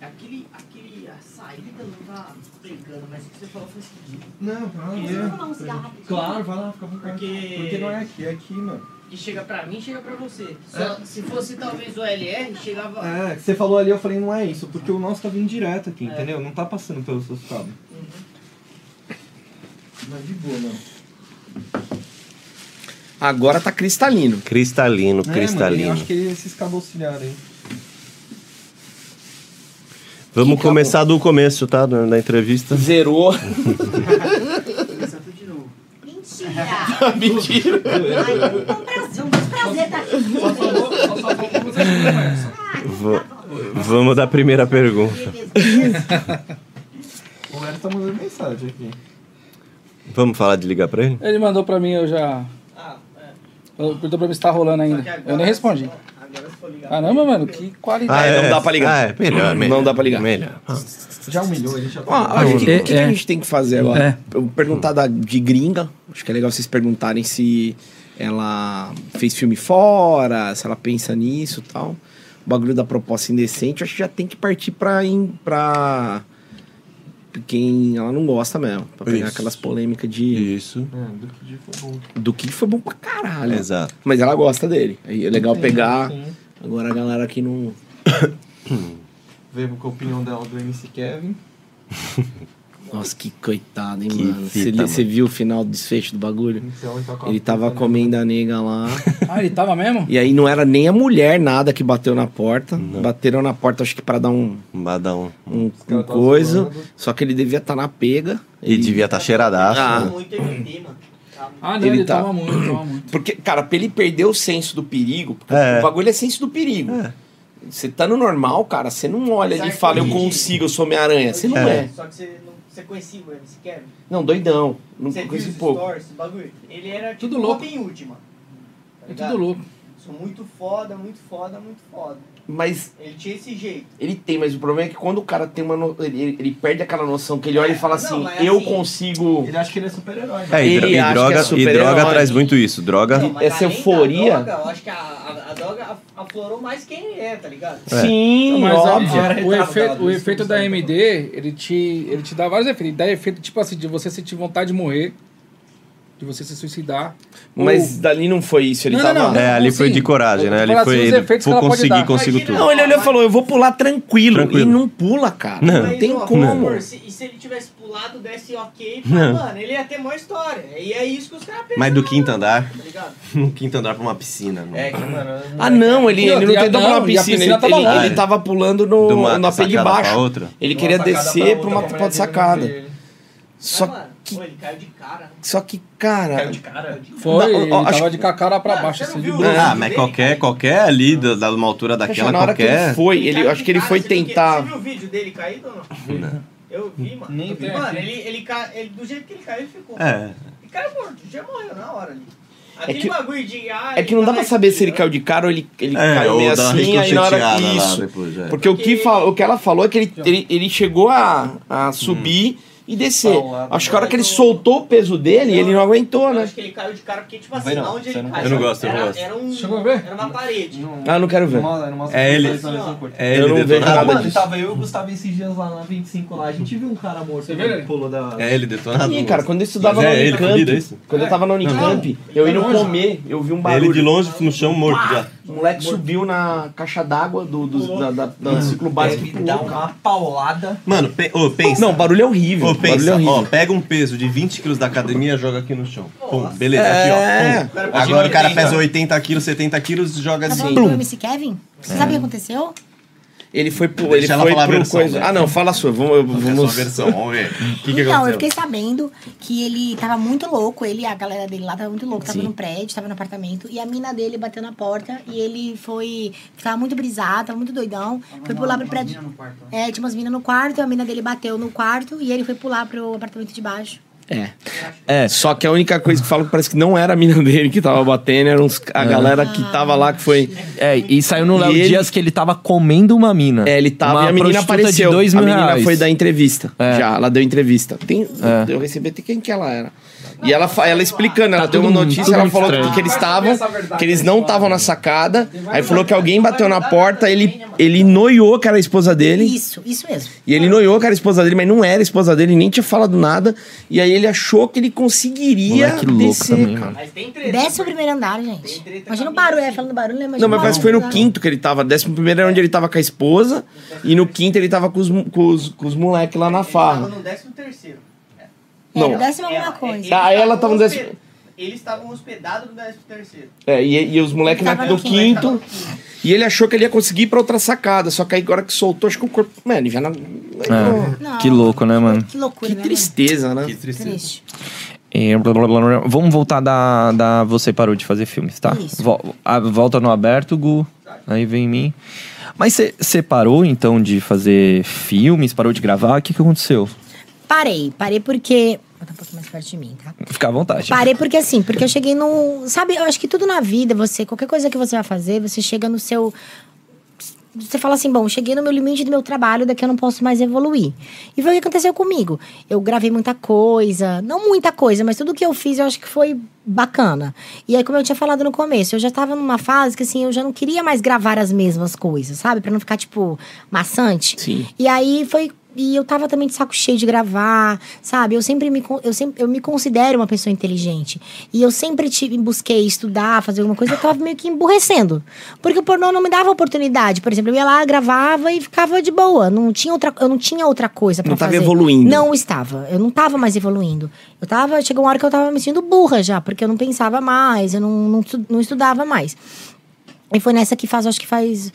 Speaker 6: É Aquele, aquele, a saída não tá pegando, mas o que você assim, falou foi seguinte.
Speaker 3: Não,
Speaker 6: falar uns garrafos?
Speaker 3: Claro, vai lá, fica à vontade.
Speaker 6: Porque-
Speaker 3: Porque não é aqui, é aqui, mano.
Speaker 6: Que chega pra mim, chega pra você. Só- Se fosse talvez o LR, chegava...
Speaker 3: É, você falou ali, eu falei, não é isso, porque o nosso tá vindo direto aqui,
Speaker 6: É.
Speaker 3: entendeu? Não tá passando pelos seus cabos. Uhum. Mas de boa, não.
Speaker 1: Agora tá cristalino.
Speaker 2: Cristalino,
Speaker 3: É, mano, eu
Speaker 2: cristalino.
Speaker 3: acho que esses cabos auxiliares aí.
Speaker 2: Vamos começar do começo, tá? Da da entrevista.
Speaker 1: Zerou.
Speaker 6: Começar tudo de novo.
Speaker 4: Mentira! Ai, um prazer, um prazer tá aqui.
Speaker 5: Só faltou, só faltou você conversa.
Speaker 2: Va- Vamos da primeira pergunta.
Speaker 3: O Eric tá mandando mensagem aqui.
Speaker 2: Vamos falar de ligar pra ele?
Speaker 5: Ele mandou pra mim, eu já.
Speaker 6: Ah, é.
Speaker 5: Ele Perguntou pra mim se tá rolando
Speaker 6: Só
Speaker 5: ainda.
Speaker 6: que agora-
Speaker 5: Eu nem respondi.
Speaker 6: Agora você pode ligar.
Speaker 5: Caramba, mano, que qualidade.
Speaker 1: Ah, é, não dá pra ligar.
Speaker 2: Ah, é, melhor,
Speaker 1: Não
Speaker 2: melhor.
Speaker 1: dá pra ligar.
Speaker 2: Melhor. Ah.
Speaker 3: Já humilhou, ele já tá
Speaker 1: Ó, a gente- o que, que
Speaker 5: É.
Speaker 1: a gente tem que fazer agora? Eu Perguntar da, de gringa. Acho que é legal vocês perguntarem se ela fez filme fora, se ela pensa nisso e tal. O bagulho da proposta indecente, eu acho que já tem que partir pra, in, pra quem ela não gosta mesmo. Pra pegar
Speaker 2: Isso.
Speaker 1: aquelas polêmicas de.
Speaker 2: Isso.
Speaker 3: É,
Speaker 1: Do que foi bom pra caralho.
Speaker 2: Exato.
Speaker 1: Mas ela gosta dele. Aí É legal pegar. Agora a galera aqui não.
Speaker 3: Ver com a opinião dela do MC Kevin.
Speaker 1: Nossa, que coitado, hein,
Speaker 2: Que
Speaker 1: mano.
Speaker 2: fita, mano.
Speaker 1: Você viu o final do desfecho do bagulho?
Speaker 7: Então, ele tá com a
Speaker 1: Ele tava comendo a nega lá.
Speaker 8: Ah, ele tava mesmo?
Speaker 1: e aí não era nem a mulher nada que bateu na porta. Bateram na porta, acho que pra dar um,
Speaker 2: Um badão.
Speaker 1: um,
Speaker 7: cara
Speaker 1: um
Speaker 7: tava
Speaker 1: coisa.
Speaker 7: tá zoando.
Speaker 1: Só que ele devia estar na pega.
Speaker 2: E devia estar tá cheiradaço.
Speaker 1: Ah.
Speaker 2: né?
Speaker 6: Muito MD, mano. Tá muito.
Speaker 5: Ah, não,
Speaker 1: Ele
Speaker 5: ele,
Speaker 1: tá-
Speaker 5: tava muito, tava muito.
Speaker 1: Porque, cara, pra ele perder o senso do perigo, porque
Speaker 2: É.
Speaker 1: o bagulho é senso do perigo. Você tá no normal, cara, você não olha ali e fala, eu consigo, eu sou minha aranha. Você não é.
Speaker 6: Só que você, não, você conhecia o MC Kevin?
Speaker 1: Não, doidão. Não
Speaker 6: Você viu os
Speaker 1: conhece pouco.
Speaker 6: stories, o bagulho? Ele era
Speaker 5: Tudo
Speaker 6: tipo
Speaker 5: louco.
Speaker 6: Robin Hood, mano. Tá
Speaker 5: É
Speaker 6: ligado?
Speaker 5: tudo louco.
Speaker 6: Sou muito foda, muito foda, muito foda.
Speaker 1: Mas
Speaker 6: Ele tinha esse jeito.
Speaker 1: ele tem, mas o problema é que quando o cara tem uma. No... Ele, ele- ele perde aquela noção que ele olha e fala
Speaker 6: Não,
Speaker 1: assim,
Speaker 6: mas
Speaker 1: eu
Speaker 6: assim-
Speaker 1: consigo.
Speaker 7: Ele acha que ele é super-herói. né?
Speaker 2: É, e,
Speaker 1: Ele
Speaker 2: dro- e
Speaker 1: acha que
Speaker 2: droga,
Speaker 1: é
Speaker 2: e
Speaker 1: super-herói. Então,
Speaker 2: droga traz muito isso. Droga.
Speaker 6: Não, mas
Speaker 1: essa
Speaker 6: além da
Speaker 1: euforia-
Speaker 6: droga, eu acho que a, a, a droga af- aflorou mais quem ele é, tá ligado?
Speaker 1: Sim,
Speaker 5: Então, Mas a-
Speaker 1: óbvio.
Speaker 5: a-
Speaker 6: tá
Speaker 5: o,
Speaker 7: retardado,
Speaker 5: efeito, o
Speaker 7: isso
Speaker 5: efeito
Speaker 7: não
Speaker 5: da
Speaker 7: sabe
Speaker 5: MD, ele te, ele te dá vários efeitos. Ele dá efeito, tipo assim, de você sentir vontade de morrer, de você se suicidar.
Speaker 1: Mas dali não foi isso, ele
Speaker 5: Não, não,
Speaker 1: tava.
Speaker 5: não.
Speaker 2: É, ali foi
Speaker 5: Assim,
Speaker 2: de coragem, né?
Speaker 5: eu
Speaker 2: Ali
Speaker 5: falo
Speaker 2: foi.
Speaker 5: assim, os efeitos que
Speaker 2: Vou
Speaker 5: ela pode
Speaker 2: conseguir,
Speaker 5: dar.
Speaker 2: consigo
Speaker 6: Imagina,
Speaker 2: tudo.
Speaker 1: Não, ele olhou e falou, eu vou pular tranquilo.
Speaker 2: Tranquilo.
Speaker 1: E não pula, cara.
Speaker 2: Não.
Speaker 1: Não,
Speaker 6: Mas,
Speaker 1: tem
Speaker 6: ó,
Speaker 1: como.
Speaker 6: amor, se- e se ele tivesse pulado, desse ok, pá, mano, ele ia ter maior história. E é isso que os caras pensam.
Speaker 2: Mas do quinto andar.
Speaker 6: Tá ligado?
Speaker 2: No quinto andar pra uma piscina. não.
Speaker 6: que, mano.
Speaker 7: é
Speaker 1: Ah, não, ele,
Speaker 5: E
Speaker 1: ele
Speaker 5: outra,
Speaker 1: não tentou pular
Speaker 5: não,
Speaker 1: na
Speaker 5: e a
Speaker 1: piscina.
Speaker 5: piscina
Speaker 1: Ele,
Speaker 5: tava
Speaker 1: ele,
Speaker 5: longe.
Speaker 1: ele tava pulando no,
Speaker 2: De uma
Speaker 1: na pé de
Speaker 2: sacada pra
Speaker 1: baixo.
Speaker 2: outra.
Speaker 1: Ele
Speaker 7: é Uma
Speaker 1: queria
Speaker 7: sacada
Speaker 1: descer pra
Speaker 7: outra,
Speaker 1: uma
Speaker 7: pra
Speaker 1: porta de
Speaker 7: mulher dele né? não
Speaker 1: sacada.
Speaker 7: ver ele.
Speaker 1: Só,
Speaker 6: mano, pô, ele caiu de cara. né?"
Speaker 1: só que, cara.
Speaker 7: Cara,
Speaker 5: Foi,
Speaker 1: Não, ó,
Speaker 5: ele
Speaker 1: acho que-
Speaker 5: tava de com a cara pra
Speaker 6: Mano,
Speaker 5: baixo,
Speaker 6: você não
Speaker 5: assim, de
Speaker 6: viu?
Speaker 5: boa.
Speaker 2: Ah, mas qualquer, qualquer ali, da, da uma altura
Speaker 1: Poxa,
Speaker 2: daquela,
Speaker 1: na hora que
Speaker 2: qualquer.
Speaker 1: ele foi, ele,
Speaker 6: Caiu
Speaker 1: eu acho
Speaker 6: de
Speaker 1: que ele
Speaker 6: cara,
Speaker 1: foi
Speaker 6: você viu que-
Speaker 1: tentar.
Speaker 6: Você viu o vídeo dele caído ou não? Eu vi, mano.
Speaker 7: Nem
Speaker 6: Eu vi.
Speaker 7: tem
Speaker 6: Mano,
Speaker 7: aqui.
Speaker 6: ele, ele, ca... ele, do jeito que ele caiu, ele ficou.
Speaker 2: É.
Speaker 6: E cara, pô, já morreu na hora ali. Aquele
Speaker 1: É que-
Speaker 6: bagulho de. Ah,
Speaker 1: É que não dá pra saber se ele caiu de cara ou ele, ele caiu
Speaker 2: é, ou
Speaker 1: meio
Speaker 2: dá uma
Speaker 1: assim, aí na hora
Speaker 2: ricocheteada lá
Speaker 1: isso.
Speaker 2: depois, é.
Speaker 1: Porque o que, fa- o que ela falou é que ele, ele, ele chegou a, a subir e descer.
Speaker 7: Paulado.
Speaker 1: Acho que a hora que ele soltou o peso dele, ele não aguentou,
Speaker 6: Eu
Speaker 1: né?
Speaker 6: acho que ele caiu de cara porque, tipo
Speaker 7: Vai
Speaker 6: assim,
Speaker 7: não,
Speaker 6: lá onde
Speaker 7: você
Speaker 6: ele
Speaker 7: não-
Speaker 6: caiu.
Speaker 2: Eu não gosto, eu não
Speaker 6: era-
Speaker 2: gosto.
Speaker 6: Era um,
Speaker 7: Chegou a ver?
Speaker 6: Era uma parede.
Speaker 1: Ah, não quero ver.
Speaker 7: Não, não mostra.
Speaker 2: É ele. É
Speaker 1: Eu
Speaker 2: ele
Speaker 1: não vejo
Speaker 2: detonado.
Speaker 1: nada
Speaker 7: né? Mano, tava eu e o Gustavo esses dias lá na 25 lá. A gente viu um cara morto.
Speaker 5: Você
Speaker 7: que
Speaker 5: vê?
Speaker 7: Pulou da.
Speaker 2: É ele detonado.
Speaker 1: Ih, cara, quando eu estudava
Speaker 2: Mas
Speaker 1: na
Speaker 2: é ele
Speaker 1: Unicamp,
Speaker 2: fudido, é isso?
Speaker 1: quando eu tava na Unicamp, eu ia no comer, eu vi um barulho.
Speaker 2: Ele de longe no chão morto já.
Speaker 1: O moleque subiu na caixa d'água do, do, da, da, da ciclo básico.
Speaker 7: Deve dar uma paulada.
Speaker 2: Mano, pe ô, pensa.
Speaker 1: Não, o barulho é horrível.
Speaker 2: Ô,
Speaker 1: o barulho é
Speaker 2: pensa, ó,
Speaker 1: horrível.
Speaker 2: pega um peso de 20 quilos da academia e joga aqui no chão. Pum, beleza,
Speaker 1: É.
Speaker 2: aqui ó. Pum. Agora o cara pesa 80 quilos, 70 quilos e joga
Speaker 4: Tá
Speaker 2: assim.
Speaker 4: falando do MC Kevin?
Speaker 1: É.
Speaker 4: Você sabe o que aconteceu?
Speaker 1: Ele foi pro, ele
Speaker 2: Deixa ela
Speaker 1: foi
Speaker 2: falar a
Speaker 1: pro
Speaker 2: versão,
Speaker 1: coisa.
Speaker 2: né?
Speaker 1: Ah, não, fala a sua. Vamos, eu-
Speaker 2: É só a
Speaker 1: vamos.
Speaker 2: versão, vamos ver. O que, que
Speaker 4: então, eu
Speaker 2: aconteceu?
Speaker 4: fiquei sabendo que ele tava muito louco, ele e a galera dele lá tava muito louco, tava no prédio, tava no apartamento, e a mina dele bateu na porta e ele foi. Tava muito brisado, tava muito doidão, foi pular pro prédio.
Speaker 6: né?
Speaker 4: É, tinha umas minas no quarto, a mina dele bateu no quarto e ele foi pular pro apartamento de baixo.
Speaker 1: É. é. Só que a única coisa que falo que parece que não era a mina dele que tava batendo, era uns, a galera que tava lá que foi.
Speaker 3: É, e saiu no
Speaker 1: E
Speaker 3: Léo
Speaker 1: ele-
Speaker 3: Dias que ele tava comendo uma mina.
Speaker 1: É, ele tava
Speaker 3: Ah,
Speaker 1: e
Speaker 3: Uma
Speaker 1: a menina
Speaker 3: prostituta
Speaker 1: apareceu.
Speaker 3: De dois mil
Speaker 1: a menina
Speaker 3: reais.
Speaker 1: foi dar entrevista.
Speaker 3: É.
Speaker 1: Já, ela deu entrevista. Tem,
Speaker 3: É. Tá
Speaker 1: Eu recebi até quem que ela era. E ela, fa- ela explicando, ela deu uma
Speaker 3: todo mundo-
Speaker 1: notícia,
Speaker 3: todo
Speaker 1: ela
Speaker 3: mundo
Speaker 1: falou
Speaker 3: estranho.
Speaker 1: que eles
Speaker 5: Vai
Speaker 1: estavam,
Speaker 5: saber essa verdade
Speaker 1: que eles
Speaker 5: da
Speaker 1: não
Speaker 5: história,
Speaker 1: estavam
Speaker 5: né?
Speaker 1: na sacada. Aí
Speaker 5: várias
Speaker 1: falou que alguém bateu na
Speaker 6: verdades
Speaker 1: porta,
Speaker 6: também,
Speaker 1: ele,
Speaker 6: né, mano?
Speaker 1: ele noiou que era a esposa dele.
Speaker 4: Isso, isso mesmo.
Speaker 1: E ele noiou que era a esposa dele, mas não era a esposa dele, nem tinha falado nada. E aí ele achou que ele conseguiria
Speaker 3: Moleque louco
Speaker 1: descer,
Speaker 3: também,
Speaker 1: cara.
Speaker 3: mano.
Speaker 6: Mas tem treta. né?
Speaker 4: Desce o primeiro andar,
Speaker 6: Tem
Speaker 4: gente.
Speaker 6: treta
Speaker 4: Imagina o
Speaker 6: com a
Speaker 4: barulho,
Speaker 6: mina, assim.
Speaker 4: é, falando barulho, né? Imagina
Speaker 1: Não,
Speaker 4: o
Speaker 1: mas parece que foi no
Speaker 4: barulho lá.
Speaker 1: quinto que ele tava. Décimo primeiro é onde ele tava com a esposa. E no quinto ele tava com os, mo- com os, com os moleques lá na
Speaker 6: Ele tava
Speaker 1: farra.
Speaker 6: no décimo terceiro.
Speaker 4: É,
Speaker 1: Não.
Speaker 4: no décimo alguma
Speaker 6: Ela-
Speaker 4: coisa.
Speaker 6: eles
Speaker 1: Ah, ela tava no
Speaker 6: hospe-
Speaker 1: décimo-
Speaker 6: Eles estavam hospedados no décimo terceiro.
Speaker 1: É, e, e os moleques
Speaker 4: Tava
Speaker 1: do
Speaker 4: no quinto.
Speaker 1: quinto. E ele achou que ele ia conseguir ir pra outra sacada. Só que aí agora que soltou, acho que o corpo. Mano, ele já não.
Speaker 3: É.
Speaker 4: Não.
Speaker 3: Que louco, né, mano?
Speaker 4: Que loucura,
Speaker 1: Que
Speaker 4: né,
Speaker 1: tristeza, né?
Speaker 2: Que
Speaker 4: mano?
Speaker 2: tristeza.
Speaker 4: Triste.
Speaker 3: É, blá, blá, blá, blá. Vamos voltar da, da Você Parou de Fazer Filmes, tá?
Speaker 4: Isso.
Speaker 3: Vol- a- volta no aberto, Gu. Aí vem em mim. Mas você parou, então, de fazer filmes? Parou de gravar? O que, que aconteceu?
Speaker 4: Parei, parei porque. Vou botar um pouquinho mais perto de mim, tá?
Speaker 3: Fica à vontade.
Speaker 4: Parei porque assim, porque eu cheguei num. Sabe, eu acho que tudo na vida, você, qualquer coisa que você vai fazer, você chega no seu. Você fala assim, bom, cheguei no meu limite do meu trabalho, daqui eu não posso mais evoluir. E foi o que aconteceu comigo. Eu gravei muita coisa, não muita coisa, mas tudo que eu fiz eu acho que foi bacana. E aí, como eu tinha falado no começo, eu já tava numa fase que assim, eu já não queria mais gravar as mesmas coisas, sabe? Pra não ficar, tipo, maçante.
Speaker 1: Sim.
Speaker 4: E aí foi e eu tava também de saco cheio de gravar, sabe? Eu sempre me con- eu sempre eu me considero uma pessoa inteligente. E eu sempre tive, busquei estudar, fazer alguma coisa, eu tava meio que emburrecendo. Porque o pornô não me dava oportunidade. Por exemplo, eu ia lá, gravava e ficava de boa, não tinha outra eu não tinha outra coisa pra
Speaker 1: Não tava
Speaker 4: fazer.
Speaker 1: evoluindo.
Speaker 4: Não estava. Eu não tava mais evoluindo. Eu tava, chegou uma hora que eu tava me sentindo burra já, porque eu não pensava mais, eu não não, estu- não estudava mais. E foi nessa que faz, acho que faz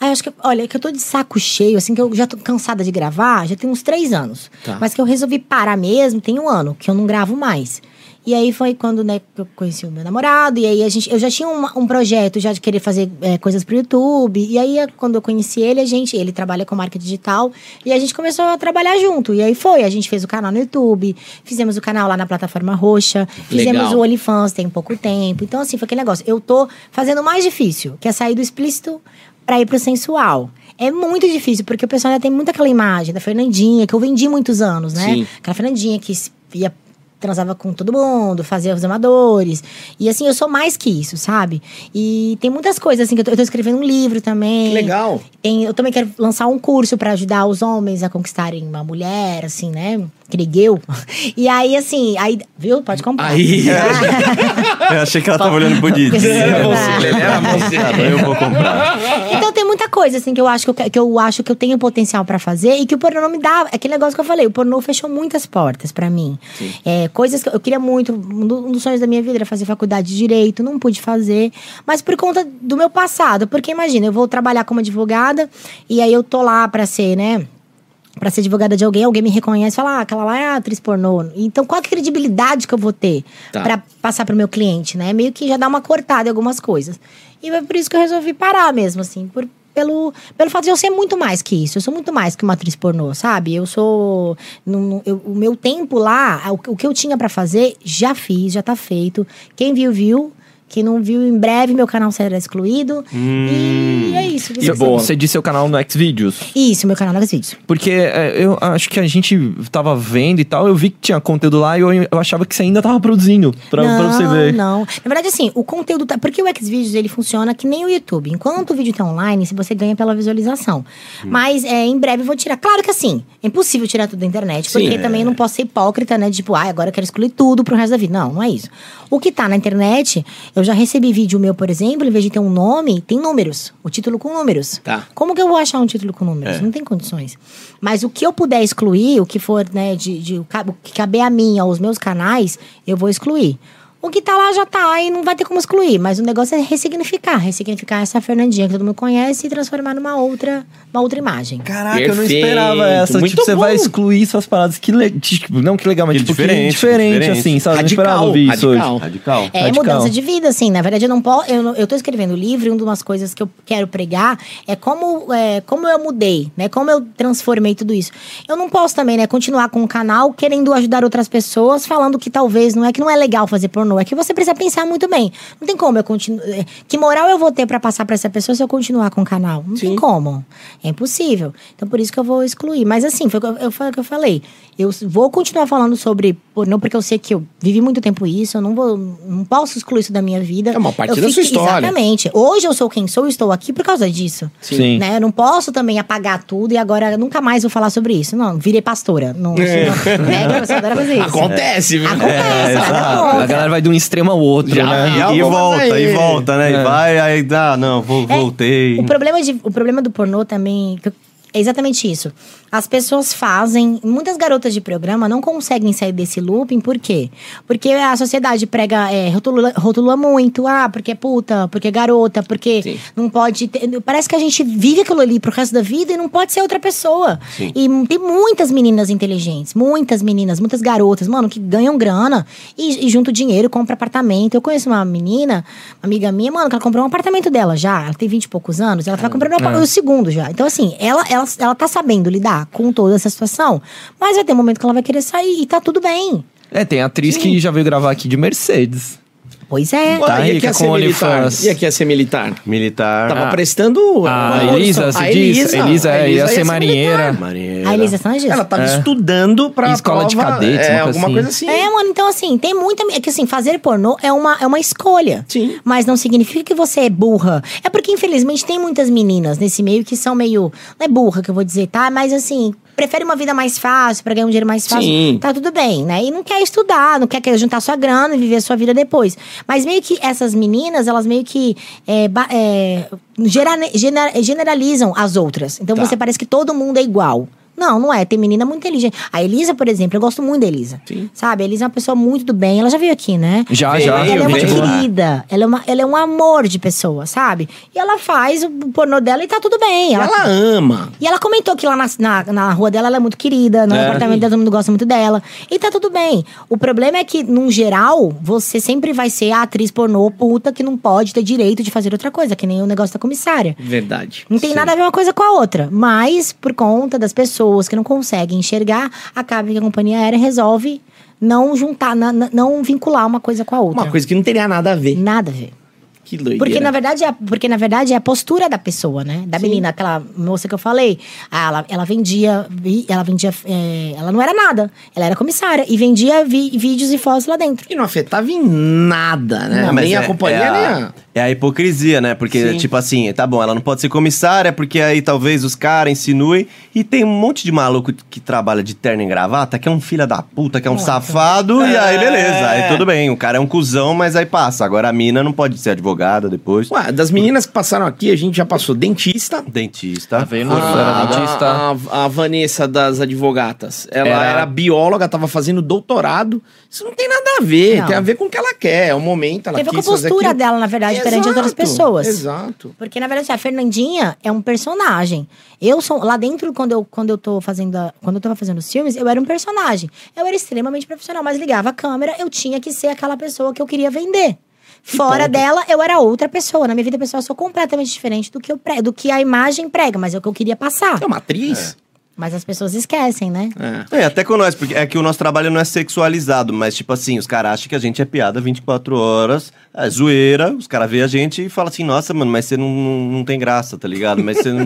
Speaker 4: Ai, acho que, olha, é que eu tô de saco cheio, assim, que eu já tô cansada de gravar, já tem uns três anos.
Speaker 1: Tá.
Speaker 4: Mas que eu resolvi parar mesmo, tem um ano, que eu não gravo mais. E aí foi quando, né, que eu conheci o meu namorado, e aí a gente, eu já tinha um, um projeto já de querer fazer é, coisas pro YouTube. E aí, é, quando eu conheci ele, a gente, ele trabalha com marca digital, e a gente começou a trabalhar junto. E aí foi, a gente fez o canal no YouTube, fizemos o canal lá na plataforma roxa, fizemos
Speaker 1: Legal.
Speaker 4: o OnlyFans tem pouco tempo. Então, assim, foi aquele negócio. Eu tô fazendo o mais difícil, que é sair do explícito pra ir pro sensual. É muito difícil, porque o pessoal ainda tem muito aquela imagem da Fernandinha, que eu vendi muitos anos, né?
Speaker 1: Sim.
Speaker 4: Aquela Fernandinha que se- ia transava com todo mundo, fazia os amadores. E assim, eu sou mais que isso, sabe? E tem muitas coisas, assim, que eu tô, eu tô escrevendo um livro também.
Speaker 1: Que legal.
Speaker 4: Tem- eu também quero lançar um curso pra ajudar os homens a conquistarem uma mulher, assim, né? Cregueu. E aí, assim, aí, viu? Pode comprar.
Speaker 1: Aí.
Speaker 2: Eu achei que ela tava olhando pro Didi.
Speaker 4: É, você, ele
Speaker 2: era Eu vou comprar.
Speaker 4: Então tem muita coisa, assim, que eu acho que eu, que- que eu acho que eu tenho potencial pra fazer e que o pornô não me dá. É Aquele negócio que eu falei, o pornô fechou muitas portas pra mim. É, coisas que eu queria muito. Um do- um dos sonhos da minha vida era fazer faculdade de direito, não pude fazer. Mas por conta do meu passado. Porque imagina, eu vou trabalhar como advogada e aí eu tô lá pra ser, né? Pra ser advogada de alguém, alguém me reconhece e fala, ah, aquela lá é a atriz pornô. Então, qual a credibilidade que eu vou ter
Speaker 1: Tá.
Speaker 4: pra passar pro meu cliente, né? Meio que já dá uma cortada em algumas coisas. E foi por isso que eu resolvi parar mesmo, assim, por, pelo, pelo fato de eu ser muito mais que isso. Eu sou muito mais que uma atriz pornô, sabe? Eu sou. não- não- eu- o meu tempo lá, o, o que eu tinha pra fazer, já fiz, já tá feito. Quem viu, viu. Quem não viu, em breve meu canal será excluído. E é isso.
Speaker 1: Hum. E boa.
Speaker 3: Você disse seu canal no Xvideos.
Speaker 4: Isso, meu canal das vídeos.
Speaker 3: Porque é, eu acho que a gente tava vendo e tal, eu vi que tinha conteúdo lá e eu, eu achava que você ainda tava produzindo, pra, pra você ver.
Speaker 4: Não, Na verdade, assim, o conteúdo tá. Porque o Xvideos ele funciona que nem o YouTube. Enquanto o vídeo tá online, se você ganha pela visualização.
Speaker 3: Hum.
Speaker 4: Mas é, em breve eu vou tirar. Claro que assim, é impossível tirar tudo da internet,
Speaker 1: Sim,
Speaker 4: porque
Speaker 1: é.
Speaker 4: também eu não posso ser hipócrita, né? Tipo, ah, agora eu quero excluir tudo pro resto da vida. Não, não é isso. O que tá na internet, eu já recebi vídeo meu, por exemplo, em vez de ter um nome, tem números. O título com números.
Speaker 1: Tá.
Speaker 4: Como que eu vou achar um título com números? Não tem condições. Mas o que eu puder excluir, o que for, né, de, de- o ca- o que caber a mim, aos meus canais, eu vou excluir. O que tá lá já tá e não vai ter como excluir. Mas o negócio é ressignificar. Ressignificar essa Fernandinha que todo mundo conhece e transformar numa outra, uma outra imagem.
Speaker 3: Caraca, eu não
Speaker 1: Perfeito,
Speaker 3: esperava essa.
Speaker 1: muito
Speaker 3: tipo, você
Speaker 1: bom.
Speaker 3: vai excluir suas paradas. Que le... tipo, não que legal, mas
Speaker 2: Que
Speaker 3: tipo,
Speaker 2: diferente,
Speaker 3: que diferente,
Speaker 2: diferente.
Speaker 3: assim, sabe?
Speaker 1: Radical,
Speaker 3: eu não esperava ouvir isso
Speaker 1: radical.
Speaker 3: hoje.
Speaker 2: Radical.
Speaker 4: É
Speaker 3: Radical.
Speaker 4: mudança de vida, assim. Na verdade, eu não posso. Eu, não- eu tô escrevendo o livro e uma das coisas que eu quero pregar é como, é, como eu mudei, né? Como eu transformei tudo isso. Eu não posso também, né, continuar com o canal querendo ajudar outras pessoas, falando que talvez não é que não é legal fazer pornô, é que você precisa pensar muito bem. Não tem como eu continuar. Que moral eu vou ter pra passar pra essa pessoa se eu continuar com o canal? Não tem como. É impossível. Então por isso que eu vou excluir. Mas assim, foi o que eu, eu- foi o que eu falei. Eu s- vou continuar falando sobre pornô, porque eu sei que eu vivi muito tempo isso, eu não vou. não posso excluir isso da minha vida.
Speaker 1: É uma parte
Speaker 4: Eu
Speaker 1: da sua história.
Speaker 4: Exatamente. Hoje eu sou quem sou e estou aqui por causa disso.
Speaker 3: Sim.
Speaker 4: Né? Eu não posso também apagar tudo e agora eu nunca mais vou falar sobre isso. Não, virei pastora. Não, não- né? Que você adora fazer isso.
Speaker 1: É. Acontece, viu?
Speaker 4: Acontece, nada
Speaker 3: Ah, A
Speaker 4: contra.
Speaker 3: galera vai de um extremo ao outro,
Speaker 1: Já
Speaker 3: né?
Speaker 1: vi
Speaker 2: E, e
Speaker 1: algumas
Speaker 2: volta,
Speaker 1: aí.
Speaker 2: e volta, né?
Speaker 3: É.
Speaker 2: E vai, aí dá, não, vou,
Speaker 4: É,
Speaker 2: voltei.
Speaker 4: O problema, de, o problema do pornô também. que eu- É exatamente isso. As pessoas fazem. Muitas garotas de programa não conseguem sair desse looping, por quê? Porque a sociedade prega, é, rotula, rotula muito, ah, porque é puta, porque é garota, porque
Speaker 1: Sim.
Speaker 4: não pode. ter- parece que a gente vive aquilo ali pro resto da vida e não pode ser outra pessoa.
Speaker 2: Sim.
Speaker 4: E m- tem muitas meninas inteligentes, muitas meninas, muitas garotas, mano, que ganham grana e, e junto dinheiro, compra apartamento. Eu conheço uma menina, uma amiga minha, mano, que ela comprou um apartamento dela já. Ela tem 20 e poucos anos, ela tá comprando um apa- o segundo já. Então, assim, ela, ela, ela tá sabendo lidar com toda essa situação, mas vai ter um momento que ela vai querer sair e tá tudo bem.
Speaker 3: É, tem atriz que já veio gravar aqui de Mercedes.
Speaker 4: Pois
Speaker 1: Ué,
Speaker 4: é.
Speaker 1: e aqui
Speaker 3: rica
Speaker 1: ia ser
Speaker 3: Tá com
Speaker 1: militar.
Speaker 3: OnlyFans.
Speaker 1: E aqui ia ser militar.
Speaker 2: Militar.
Speaker 1: Tava prestando.
Speaker 3: A
Speaker 1: uma
Speaker 3: Elisa,
Speaker 1: audição.
Speaker 3: você
Speaker 1: A
Speaker 3: diz? A Elisa, é, ia ser marinheira.
Speaker 2: Marinheira.
Speaker 4: A Elisa Sanches?
Speaker 1: Ela tava estudando pra
Speaker 3: Escola de
Speaker 1: prova,
Speaker 3: cadetes,
Speaker 1: é,
Speaker 3: uma coisa
Speaker 1: alguma
Speaker 3: assim.
Speaker 1: coisa assim.
Speaker 4: É, mano, então assim, tem muita. É que assim, fazer pornô é uma, é uma escolha.
Speaker 1: Sim.
Speaker 4: Mas não significa que você é burra. É porque, infelizmente, tem muitas meninas nesse meio que são meio. Não é burra que eu vou dizer, tá? Mas assim. prefere uma vida mais fácil, pra ganhar um dinheiro mais fácil,
Speaker 1: Sim.
Speaker 4: tá tudo bem, né? E não quer estudar, não quer quer juntar sua grana e viver sua vida depois. Mas meio que essas meninas, elas meio que é, ba- é, gera- gena- generalizam as outras. Então
Speaker 1: Tá.
Speaker 4: você parece que todo mundo é igual. Não, não é. Tem menina muito inteligente. A Elisa, por exemplo, eu gosto muito da Elisa.
Speaker 1: Sim.
Speaker 4: Sabe? A Elisa é uma pessoa muito do bem. Ela já veio aqui, né?
Speaker 3: Já,
Speaker 1: Veio,
Speaker 3: já.
Speaker 4: Ela é uma
Speaker 1: veio.
Speaker 4: querida, ela é, uma- ela é um amor de pessoa, sabe? E ela faz o pornô dela e tá tudo bem. Ela-
Speaker 1: Ela ama.
Speaker 4: E ela comentou que lá na, na, na rua dela ela é muito querida, no
Speaker 1: É.
Speaker 4: apartamento dela todo mundo gosta muito dela. E tá tudo bem. O problema é que, num geral, você sempre vai ser a atriz pornô puta que não pode ter direito de fazer outra coisa, que nem o negócio da comissária.
Speaker 1: Verdade.
Speaker 4: Não tem
Speaker 1: Sim.
Speaker 4: nada a ver uma coisa com a outra. Mas, por conta das pessoas que não conseguem enxergar, acaba que a companhia aérea resolve não juntar, na- na- não vincular uma coisa com a outra.
Speaker 1: Uma coisa que não teria nada a ver.
Speaker 4: Nada a ver.
Speaker 1: Que doideira.
Speaker 4: Porque na, verdade, é, porque, na verdade, é a postura da pessoa, né? Da menina, aquela moça que eu falei. Ah, Ela, ela vendia. vi- Ela vendia. é, ela não era nada. Ela era comissária. E vendia vi- vídeos e fotos lá dentro.
Speaker 1: E não afetava em nada, né?
Speaker 2: Não, mas
Speaker 1: nem a
Speaker 2: é-
Speaker 1: companhia,
Speaker 2: é
Speaker 1: nem
Speaker 2: a-
Speaker 1: a...
Speaker 2: É a hipocrisia, né? Porque, tipo assim, tá bom, ela não pode ser comissária, porque aí talvez os caras insinuem. E tem um monte de maluco que trabalha de terno e gravata, que é um filho da puta, que é um safado, e
Speaker 1: É.
Speaker 2: aí beleza, aí tudo bem. O cara é um cuzão, mas aí passa. Agora a mina não pode ser advogada depois.
Speaker 1: Ué, das meninas que passaram aqui, a gente já passou dentista. Tá
Speaker 2: Dentista.
Speaker 3: vendo?
Speaker 1: A,
Speaker 3: Era dentista.
Speaker 1: a- a Vanessa das advogatas. Ela
Speaker 3: Era-
Speaker 1: era... bióloga, tava fazendo doutorado. Isso não tem nada a ver.
Speaker 4: Não.
Speaker 1: Tem a ver com o que ela quer. É o momento, ela
Speaker 4: Teve com a
Speaker 1: quis fazer
Speaker 4: postura
Speaker 1: aquilo.
Speaker 4: dela, na verdade, perante outras
Speaker 1: Exato,
Speaker 4: pessoas.
Speaker 1: Exato.
Speaker 4: Porque, na verdade, assim, a Fernandinha é um personagem. Eu sou. Lá dentro, quando eu, quando eu tô fazendo. a- quando eu tava fazendo os filmes, eu era um personagem. Eu era extremamente profissional, mas ligava a câmera, eu tinha que ser aquela pessoa que eu queria vender. Fora dela, eu era outra pessoa. Na minha vida pessoal, eu sou completamente diferente do que, eu pre- do que a imagem prega, mas é o que eu queria passar.
Speaker 1: É uma atriz?
Speaker 4: Mas as pessoas esquecem, né?
Speaker 1: É.
Speaker 2: É, até com nós, porque é que o nosso trabalho não é sexualizado, mas tipo assim, os caras acham que a gente é piada 24 horas, é zoeira, os caras veem a gente e falam assim, nossa, mano, mas você não, não, não tem graça, tá ligado? Mas você não.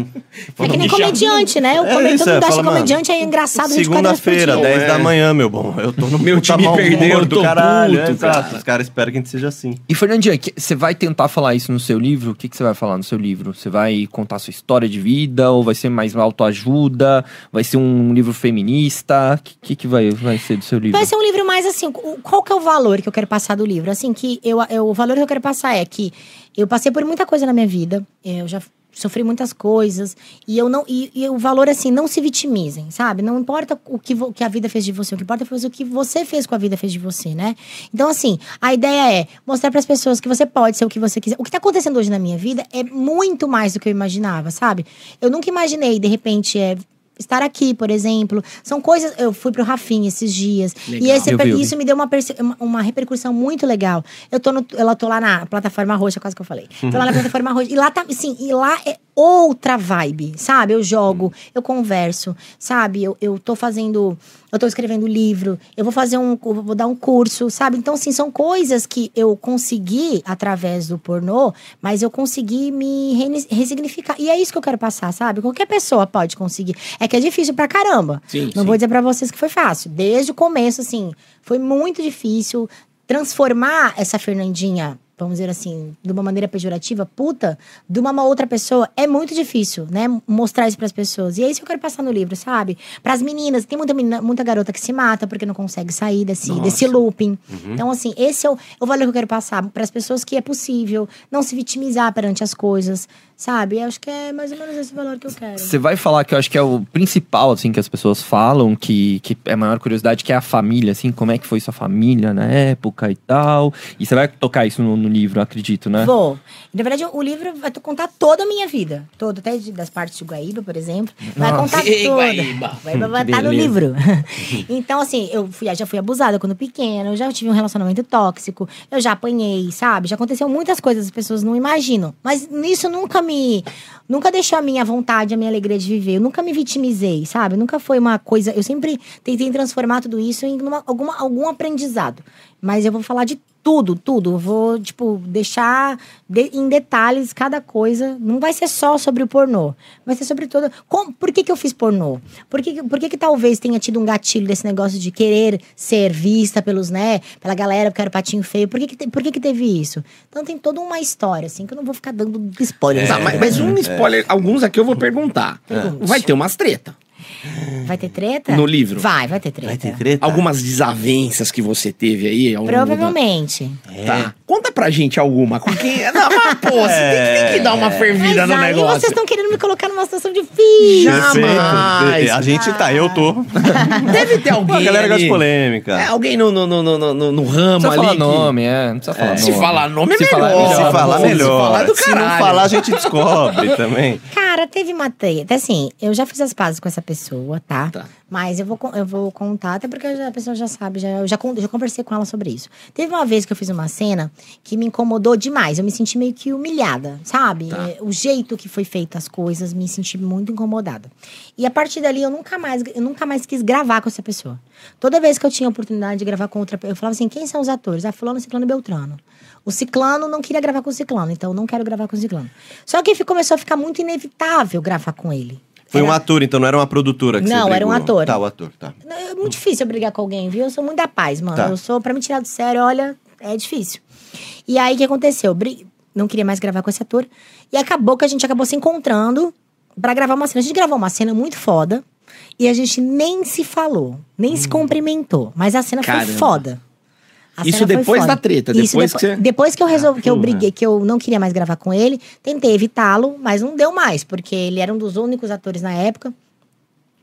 Speaker 4: É que nem comediante, né? O
Speaker 2: É
Speaker 4: come-
Speaker 2: isso,
Speaker 4: todo mundo
Speaker 2: é,
Speaker 4: acha
Speaker 2: fala,
Speaker 4: que comediante é engraçado 24 horas por
Speaker 2: Segunda-feira,
Speaker 4: dia.
Speaker 2: 10
Speaker 1: É.
Speaker 2: da manhã, meu bom. Eu tô no
Speaker 1: Meu
Speaker 2: puta
Speaker 1: time
Speaker 2: mau
Speaker 1: perdeu,
Speaker 2: humor
Speaker 1: eu
Speaker 2: do
Speaker 1: tô
Speaker 2: caralho.
Speaker 1: puto,
Speaker 2: é, exato.
Speaker 1: cara.
Speaker 2: Os caras esperam que a gente seja assim.
Speaker 3: E, Fernandinha, que- você vai tentar falar isso no seu livro? O que, que você vai falar no seu livro? Você vai contar sua história de vida? Ou vai ser mais uma autoajuda? Vai ser um livro feminista? O que, que, que vai, vai ser do seu livro?
Speaker 4: Vai ser um livro mais assim. o- Qual que é o valor que eu quero passar do livro? Assim, que eu, eu- o valor que eu quero passar é que eu passei por muita coisa na minha vida. Eu já sofri muitas coisas e eu não e, e o valor assim não se vitimizem sabe não importa o que, vo- que a vida fez de você o que importa foi o que você fez com a vida fez de você né então assim a ideia é mostrar para as pessoas que você pode ser o que você quiser o que tá acontecendo hoje na minha vida é muito mais do que eu imaginava sabe eu nunca imaginei de repente é estar aqui, por exemplo. São coisas. Eu fui pro Rafinha esses dias.
Speaker 1: Legal.
Speaker 4: E esse-
Speaker 3: Eu vi, eu vi.
Speaker 4: isso me deu uma, perce- uma- uma repercussão muito legal. Eu tô, no, eu tô lá na plataforma roxa, quase que eu falei. Tô lá na plataforma roxa. E lá tá. Assim, e lá é outra vibe, sabe? Eu jogo, eu converso, sabe? Eu, eu tô fazendo. Eu tô escrevendo livro, eu vou fazer um. eu Vou dar um curso, sabe? Então, assim, são coisas que eu consegui através do pornô, mas eu consegui me reni- ressignificar. E é isso que eu quero passar, sabe? Qualquer pessoa pode conseguir. É que é difícil pra caramba.
Speaker 1: Sim,
Speaker 4: Não
Speaker 1: sim.
Speaker 4: vou dizer pra vocês que foi fácil. Desde o começo, assim, foi muito difícil transformar essa Fernandinha, vamos dizer assim, de uma maneira pejorativa, puta, de uma, uma outra pessoa. É muito difícil, né? Mostrar isso pras pessoas. E é isso que eu quero passar no livro, sabe? Pras meninas. Tem muita, menina, muita garota que se mata porque não consegue sair desse, desse looping.
Speaker 1: Uhum.
Speaker 4: Então, assim, esse é o, é o valor que eu quero passar pras pessoas que é possível não se vitimizar perante as coisas, sabe? Eu acho que é mais ou menos esse valor que eu quero.
Speaker 3: Você vai falar que eu acho que é o principal, assim, que as pessoas falam, que, que é a maior curiosidade, que é a família, assim, como é que foi sua família na época e tal. E você vai tocar isso no, no livro, eu acredito, né?
Speaker 4: Vou. Na verdade, o livro vai contar toda a minha vida. Toda, até de- das partes de Guaíba, por exemplo. Vai contar
Speaker 1: Ei,
Speaker 4: toda.
Speaker 1: Guaíba.
Speaker 4: Guaíba vai estar no
Speaker 1: Beleza.
Speaker 4: livro. então, assim, eu fui, já fui abusada quando pequena, eu já tive um relacionamento tóxico, eu já apanhei, sabe? Já aconteceu muitas coisas, as pessoas não imaginam. Mas nisso nunca me. Nunca deixou a minha vontade, a minha alegria de viver. Eu nunca me vitimizei, sabe? Nunca foi uma coisa. Eu sempre tentei transformar tudo isso em uma- alguma, algum aprendizado. Mas eu vou falar de tudo, tudo. Eu vou, tipo, deixar de- em detalhes cada coisa. Não vai ser só sobre o pornô. Vai ser sobre toda. Com- por que, que eu fiz pornô? Por que, que- por que, que talvez tenha tido um gatilho desse negócio de querer ser vista pelos, né? Pela galera, porque era patinho feio. Por que, que, te- por que, que teve isso? Então tem toda uma história, assim, que eu não vou
Speaker 1: É.
Speaker 2: É.
Speaker 4: ficar dando spoilers.
Speaker 1: Tá, mas, mas um spoiler, alguns aqui eu vou perguntar. Vai ter umas treta.
Speaker 4: Vai ter treta?
Speaker 1: No livro.
Speaker 4: Vai, vai ter treta.
Speaker 2: Vai ter treta?
Speaker 1: Algumas desavenças que você teve aí ao longo da-
Speaker 4: Provavelmente.
Speaker 1: Tá. Conta pra gente alguma. Com quem... Não, mas, pô, você tem, que- tem
Speaker 2: É.
Speaker 1: que dar uma fervida
Speaker 4: Mas
Speaker 1: no
Speaker 4: aí
Speaker 1: negócio.
Speaker 4: vocês estão querendo me colocar numa situação difícil.
Speaker 1: Jamais.
Speaker 2: A gente tá, eu tô.
Speaker 1: Deve ter alguém.
Speaker 2: A galera gosta
Speaker 1: ali.
Speaker 2: de polêmica.
Speaker 1: É, alguém no, no, no, no, no, no ramo
Speaker 3: Não precisa
Speaker 1: ali.
Speaker 3: falar
Speaker 1: que-
Speaker 3: nome, é. Não precisa falar
Speaker 1: Se
Speaker 3: nome.
Speaker 1: falar nome é
Speaker 3: Se falar é
Speaker 1: melhor.
Speaker 3: melhor.
Speaker 2: Se falar,
Speaker 1: Pô, Se
Speaker 2: melhor.
Speaker 1: falar é do
Speaker 2: Se não
Speaker 1: caralho.
Speaker 2: falar, a gente descobre também.
Speaker 4: Cara, teve uma treta. Assim, eu já fiz as pazes com essa pessoa, tá?
Speaker 1: Tá.
Speaker 4: Mas eu vou, con- eu vou contar, até porque já- a pessoa já sabe, já, eu já, con- já conversei com ela sobre isso. Teve uma vez que eu fiz uma cena que me incomodou demais. Eu me senti meio que humilhada, sabe? É, O jeito que foi feito as coisas, me senti muito incomodada. E a partir dali, eu nunca mais, eu nunca mais quis gravar com essa pessoa. Toda vez que eu tinha oportunidade de gravar com outra pessoa, eu falava assim: quem são os atores? Ah, Fulano, Ciclano e Beltrano. O Ciclano não queria gravar com o Ciclano, então eu não quero gravar com o Ciclano. Só que fi- começou a ficar muito inevitável gravar com ele.
Speaker 2: Foi
Speaker 4: Era-
Speaker 2: um ator, então não era uma produtora que você
Speaker 4: Não, era um
Speaker 2: brigou.
Speaker 4: ator.
Speaker 2: Tá, o ator, tá.
Speaker 4: não, É muito difícil eu brigar com alguém, viu? Eu sou muito da paz, mano.
Speaker 2: Tá.
Speaker 4: Eu sou, pra me tirar do sério, olha, é difícil. E aí, o que aconteceu? Bri- Não queria mais gravar com esse ator. E acabou que a gente acabou se encontrando pra gravar uma cena. A gente gravou uma cena muito foda. E a gente nem se falou, nem
Speaker 2: Hum.
Speaker 4: se cumprimentou. Mas a cena foi
Speaker 1: Caramba.
Speaker 4: foda. A
Speaker 1: Isso
Speaker 4: cena foi
Speaker 1: depois
Speaker 4: foda.
Speaker 1: da treta,
Speaker 4: Isso
Speaker 1: depois
Speaker 4: depo-
Speaker 1: que você-
Speaker 4: depois que eu resolvi, que eu
Speaker 2: porra.
Speaker 4: briguei, que eu não queria mais gravar com ele, tentei evitá-lo, mas não deu mais, porque ele era um dos únicos atores na época.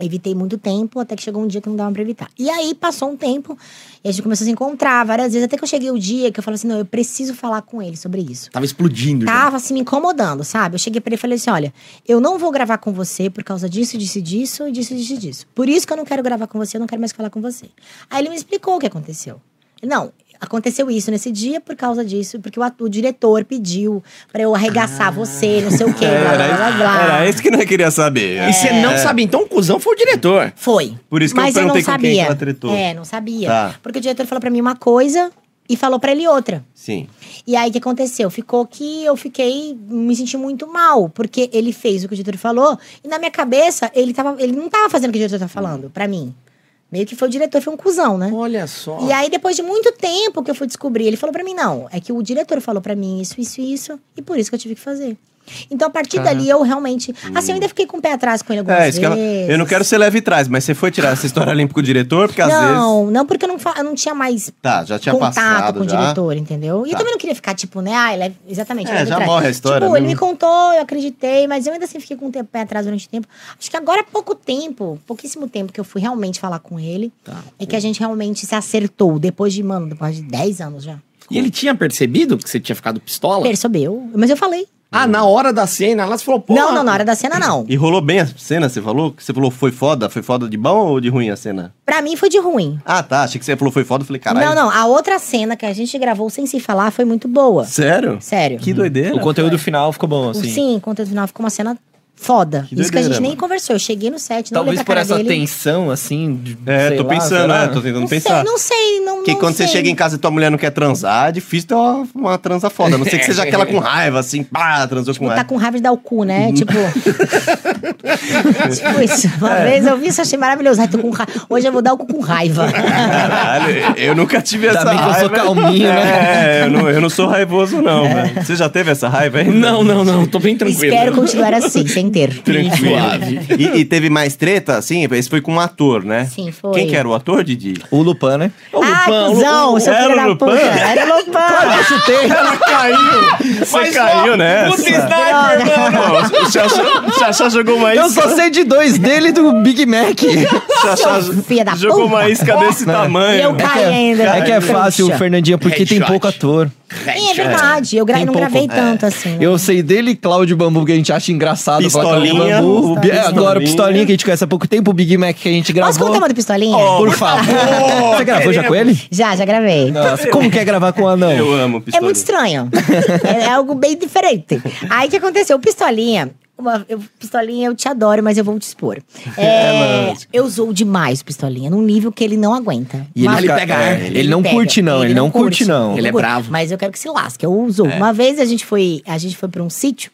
Speaker 4: Evitei muito tempo, até que chegou um dia que não dava pra evitar. E aí passou um tempo, e a gente começou a se encontrar várias vezes, até que eu cheguei o dia que eu falei assim: não, eu preciso falar com ele sobre isso.
Speaker 1: Tava explodindo. já.
Speaker 4: Tava assim, me incomodando, sabe? Eu cheguei pra ele e falei assim: olha, eu não vou gravar com você por causa disso, disso, e disso, e disso, disso, e disso. Por isso que eu não quero gravar com você, eu não quero mais falar com você. Aí ele me explicou o que aconteceu. Não, aconteceu isso nesse dia por causa disso, porque o, atu- o diretor pediu pra eu arregaçar você, não sei o quê, blá, blá, blá, blá.
Speaker 2: Ah. Era isso que nós queria saber. É,
Speaker 1: E você não sabia. Então o cuzão foi o diretor.
Speaker 4: Foi.
Speaker 2: Por isso que eu
Speaker 4: Mas eu, não
Speaker 2: perguntei com quem
Speaker 4: sabia.
Speaker 2: ela tretou.
Speaker 4: É, não sabia.
Speaker 2: Tá.
Speaker 4: Porque o diretor falou pra mim uma coisa e falou pra ele outra.
Speaker 2: Sim.
Speaker 4: E aí o que aconteceu? Ficou que eu fiquei me senti muito mal, porque ele fez o que o diretor falou e na minha cabeça ele tava, ele não tava fazendo o que o diretor tava falando pra mim. Meio que foi o diretor, foi um cuzão, né?
Speaker 1: Olha só.
Speaker 4: E aí, depois de muito tempo que eu fui descobrir, ele falou pra mim: não, é que o diretor falou pra mim isso, isso e isso, e por isso que eu tive que fazer. Então, a partir dali, eu realmente. Assim, eu ainda fiquei com o pé atrás com ele algumas
Speaker 2: É, isso que ela...
Speaker 4: vezes.
Speaker 2: Eu não quero ser leve e trás, mas você foi tirar essa história limpa com o diretor, porque às vezes.
Speaker 4: Não, não, porque eu não, fa- eu não tinha mais
Speaker 2: Tá, já tinha
Speaker 4: contato
Speaker 2: passado.
Speaker 4: com o
Speaker 2: já.
Speaker 4: diretor, entendeu? E
Speaker 2: Tá.
Speaker 4: eu também não queria ficar, tipo, né? Ah, ele é... Exatamente.
Speaker 2: É,
Speaker 4: ele
Speaker 2: já
Speaker 4: atrás.
Speaker 2: morre a história,
Speaker 4: Tipo,
Speaker 2: né?
Speaker 4: ele me contou, eu acreditei, mas eu ainda assim fiquei com o tempo- pé atrás durante o tempo. Acho que agora há pouco tempo, pouquíssimo tempo que eu fui realmente falar com ele.
Speaker 1: Tá.
Speaker 4: E que a gente realmente se acertou depois de, mano, depois de 10 anos já.
Speaker 1: E ele tinha percebido que você tinha ficado pistola?
Speaker 4: Percebeu? Mas eu falei.
Speaker 1: Ah, na hora da cena, lá você falou, pô.
Speaker 4: Não, não, na hora da cena, não.
Speaker 2: E rolou bem a cena, você falou? Você falou foi foda? Foi foda de bom ou de ruim a cena?
Speaker 4: Pra mim foi de ruim.
Speaker 2: Ah, tá. Achei que você falou foi foda. eu Falei, caralho.
Speaker 4: Não, não. A outra cena que a gente gravou sem se falar foi muito boa.
Speaker 2: Sério?
Speaker 4: Sério.
Speaker 2: Que doideira.
Speaker 3: O conteúdo final ficou bom,
Speaker 4: O
Speaker 3: assim.
Speaker 4: Sim, o conteúdo final ficou uma cena foda.
Speaker 2: Que
Speaker 4: Isso que a
Speaker 2: doideira,
Speaker 4: gente nem
Speaker 2: mano.
Speaker 4: conversou. Eu cheguei no set, não
Speaker 3: Talvez
Speaker 4: olhei pra
Speaker 3: por
Speaker 4: cara
Speaker 3: essa
Speaker 4: dele.
Speaker 3: tensão, assim. de-
Speaker 2: É,
Speaker 3: sei
Speaker 2: tô
Speaker 3: lá,
Speaker 2: pensando,
Speaker 3: será?
Speaker 2: né? Tô tentando
Speaker 4: Não
Speaker 2: pensar.
Speaker 4: sei, não sei, não
Speaker 2: Porque
Speaker 4: não
Speaker 2: quando
Speaker 4: sei.
Speaker 2: você chega em casa e tua mulher não quer transar, é difícil ter uma, uma transa foda. A não ser que seja aquela com raiva, assim, pá, transou
Speaker 4: É. Tipo,
Speaker 2: com
Speaker 4: tá
Speaker 2: raiva.
Speaker 4: com raiva de dar o cu, né? Tipo. tipo isso. Uma vez eu vi isso, achei maravilhoso. Ai, tô com ra... Hoje eu vou dar o cu com raiva.
Speaker 2: Caralho, eu nunca tive
Speaker 3: Ainda
Speaker 2: essa
Speaker 3: bem que eu
Speaker 2: raiva.
Speaker 3: sou calminho, né? É.
Speaker 2: É, eu não, eu não sou raivoso, não, velho. Você já teve essa raiva aí?
Speaker 1: Não, não, não. Tô bem tranquilo.
Speaker 4: Espero continuar assim, sem ter.
Speaker 2: Tranquilo.
Speaker 1: Suave.
Speaker 2: E, e teve mais treta, assim? Esse foi com um ator, né?
Speaker 4: Sim, foi.
Speaker 2: Quem que era o ator, Didi?
Speaker 3: O Lupan, né?
Speaker 1: Ô,
Speaker 4: ah,
Speaker 1: Lupan, ô,
Speaker 4: cuzão,
Speaker 1: ô,
Speaker 4: seu
Speaker 2: era
Speaker 4: filho da
Speaker 2: Lupan?
Speaker 4: puta. Era Lupan.
Speaker 2: Você caiu né?
Speaker 4: Droga.
Speaker 2: O Xaxá- o Xaxá jogou uma isca.
Speaker 3: Eu só sei de dois dele e do Big Mac.
Speaker 2: O Xaxá
Speaker 4: Seu filho da
Speaker 2: jogou um.
Speaker 4: puta.
Speaker 2: uma isca desse
Speaker 4: E
Speaker 2: tamanho.
Speaker 4: eu caí ainda.
Speaker 3: né? É que é fácil,
Speaker 4: Trouxa.
Speaker 3: Fernandinha, porque tem
Speaker 1: Headshot.
Speaker 3: pouco ator.
Speaker 4: É verdade, eu gra-
Speaker 3: Tem
Speaker 4: não
Speaker 3: pouco.
Speaker 4: gravei tanto assim. né?
Speaker 3: Eu sei dele, Cláudio Bambu, que a gente acha engraçado. falar Cláudio
Speaker 2: Pistolinha,
Speaker 3: Bambu.
Speaker 2: o Bi-
Speaker 3: É, agora o
Speaker 2: Pistolinha.
Speaker 3: Pistolinha, que a gente conhece há pouco tempo, o Big Mac que a gente gravou.
Speaker 4: Posso contar uma do Pistolinha?
Speaker 3: Por favor. Você gravou já com ele?
Speaker 4: Já, já gravei.
Speaker 3: Como quer gravar com o anão?
Speaker 2: Eu amo
Speaker 4: É
Speaker 2: pistolinha.
Speaker 4: muito estranho. é, é algo bem diferente. Aí o que aconteceu? O Pistolinha. uma- eu- pistolinha, eu te adoro, mas eu vou te expor. É, eu zoo demais o Pistolinha, num nível que ele não aguenta.
Speaker 3: E ele
Speaker 4: Mas-
Speaker 3: fica- é, ele não curte não, ele não curte não.
Speaker 1: Ele é
Speaker 4: curte.
Speaker 1: bravo.
Speaker 4: Mas eu quero que se lasque, eu zoo. Uma vez a gente foi, a gente foi pra um sítio.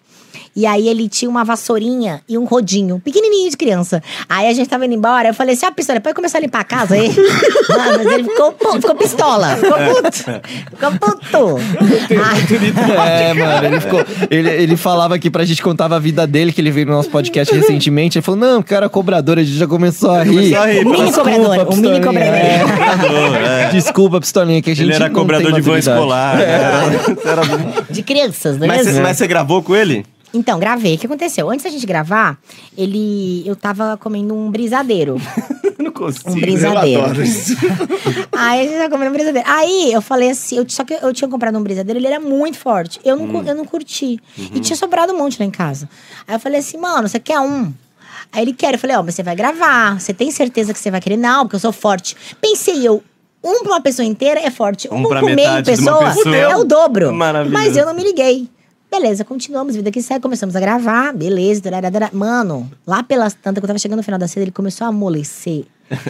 Speaker 4: E aí ele tinha uma vassourinha e um rodinho, pequenininho de criança. Aí a gente tava indo embora, eu falei assim, ó, pistola, pode começar a limpar a casa aí? Mano, mas ele ficou, pu- ficou pistola, ficou puto. Ficou puto.
Speaker 3: É, mano, ele ficou. Ele, ele falava aqui pra gente contava a vida dele, que ele veio no nosso podcast recentemente. Ele falou: não, que eu era cobrador, a gente já começou a rir.
Speaker 2: Começou a rir.
Speaker 3: Desculpa,
Speaker 4: Um mini cobrador, um mini
Speaker 3: Pistolinha.
Speaker 4: cobrador.
Speaker 3: É. Desculpa, pistolinha, que a gente
Speaker 2: Ele era
Speaker 3: não tem
Speaker 2: cobrador de van
Speaker 3: maturidade. É.
Speaker 2: escolar. né? Era- era-
Speaker 4: De crianças, não é
Speaker 2: Mas
Speaker 4: mesmo?
Speaker 3: assim.
Speaker 2: você- Mas você gravou com ele?
Speaker 4: Então, gravei. O que aconteceu? Antes da gente gravar, ele. Eu tava comendo um brisadeiro.
Speaker 2: Eu não consigo.
Speaker 4: Um
Speaker 1: Eu
Speaker 4: brisadeiro.
Speaker 1: adoro isso.
Speaker 4: Aí a gente tava comendo um brisadeiro. Aí eu falei assim, eu, só que eu tinha comprado um brisadeiro, ele era muito forte. Eu não, cu-
Speaker 2: Hum.
Speaker 4: eu não curti.
Speaker 2: Uhum.
Speaker 4: E tinha sobrado um monte lá em casa. Aí eu falei assim, mano, você quer um? Aí ele quer, eu falei, ó, mas você vai gravar. Você tem certeza que você vai querer? Não, porque eu sou forte. Pensei eu, um pra uma pessoa inteira é forte.
Speaker 2: Um
Speaker 4: Um,
Speaker 2: pra
Speaker 4: pra meia
Speaker 2: metade de uma
Speaker 4: pessoa,
Speaker 2: pessoa.
Speaker 4: é o dobro.
Speaker 2: Maravilhoso.
Speaker 4: Mas eu não me liguei. Beleza, continuamos, vida que segue, começamos a gravar, beleza. tarará, tarará. Mano, lá pelas tantas, quando eu tava chegando no final da cena, ele começou a amolecer.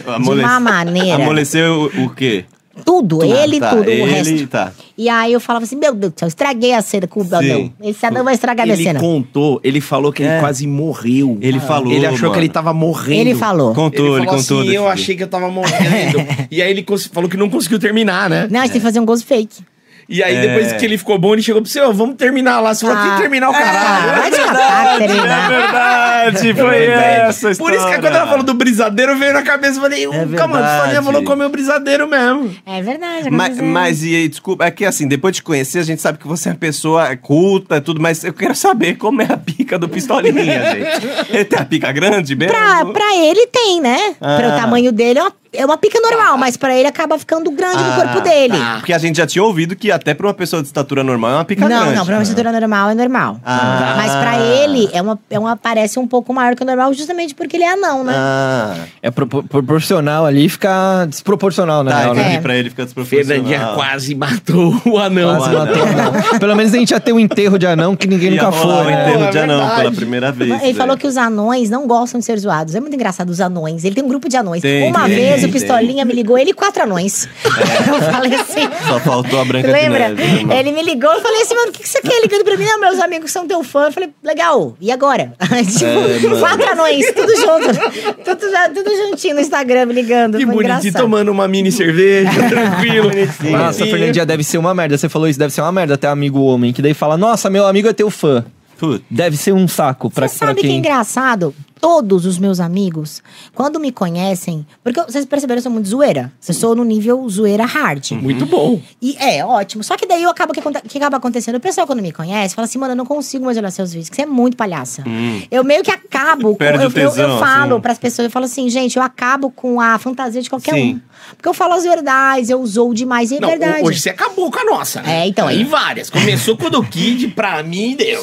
Speaker 2: Amole-
Speaker 4: De uma maneira.
Speaker 2: Amoleceu o, o quê?
Speaker 4: Tudo, ele,
Speaker 2: tá,
Speaker 4: tudo,
Speaker 2: ele,
Speaker 4: o resto.
Speaker 2: tá.
Speaker 4: E aí eu falava assim, meu Deus do céu, estraguei a cena com o Adão. Esse Adão vai estragar a minha
Speaker 1: Ele
Speaker 4: cena.
Speaker 1: contou, ele falou que
Speaker 2: É.
Speaker 1: ele quase morreu. Ah.
Speaker 2: Ele falou,
Speaker 1: Ele achou
Speaker 2: mano.
Speaker 1: que ele tava morrendo.
Speaker 4: Ele falou.
Speaker 2: Contou, ele,
Speaker 1: ele falou
Speaker 2: contou.
Speaker 1: assim,
Speaker 2: desse
Speaker 1: eu
Speaker 2: dia.
Speaker 1: achei que eu tava morrendo. e aí ele cons- falou que não conseguiu terminar, né?
Speaker 4: Não, a gente tem que fazer um gozo fake.
Speaker 1: E aí,
Speaker 2: É.
Speaker 1: depois que ele ficou bom, ele chegou pro seu, vamos terminar lá. Você falou, tem que terminar o caralho.
Speaker 4: Ah, vai te matar,
Speaker 2: É
Speaker 4: terminar.
Speaker 2: verdade, foi essa
Speaker 1: Por
Speaker 2: a
Speaker 1: isso que
Speaker 2: história.
Speaker 1: quando ela falou do brisadeiro, veio na cabeça, eu falei, calma,
Speaker 2: verdade.
Speaker 1: a Sonia falou comer o brisadeiro mesmo.
Speaker 4: É verdade,
Speaker 2: Mas,
Speaker 4: aconteceu.
Speaker 2: mas, e aí, desculpa, é que assim, depois de te conhecer, a gente sabe que você é uma pessoa culta e tudo, mas eu quero saber como é a pica do pistolinha, gente. Ele tem a pica grande mesmo?
Speaker 4: Pra, pra ele tem, né?
Speaker 2: Ah.
Speaker 4: Pro tamanho dele é uma, é uma pica normal, mas pra ele acaba ficando grande
Speaker 2: Ah,
Speaker 4: no corpo dele.
Speaker 2: tá. Porque a gente já tinha ouvido que até pra uma pessoa de estatura normal é uma pica
Speaker 4: Não,
Speaker 2: grande.
Speaker 4: não, pra uma estatura normal é normal.
Speaker 2: né? Ah.
Speaker 4: Mas pra ele é uma, é uma, parece um pouco maior que o normal, justamente porque ele é anão, né?
Speaker 2: Ah,
Speaker 3: É pro- pro- proporcional ali, fica desproporcional, na
Speaker 2: tá,
Speaker 3: real, né?
Speaker 2: entendi.
Speaker 4: É.
Speaker 2: Pra ele fica
Speaker 1: Fernandinha
Speaker 2: desproporcional.
Speaker 1: quase matou o anão.
Speaker 2: Quase matou.
Speaker 3: Pelo menos a gente já tem um enterro de anão que ninguém
Speaker 2: Ia
Speaker 3: nunca
Speaker 2: rolar
Speaker 3: foi,
Speaker 2: o
Speaker 3: né?
Speaker 2: enterro
Speaker 1: Pô,
Speaker 2: de
Speaker 1: é
Speaker 2: anão pela
Speaker 1: verdade.
Speaker 2: primeira vez. é.
Speaker 4: Ele falou
Speaker 2: velho.
Speaker 4: que os anões não gostam de ser zoados. É muito engraçado, os anões. Ele tem um grupo de anões.
Speaker 2: Tem,
Speaker 4: Uma
Speaker 2: tem,
Speaker 4: vez
Speaker 2: tem.
Speaker 4: o Pistolinha me ligou, ele e quatro anões. Eu falei assim.
Speaker 2: Só faltou a branca
Speaker 4: Lembra?
Speaker 2: de neve. né,
Speaker 4: Ele me ligou e falei assim, mano, o que, que você quer ligando pra mim? Não, meus amigos são teu fã. Eu falei, legal, e agora?
Speaker 2: É,
Speaker 4: tipo, quatro anões, tudo junto. tudo, já- tudo juntinho no Instagram, me ligando.
Speaker 1: Que
Speaker 4: Foi
Speaker 1: bonitinho,
Speaker 4: engraçado.
Speaker 1: tomando uma mini cerveja, tranquilo.
Speaker 3: Nossa,
Speaker 1: E-
Speaker 3: Fernandinha deve ser uma merda. Você falou isso, deve ser uma merda ter amigo homem, que daí fala, nossa, meu amigo é teu fã.
Speaker 2: Putz.
Speaker 3: Deve ser um saco pra,
Speaker 4: Você
Speaker 3: pra
Speaker 4: sabe que é
Speaker 3: quem.
Speaker 4: engraçado? Todos os meus amigos, quando me conhecem, porque eu- vocês perceberam, eu sou muito zoeira. Eu sou no nível zoeira hard.
Speaker 1: Muito bom.
Speaker 4: E é ótimo. Só que daí eu acabo que, aconte- que acaba acontecendo. O pessoal, quando me conhece, fala assim, mano, eu não consigo mais olhar seus vídeos, que você é muito palhaça. Eu meio que acabo com.
Speaker 2: Perde
Speaker 4: eu,
Speaker 2: o tesão,
Speaker 4: eu, eu falo
Speaker 2: assim.
Speaker 4: pras pessoas, eu falo assim, gente, eu acabo com a fantasia de qualquer
Speaker 2: Sim.
Speaker 4: um. Porque eu falo as verdades, eu zoo demais, e é
Speaker 1: Não,
Speaker 4: verdade.
Speaker 1: hoje você acabou com a nossa. né?
Speaker 4: É, então,
Speaker 1: Aí
Speaker 4: é.
Speaker 1: várias. Começou com o do Kid, pra mim, deu.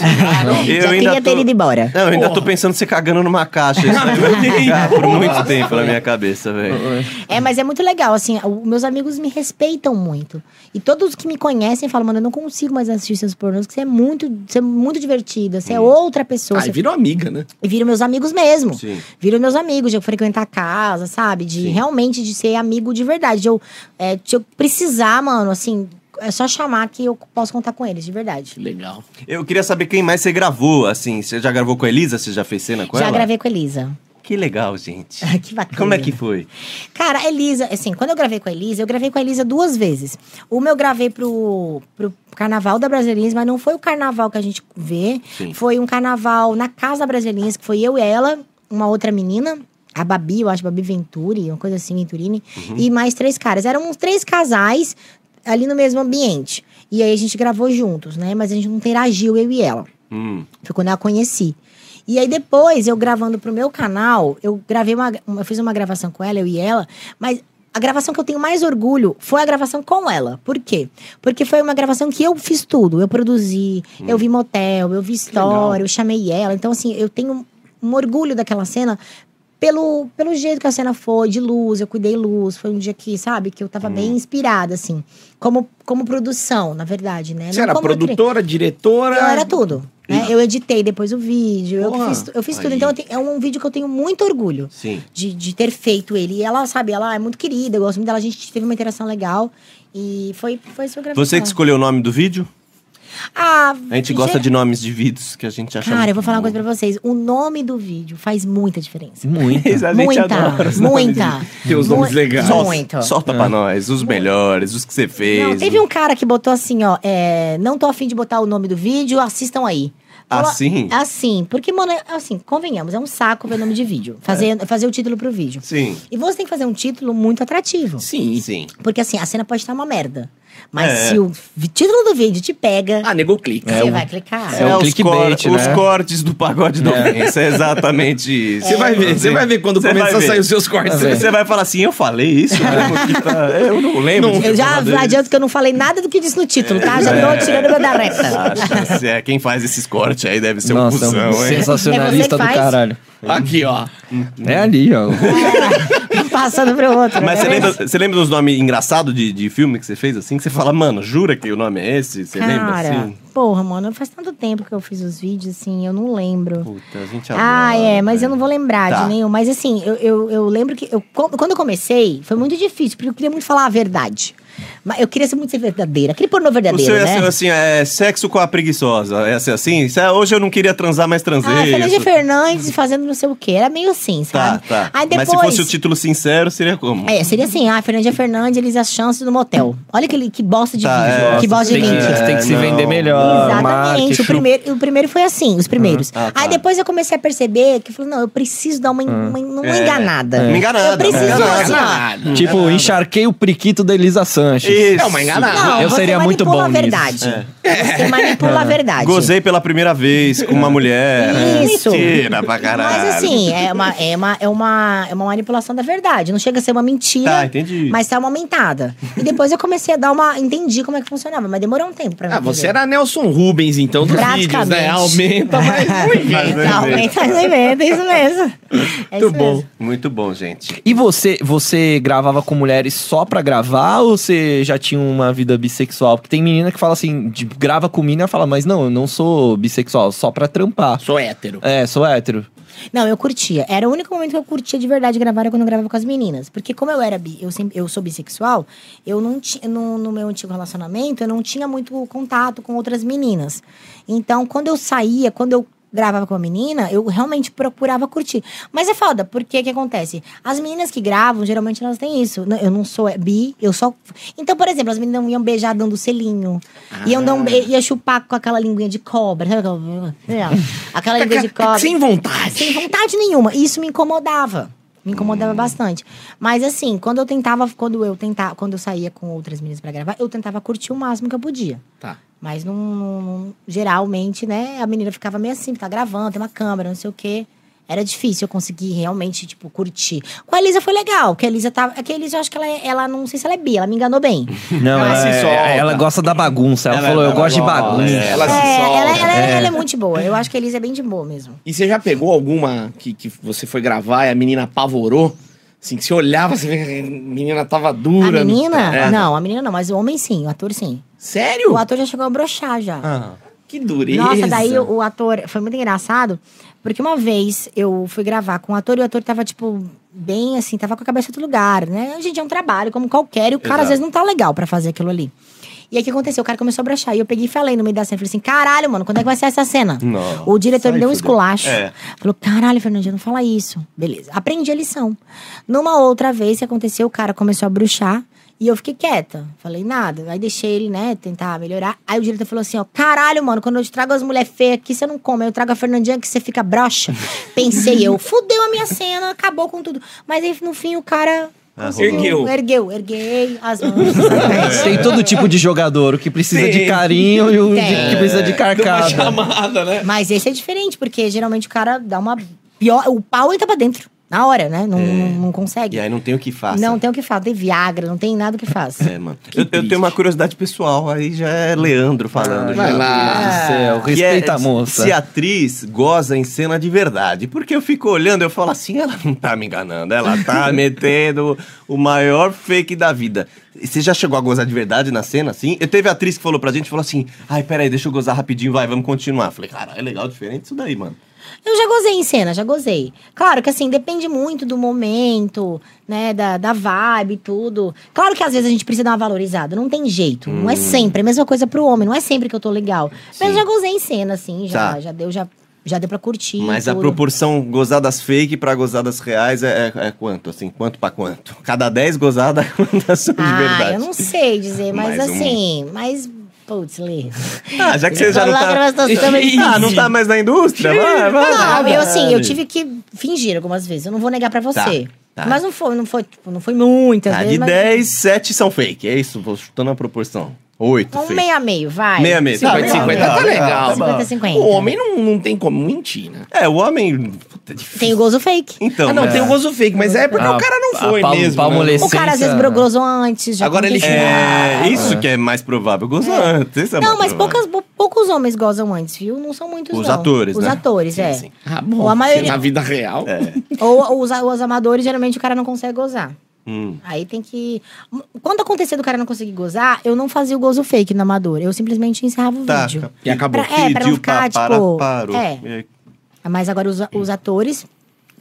Speaker 2: Eu ainda
Speaker 4: Já queria ter
Speaker 2: tô-
Speaker 4: ido embora.
Speaker 2: Não, eu ainda
Speaker 1: Porra.
Speaker 2: tô pensando você cagando numa caixa. Isso aí vai ficar por muito tempo na minha cabeça, velho.
Speaker 4: É, mas é muito legal, assim, o- meus amigos me respeitam muito. E todos que me conhecem falam, mano, eu não consigo mais assistir seus pornôs, que você é muito, você é muito divertida, você é outra pessoa.
Speaker 1: Aí
Speaker 4: você-
Speaker 1: virou amiga, né?
Speaker 4: E viram meus amigos mesmo.
Speaker 2: Sim.
Speaker 4: Viram meus amigos, de eu frequentar a casa, sabe? De realmente de ser amigo de verdade. De eu, é, de eu precisar, mano, assim, é só chamar que eu posso contar com eles, de verdade.
Speaker 1: Legal.
Speaker 2: Eu queria saber quem mais você gravou, assim. Você já gravou com a Elisa? Você já fez cena com
Speaker 4: Já
Speaker 2: ela?
Speaker 4: gravei com a Elisa.
Speaker 2: Que legal, gente.
Speaker 4: é que bacana.
Speaker 2: Como é que foi?
Speaker 4: Cara, a Elisa, assim, quando eu gravei com a Elisa, eu gravei com a Elisa duas vezes. Uma eu gravei pro, pro Carnaval da Brasilinhas, mas não foi o carnaval que a gente vê.
Speaker 2: Sim.
Speaker 4: Foi um carnaval na Casa da Brasilinhas, que foi eu e ela, uma outra menina. A Babi, eu acho, Babi Venturi, uma coisa assim, Venturini. E mais três caras. Eram uns três casais ali no mesmo ambiente. E aí a gente gravou juntos, né? Mas a gente não interagiu, eu e ela.
Speaker 2: Hum,
Speaker 4: Foi quando eu a conheci. E aí depois, eu gravando pro meu canal, eu gravei uma, uma- eu fiz uma gravação com ela, eu e ela, mas a gravação que eu tenho mais orgulho foi a gravação com ela. Por quê? Porque foi uma gravação que eu fiz tudo. Eu produzi,
Speaker 1: Hum.
Speaker 4: eu vi motel, eu vi história, eu chamei ela. Então, assim, eu tenho um orgulho daquela cena pelo, pelo jeito que a cena foi, de luz, eu cuidei luz. Foi um dia que, sabe, que eu tava
Speaker 1: Hum.
Speaker 4: bem inspirada, assim. Como, como produção, na verdade, né?
Speaker 1: Você
Speaker 4: Não
Speaker 1: era
Speaker 4: como tre-
Speaker 1: produtora, diretora?
Speaker 4: eu era tudo. né? Eu editei depois o vídeo, eu que
Speaker 2: Porra,
Speaker 4: fiz, tu- eu fiz tudo.
Speaker 2: aí.
Speaker 4: Então eu te- é um vídeo que eu tenho muito orgulho
Speaker 2: sim.
Speaker 4: de, de ter feito ele. E ela, sabe, ela é muito querida, eu gosto muito dela, a gente teve uma interação legal. E foi, foi isso que eu gravei.
Speaker 2: Você que
Speaker 4: com ela.
Speaker 2: escolheu o nome do vídeo?
Speaker 4: Ah,
Speaker 2: A gente gosta de nomes de vídeos que a gente acha.
Speaker 4: Cara, eu
Speaker 2: muito
Speaker 4: vou falar uma
Speaker 2: bom.
Speaker 4: coisa pra vocês. O nome do vídeo faz muita diferença.
Speaker 3: Muito.
Speaker 2: A gente
Speaker 4: muita,
Speaker 2: adora os nomes de
Speaker 4: muita.
Speaker 1: Tem os
Speaker 4: Mu-
Speaker 1: nomes legais.
Speaker 4: Muito.
Speaker 2: Solta pra nós, os melhores, os que você fez.
Speaker 4: Não, teve um cara que botou assim, ó. é, não tô afim de botar o nome do vídeo, assistam aí. Falou-
Speaker 2: Assim?
Speaker 4: Assim. Porque, mano, é- assim, convenhamos, é um saco ver nome de vídeo. Fazer, fazer o título pro vídeo.
Speaker 2: É. Sim.
Speaker 4: E você tem que fazer um título muito atrativo.
Speaker 2: Sim. Sim.
Speaker 4: Porque assim, a cena pode estar uma merda. Mas
Speaker 2: É. um
Speaker 4: se o vi- título do vídeo te pega,
Speaker 1: Ah, nego clica.
Speaker 4: você vai clicar.
Speaker 3: É o clickbait, né?
Speaker 2: os cortes do pagode da ofensa, é exatamente isso.
Speaker 1: Você vai ver, você
Speaker 2: Sim.
Speaker 1: vai ver quando
Speaker 2: Você
Speaker 1: começar
Speaker 2: vai
Speaker 1: a
Speaker 2: ver.
Speaker 1: sair os seus cortes.
Speaker 2: Você você vai falar assim, eu falei isso? Eu
Speaker 1: É.
Speaker 2: lembro que tá- Eu não lembro. de É. ter
Speaker 4: Eu já
Speaker 2: falado isso.
Speaker 4: adianto que eu não falei nada do que disse no título, tá? Já tô tirando meu da reta.
Speaker 2: Acha, se é, quem faz esses cortes aí deve ser um
Speaker 3: Nossa,
Speaker 2: cuzão,
Speaker 3: um
Speaker 2: hein?
Speaker 3: sensacionalista
Speaker 4: É você que
Speaker 3: do
Speaker 4: faz?
Speaker 3: caralho.
Speaker 1: Aqui, ó.
Speaker 3: É ali, ó.
Speaker 4: Um Passando pro outro.
Speaker 2: Mas
Speaker 4: né?
Speaker 2: você lembra, você lembra dos nomes engraçados de, de filme que você fez assim? Que você fala, mano, jura que o nome é esse? Você lembra
Speaker 4: Cara,
Speaker 2: assim?
Speaker 4: porra, mano, faz tanto tempo que eu fiz os vídeos, assim, eu não lembro.
Speaker 2: Puta, a gente
Speaker 4: Ah,
Speaker 2: adora,
Speaker 4: é, mas eu não vou
Speaker 2: velho.
Speaker 4: lembrar
Speaker 2: Tá.
Speaker 4: de nenhum. Mas assim, eu, eu, eu lembro que eu, co- quando eu comecei, foi muito difícil, porque eu queria muito falar a verdade. Mas eu queria ser muito ser verdadeira. Aquele pornô
Speaker 2: O seu
Speaker 4: verdadeiro,
Speaker 2: ia
Speaker 4: né?
Speaker 2: ser assim, é sexo com a preguiçosa. É assim, isso é, hoje eu não queria transar, mas transei.
Speaker 4: Ah, Fernanda
Speaker 2: isso.
Speaker 4: Fernandes fazendo não sei o quê. Era meio assim,
Speaker 2: Tá,
Speaker 4: sabe?
Speaker 2: tá.
Speaker 4: Aí depois.
Speaker 2: Mas se fosse o título sincero, seria como?
Speaker 4: É, seria assim, ah, Fernanda Fernandes, Elisa Chance no motel. Olha que, que bosta de
Speaker 2: Tá,
Speaker 4: vídeo,
Speaker 2: é,
Speaker 4: que bosta de
Speaker 3: Tem que,
Speaker 4: vídeo.
Speaker 3: tem que se
Speaker 2: não.
Speaker 3: vender melhor.
Speaker 4: Exatamente.
Speaker 3: marketing.
Speaker 4: O primeiro, o primeiro foi assim, os primeiros.
Speaker 2: Ah, tá.
Speaker 4: Aí depois eu comecei a perceber que eu falei, não, eu preciso dar uma, en- uma en- uma
Speaker 2: É.
Speaker 4: enganada.
Speaker 2: Uma enganada,
Speaker 4: Eu preciso,
Speaker 2: uma
Speaker 1: é
Speaker 2: enganada.
Speaker 4: assim, ó.
Speaker 3: Tipo, encharquei o priquito da Elisa Sanches.
Speaker 2: Isso.
Speaker 1: É uma enganada.
Speaker 4: Não,
Speaker 3: Eu
Speaker 4: você
Speaker 3: seria muito
Speaker 4: manipula
Speaker 3: bom
Speaker 4: a
Speaker 3: nisso.
Speaker 4: verdade. Você manipula a verdade.
Speaker 2: Gozei pela primeira vez com uma mulher.
Speaker 4: Isso.
Speaker 2: Mentira pra caralho.
Speaker 4: Mas assim, é uma, é, uma, é, uma, é uma manipulação da verdade. Não chega a ser uma mentira,
Speaker 2: Tá, entendi.
Speaker 4: mas tá uma aumentada. E depois eu comecei a dar uma. Entendi como é que funcionava, mas demorou um tempo pra mim.
Speaker 1: Ah, você
Speaker 4: entender.
Speaker 1: era Nelson Rubens, então, dos vídeos, né?
Speaker 4: Praticamente.
Speaker 1: Aumenta, mas não inventa.
Speaker 4: Tá, aumenta, aumenta, é isso mesmo. É isso
Speaker 1: Muito bom.
Speaker 4: mesmo.
Speaker 2: Muito bom, gente.
Speaker 3: E você, você gravava com mulheres só pra gravar ou você já tinha uma vida bissexual? Porque tem menina que fala assim, de- grava com mina e fala, mas não, eu não sou bissexual, só pra trampar.
Speaker 1: Sou hétero.
Speaker 3: É, sou hétero.
Speaker 4: Não, eu curtia. Era o único momento que eu curtia de verdade gravar era quando eu gravava com as meninas. Porque como eu era bi, eu, sempre, eu sou bissexual, eu não tinha. No, no meu antigo relacionamento, eu não tinha muito contato com outras meninas. Então, quando eu saía, quando eu gravava com a menina, eu realmente procurava curtir. Mas é foda, porque o que acontece? As meninas que gravam, geralmente elas têm isso. Não, Eu não sou é, bi, eu só. Então, por exemplo, as meninas não iam beijar dando selinho. Iam dar um be... ia chupar com aquela linguinha de cobra. Sabe aquela, é, aquela linguinha de cobra.
Speaker 1: Sem vontade.
Speaker 4: Sem vontade nenhuma. E isso me incomodava. Me incomodava
Speaker 1: Hum.
Speaker 4: bastante. Mas assim, quando eu tentava, quando eu tentava, quando eu saía com outras meninas pra gravar, eu tentava curtir o máximo que eu podia.
Speaker 1: Tá.
Speaker 4: Mas não, não- não- geralmente, né, a menina ficava meio assim, tá gravando, tem uma câmera, não sei o quê. Era difícil eu conseguir realmente, tipo, curtir. Com a Elisa foi legal, porque a Elisa tava. Aqui a Elisa, eu acho que ela, é- ela não sei se ela é bi, ela me enganou bem.
Speaker 3: Não,
Speaker 1: Ela
Speaker 3: ela,
Speaker 1: se
Speaker 3: é-
Speaker 1: solta.
Speaker 3: ela gosta da bagunça. Ela, falou, eu gosto de bagunça.
Speaker 2: É,
Speaker 1: Ela
Speaker 4: É,
Speaker 1: se solta.
Speaker 4: ela, ela- ela é muito de boa. Eu acho que a Elisa é bem de boa mesmo.
Speaker 1: E você já pegou alguma que, que você foi gravar e a menina apavorou? Assim, que você olhava, você vê que a menina tava
Speaker 4: A
Speaker 1: dura.
Speaker 4: menina?
Speaker 1: É.
Speaker 4: Não, a menina não, mas o homem sim, o ator sim.
Speaker 1: Sério?
Speaker 4: O ator já chegou a brochar já.
Speaker 1: Que dureza.
Speaker 4: Nossa, daí o, o ator. Foi muito engraçado, porque uma vez eu fui gravar com o ator e o ator tava, tipo, bem assim, tava com a cabeça em outro lugar, né? Gente, é um trabalho como qualquer, e o cara às vezes não tá legal pra fazer aquilo ali. E aí o que aconteceu? O cara começou a brochar. E eu peguei e falei no meio da cena, falei assim: caralho, mano, quando é que vai ser essa cena?
Speaker 2: Nossa,
Speaker 4: o diretor me deu um
Speaker 2: aí fudeu.
Speaker 4: esculacho.
Speaker 2: É.
Speaker 4: Falou, caralho, Fernandinho, não fala isso. Beleza. Aprendi a lição. Numa outra vez que aconteceu, o cara começou a bruxar e eu fiquei quieta. Falei nada. Aí deixei ele, né, tentar melhorar. Aí o diretor falou assim: ó, caralho, mano, quando eu te trago as mulheres feias aqui, você não come. Eu trago a Fernandinha que você fica broxa. Pensei eu, fudeu a minha cena, acabou com tudo. Mas aí no fim o cara. conseguiu-
Speaker 1: Ergueu.
Speaker 4: Ergueu, erguei as mãos. exatamente.
Speaker 3: Tem todo tipo de jogador, o que precisa de
Speaker 1: Tem.
Speaker 3: carinho e o de-
Speaker 4: Tem.
Speaker 3: que precisa de
Speaker 1: Uma
Speaker 3: carcada.
Speaker 1: chamada, né?
Speaker 4: Mas esse é diferente, porque geralmente o cara dá uma pior. O pau entra pra dentro. Na hora, né? Não, não, não consegue.
Speaker 2: E aí não tem o que faça.
Speaker 4: Não tem o que fazer, tem Viagra, não tem nada o que faz.
Speaker 2: É, mano. Eu, eu tenho uma curiosidade pessoal, aí já é Leandro falando. já.
Speaker 1: Vai lá.
Speaker 3: Meu Deus do céu,
Speaker 2: Que
Speaker 3: respeita
Speaker 2: é,
Speaker 3: a moça.
Speaker 2: Se atriz goza em cena de verdade, porque eu fico olhando, eu falo assim, ela não tá me enganando, ela tá metendo o maior fake da vida. E Você já chegou a gozar de verdade na cena, assim? Eu teve atriz que falou pra gente, falou assim, ai, peraí, deixa eu gozar rapidinho, vai, vamos continuar. Falei, cara, é legal, diferente isso daí, mano.
Speaker 4: Eu já gozei em cena, já gozei. Claro que assim, depende muito do momento, né? Da, da vibe, tudo. Claro que às vezes a gente precisa dar uma valorizada, não tem jeito. Não
Speaker 2: Hum.
Speaker 4: é sempre. É a mesma coisa pro homem, não é sempre que eu tô legal. Mas eu já gozei em cena, assim, já,
Speaker 2: Tá.
Speaker 4: já deu, já, já deu pra curtir.
Speaker 2: Mas a
Speaker 4: tudo.
Speaker 2: proporção gozar das fake pra gozar das reais é, é- é quanto? Assim, quanto pra quanto? Cada é 10 gozadas, quantas são de
Speaker 4: Ah,
Speaker 2: verdade?
Speaker 4: eu não sei dizer, mas
Speaker 2: Mais um.
Speaker 4: assim, mas. Putz, Lê.
Speaker 2: Ah, já que você já não tá...
Speaker 4: Lágrimas do samba de
Speaker 2: Ah, não tá mais na indústria? Vai, vai.
Speaker 4: Não,
Speaker 2: vai.
Speaker 4: eu assim, eu tive que fingir algumas vezes. Eu não vou negar pra você.
Speaker 2: Tá, tá.
Speaker 4: Mas não foi, não foi, tipo, não foi muitas
Speaker 2: Tá,
Speaker 4: vezes.
Speaker 2: de
Speaker 4: mas
Speaker 2: 10, 7 são fake. É isso, vou chutando a proporção. 8
Speaker 4: Um
Speaker 2: fake.
Speaker 4: meia meio, vai.
Speaker 2: Meia meia,
Speaker 4: Sim,
Speaker 2: 50,
Speaker 4: tá
Speaker 2: 50,
Speaker 4: bom.
Speaker 2: tá legal.
Speaker 4: 50, 50.
Speaker 1: O homem não, não tem como mentir, né?
Speaker 2: É, o homem... puta, é difícil.
Speaker 4: Tem o gozo fake.
Speaker 2: Então,
Speaker 1: ah, não,
Speaker 2: é.
Speaker 1: tem o gozo fake, mas é porque o
Speaker 3: Ah,
Speaker 1: cara não
Speaker 3: a
Speaker 1: foi
Speaker 3: palmo-
Speaker 1: mesmo. né?
Speaker 3: palmolescência.
Speaker 4: O cara às vezes brogozou antes. Já
Speaker 1: Agora ele-
Speaker 4: aconteceu.
Speaker 2: É, isso que é mais provável. Gozar antes. isso é
Speaker 4: Não,
Speaker 2: mais
Speaker 4: mas
Speaker 2: provável.
Speaker 4: poucas, pou- poucos homens gozam antes, viu? Não são muitos,
Speaker 2: Os
Speaker 4: não.
Speaker 2: atores,
Speaker 4: Os
Speaker 2: né?
Speaker 4: atores,
Speaker 2: Sim,
Speaker 4: é.
Speaker 2: sim.
Speaker 1: Ah, bom.
Speaker 4: Ou a maioria-
Speaker 1: Na vida real.
Speaker 2: É.
Speaker 4: é, Ou os, os amadores, geralmente o cara não consegue gozar.
Speaker 2: Hum.
Speaker 4: Aí tem que. Quando acontecer do cara não conseguir gozar, eu não fazia o gozo fake no amador. Eu simplesmente encerrava o
Speaker 2: Tá,
Speaker 4: vídeo.
Speaker 1: E acabou.
Speaker 4: Pra- é, pra não
Speaker 2: Pediu
Speaker 4: ficar,
Speaker 2: para,
Speaker 4: tipo,
Speaker 2: parou.
Speaker 4: é.
Speaker 2: E aí,
Speaker 4: Mas agora os, os atores,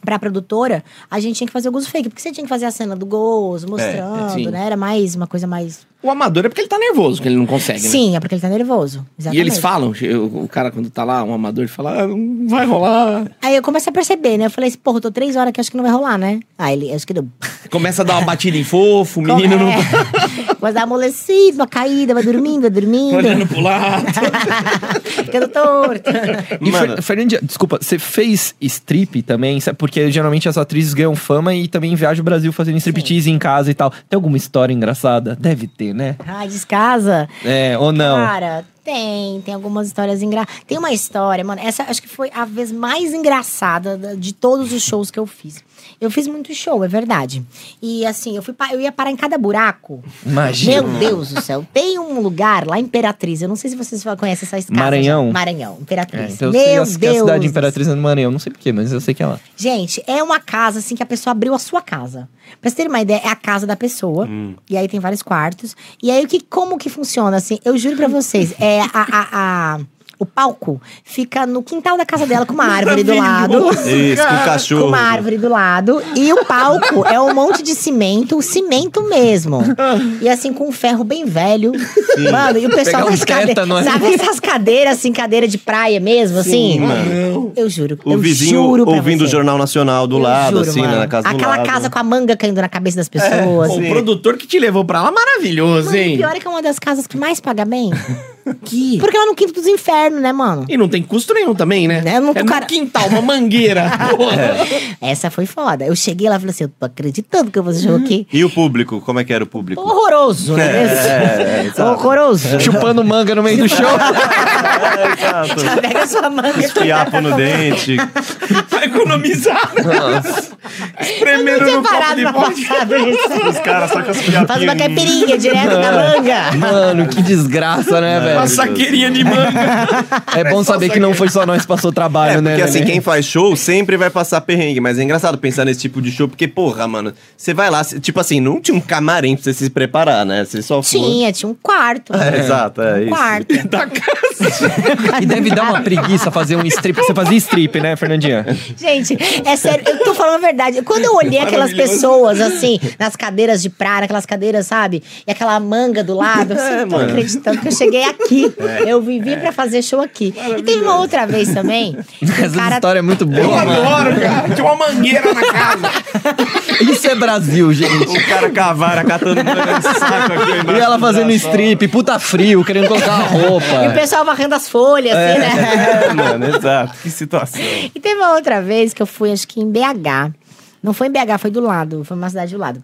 Speaker 4: pra produtora, a gente tinha que fazer o gozo fake. Porque você tinha que fazer a cena do
Speaker 2: É,
Speaker 4: gozo, mostrando,
Speaker 1: sim.
Speaker 4: né? Era mais uma coisa mais.
Speaker 1: O amador é porque ele tá nervoso, que ele não consegue, né?
Speaker 4: Sim, é porque ele tá nervoso. Exatamente.
Speaker 1: E eles falam, eu- o cara quando tá lá, um amador, ele fala, ah, não vai rolar.
Speaker 4: Aí eu comecei a perceber, né? Eu falei assim, porra, eu tô três horas que acho que não vai rolar, né? Aí ele, acho que deu.
Speaker 1: Começa a dar uma batida em fofo, o menino não tá
Speaker 4: É. Vai dar amolecido, uma caída, vai dormindo, vai dormindo.
Speaker 1: tá olhando pro lado.
Speaker 4: Ficando torto.
Speaker 3: E Fer-
Speaker 2: Mano.
Speaker 3: Fernandinha, desculpa, você fez strip também? Sabe, Porque geralmente as atrizes ganham fama e também viajam o Brasil fazendo striptease em casa e tal. Tem alguma história engraçada? Deve ter, né?
Speaker 4: Ai, descasa.
Speaker 3: É, ou não?
Speaker 4: Cara, tem, tem algumas histórias engraçadas. Tem uma história, mano, essa acho que foi a vez mais engraçada da- de todos os shows que eu fiz. Eu fiz muito show, é verdade. E assim, eu fui pa- eu ia parar em cada buraco.
Speaker 3: Imagina.
Speaker 4: Meu Deus do céu. Tem um lugar lá, Imperatriz. Eu não sei se vocês conhecem essa escada.
Speaker 3: Maranhão?
Speaker 4: já. Maranhão,
Speaker 3: É,
Speaker 4: Imperatriz.
Speaker 3: então eu
Speaker 4: Meu
Speaker 3: sei a,
Speaker 4: Deus.
Speaker 3: que a cidade
Speaker 4: do
Speaker 3: imperatriz é no Maranhão, não sei porquê, mas eu sei que é lá.
Speaker 4: Gente, é uma casa assim que a pessoa abriu a sua casa. Pra você ter uma ideia, é a casa da pessoa.
Speaker 2: Hum.
Speaker 4: E aí tem vários quartos. E aí o que, como que funciona assim? Eu juro pra vocês, é a, a- a- o palco fica no quintal da casa dela com uma árvore do lado.
Speaker 2: Isso, com o
Speaker 4: Com
Speaker 2: cachorro.
Speaker 4: uma árvore do lado. E o palco é um monte de cimento, cimento mesmo. E assim, com um ferro bem velho. Mano, e o pessoal
Speaker 3: Pegar um
Speaker 4: nas cadeiras.
Speaker 2: é?
Speaker 3: tétano, né?
Speaker 4: Sabe essas cadeiras, assim, cadeira de praia mesmo, assim?
Speaker 2: mano.
Speaker 4: Eu juro.
Speaker 2: O
Speaker 4: eu
Speaker 2: vizinho
Speaker 4: juro pra
Speaker 2: ouvindo o
Speaker 4: você.
Speaker 2: Jornal Nacional do
Speaker 4: Eu
Speaker 2: lado,
Speaker 4: juro,
Speaker 2: assim, né,
Speaker 4: mano.
Speaker 2: na casa do
Speaker 4: Aquela
Speaker 2: lado.
Speaker 4: casa com a manga caindo na cabeça das pessoas.
Speaker 1: Pô,
Speaker 4: Mano,
Speaker 1: o produtor que te levou pra lá, maravilhoso,
Speaker 4: o
Speaker 1: hein?
Speaker 4: pior é que é uma das casas que mais paga bem.
Speaker 1: Que...
Speaker 4: Porque ela é no quinto dos infernos, né, mano?
Speaker 1: E não tem custo nenhum também, né?
Speaker 4: Né, não-
Speaker 1: é no
Speaker 4: o cara-
Speaker 1: quintal, uma mangueira. porra.
Speaker 4: Essa foi foda. Eu cheguei lá e falei assim, eu tô acreditando que você jogou aqui.
Speaker 2: E o público? Como é que era o público?
Speaker 4: Horroroso, né?
Speaker 2: É, é, sabe.
Speaker 4: Horroroso.
Speaker 3: Chupando um manga no meio do show.
Speaker 2: É, exato.
Speaker 4: Já pega sua manga.
Speaker 2: Fiapo no dente.
Speaker 1: Pra economizar.
Speaker 4: Eu
Speaker 1: Espremendo
Speaker 4: não tinha
Speaker 1: no copo
Speaker 4: parado
Speaker 1: de
Speaker 4: pra
Speaker 1: pó.
Speaker 4: passar isso.
Speaker 2: Os caras só com as fiapinhas.
Speaker 4: Faz uma caipirinha direto
Speaker 2: É.
Speaker 4: da manga.
Speaker 3: Mano, que desgraça, né,
Speaker 1: Uma
Speaker 3: velho?
Speaker 1: saqueirinha de manga.
Speaker 3: É bom saber que não foi só nós que passou trabalho,
Speaker 2: É,
Speaker 3: né?
Speaker 2: porque assim,
Speaker 3: Nenê?
Speaker 2: quem faz show sempre vai passar perrengue, mas é engraçado pensar nesse tipo de show, porque, porra, mano, você vai lá, cê- tipo assim, não tinha um camarim pra você se preparar, né? Você só foi.
Speaker 4: Tinha, tinha um quarto.
Speaker 2: É, exato, é
Speaker 4: um
Speaker 2: isso.
Speaker 4: quarto.
Speaker 1: da casa.
Speaker 3: E deve dar uma preguiça fazer um strip. Você fazia strip, né, Fernandinha?
Speaker 4: Gente, é sério, eu tô falando a verdade. Quando eu olhei aquelas
Speaker 1: Maravilhoso.
Speaker 4: pessoas, assim, nas cadeiras de praia, aquelas cadeiras, sabe? E aquela manga do lado, eu assim, não tô
Speaker 2: É, mano. É,
Speaker 4: acreditando que eu cheguei aqui. Eu vivi pra fazer show aqui. E teve uma outra vez também. que o
Speaker 3: Essa
Speaker 4: cara-
Speaker 3: história é muito
Speaker 1: Eu
Speaker 3: boa, mano.
Speaker 1: adoro, cara. Tinha uma mangueira na casa.
Speaker 3: Isso é Brasil, gente.
Speaker 2: O Um cara cavara catando manga de saco aqui.
Speaker 3: E ela fazendo strip, puta frio, querendo colocar a
Speaker 4: E o
Speaker 3: roupa.
Speaker 4: pessoal varrendo as folhas, assim, né?
Speaker 2: É, mano, exato. Que situação.
Speaker 4: E teve uma outra vez que eu fui, acho que em BH. Não foi em BH, foi do lado, foi uma cidade do lado.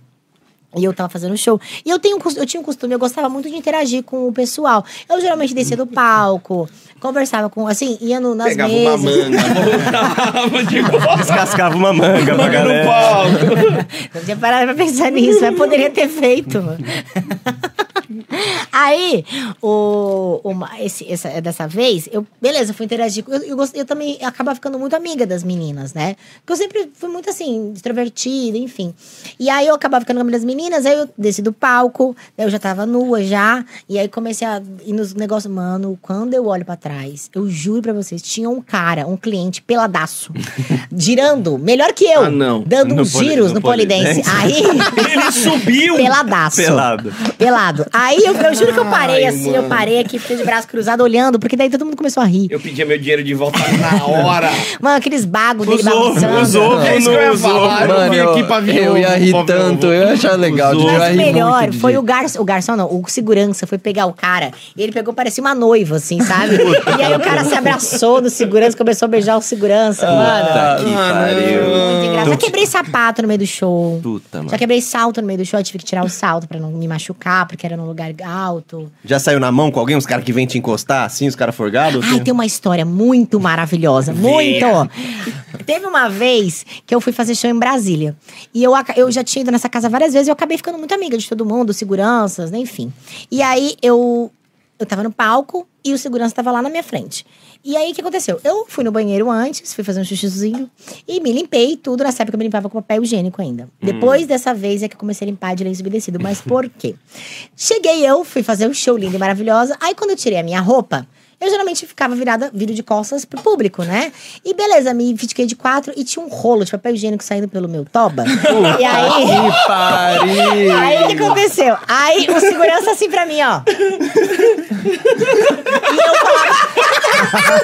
Speaker 4: E eu tava fazendo show. E eu, tenho, um cos- eu tinha um costume, eu gostava muito de interagir com o pessoal. Eu geralmente descia do palco, conversava com, assim, ia no, nas
Speaker 1: Pegava uma
Speaker 4: mesas.
Speaker 1: manga, voltava de volta.
Speaker 2: Descascava uma manga pra
Speaker 1: Manga no
Speaker 2: galera.
Speaker 1: pau.
Speaker 4: Não tinha parado pra pensar nisso, mas poderia ter feito. Aí, o, o ma- esse, essa, dessa vez, eu, beleza, eu fui interagir. com- Eu, eu, gost- eu também acabava ficando muito amiga das meninas, né? Porque eu sempre fui muito assim, extrovertida, enfim. E aí eu acabava ficando com amiga das meninas, aí eu desci do palco, daí eu já tava nua já. E aí comecei a ir nos negócios. Mano, quando eu olho pra trás, eu juro pra vocês, tinha um cara, um cliente peladaço, girando, melhor que eu,
Speaker 1: Ah, não.
Speaker 4: dando
Speaker 2: No
Speaker 4: uns
Speaker 2: poli-
Speaker 4: giros
Speaker 2: no
Speaker 4: no polidense.
Speaker 2: polidense. um
Speaker 4: Aí.
Speaker 1: Ele subiu!
Speaker 4: Peladaço.
Speaker 2: Pelado.
Speaker 4: Pelado. Aí eu, eu juro que eu parei
Speaker 1: Ai,
Speaker 4: assim, eu
Speaker 1: mano.
Speaker 4: parei aqui, fiquei de braço cruzado olhando, porque daí todo mundo começou a rir.
Speaker 1: Eu pedia meu dinheiro de volta na hora.
Speaker 4: Mano, aqueles bagos dele
Speaker 2: Usou,
Speaker 4: balançando.
Speaker 2: usou,
Speaker 1: É isso que eu ia
Speaker 2: usou.
Speaker 1: falar. Eu
Speaker 3: Mano,
Speaker 1: vim
Speaker 3: eu,
Speaker 1: aqui pra ver
Speaker 3: eu
Speaker 1: o-
Speaker 3: ia rir
Speaker 1: o-
Speaker 3: tanto, eu ia achar legal.
Speaker 2: Os
Speaker 3: Eu ia
Speaker 4: Mas
Speaker 3: rir
Speaker 4: o melhor
Speaker 3: muito de
Speaker 4: foi
Speaker 3: jeito.
Speaker 4: o garçom, o garçom não, o segurança foi pegar o cara, e ele pegou, parecia uma noiva, assim, sabe? e aí o cara se abraçou do segurança, começou a beijar o segurança,
Speaker 2: Puta
Speaker 4: mano.
Speaker 2: que pariu.
Speaker 4: Muito engraçado. Já quebrei sapato no meio do show.
Speaker 2: Puta, mano.
Speaker 4: Já quebrei salto no meio do show, eu tive que tirar o salto pra não me machucar, porque era num lugar alto.
Speaker 2: Já saiu na mão com alguém? Os caras que vêm te encostar assim, os caras forgados?
Speaker 4: Ai, tem uma história muito maravilhosa, muito! Teve uma vez que eu fui fazer show em Brasília. E eu, aca- eu já tinha ido nessa casa várias vezes, eu acabei ficando muito amiga de todo mundo, seguranças, né, enfim. E aí eu, eu tava no palco e o segurança tava lá na minha frente. E aí o que aconteceu? Eu fui no banheiro antes, fui fazer um xixizinho e me limpei tudo. Nessa época eu me limpava com papel higiênico ainda. Depois dessa vez é que eu comecei a limpar de lenço umedecido. Mas por quê? Cheguei eu, fui fazer um show lindo e maravilhosa. Aí quando eu tirei a minha roupa, eu geralmente ficava virada, viro de costas pro público, né? E beleza, me fiquei de quatro e tinha um rolo de papel higiênico saindo pelo meu toba. e aí.
Speaker 3: Que pariu!
Speaker 4: Aí o que aconteceu? Aí o segurança assim pra mim, ó. e eu falava.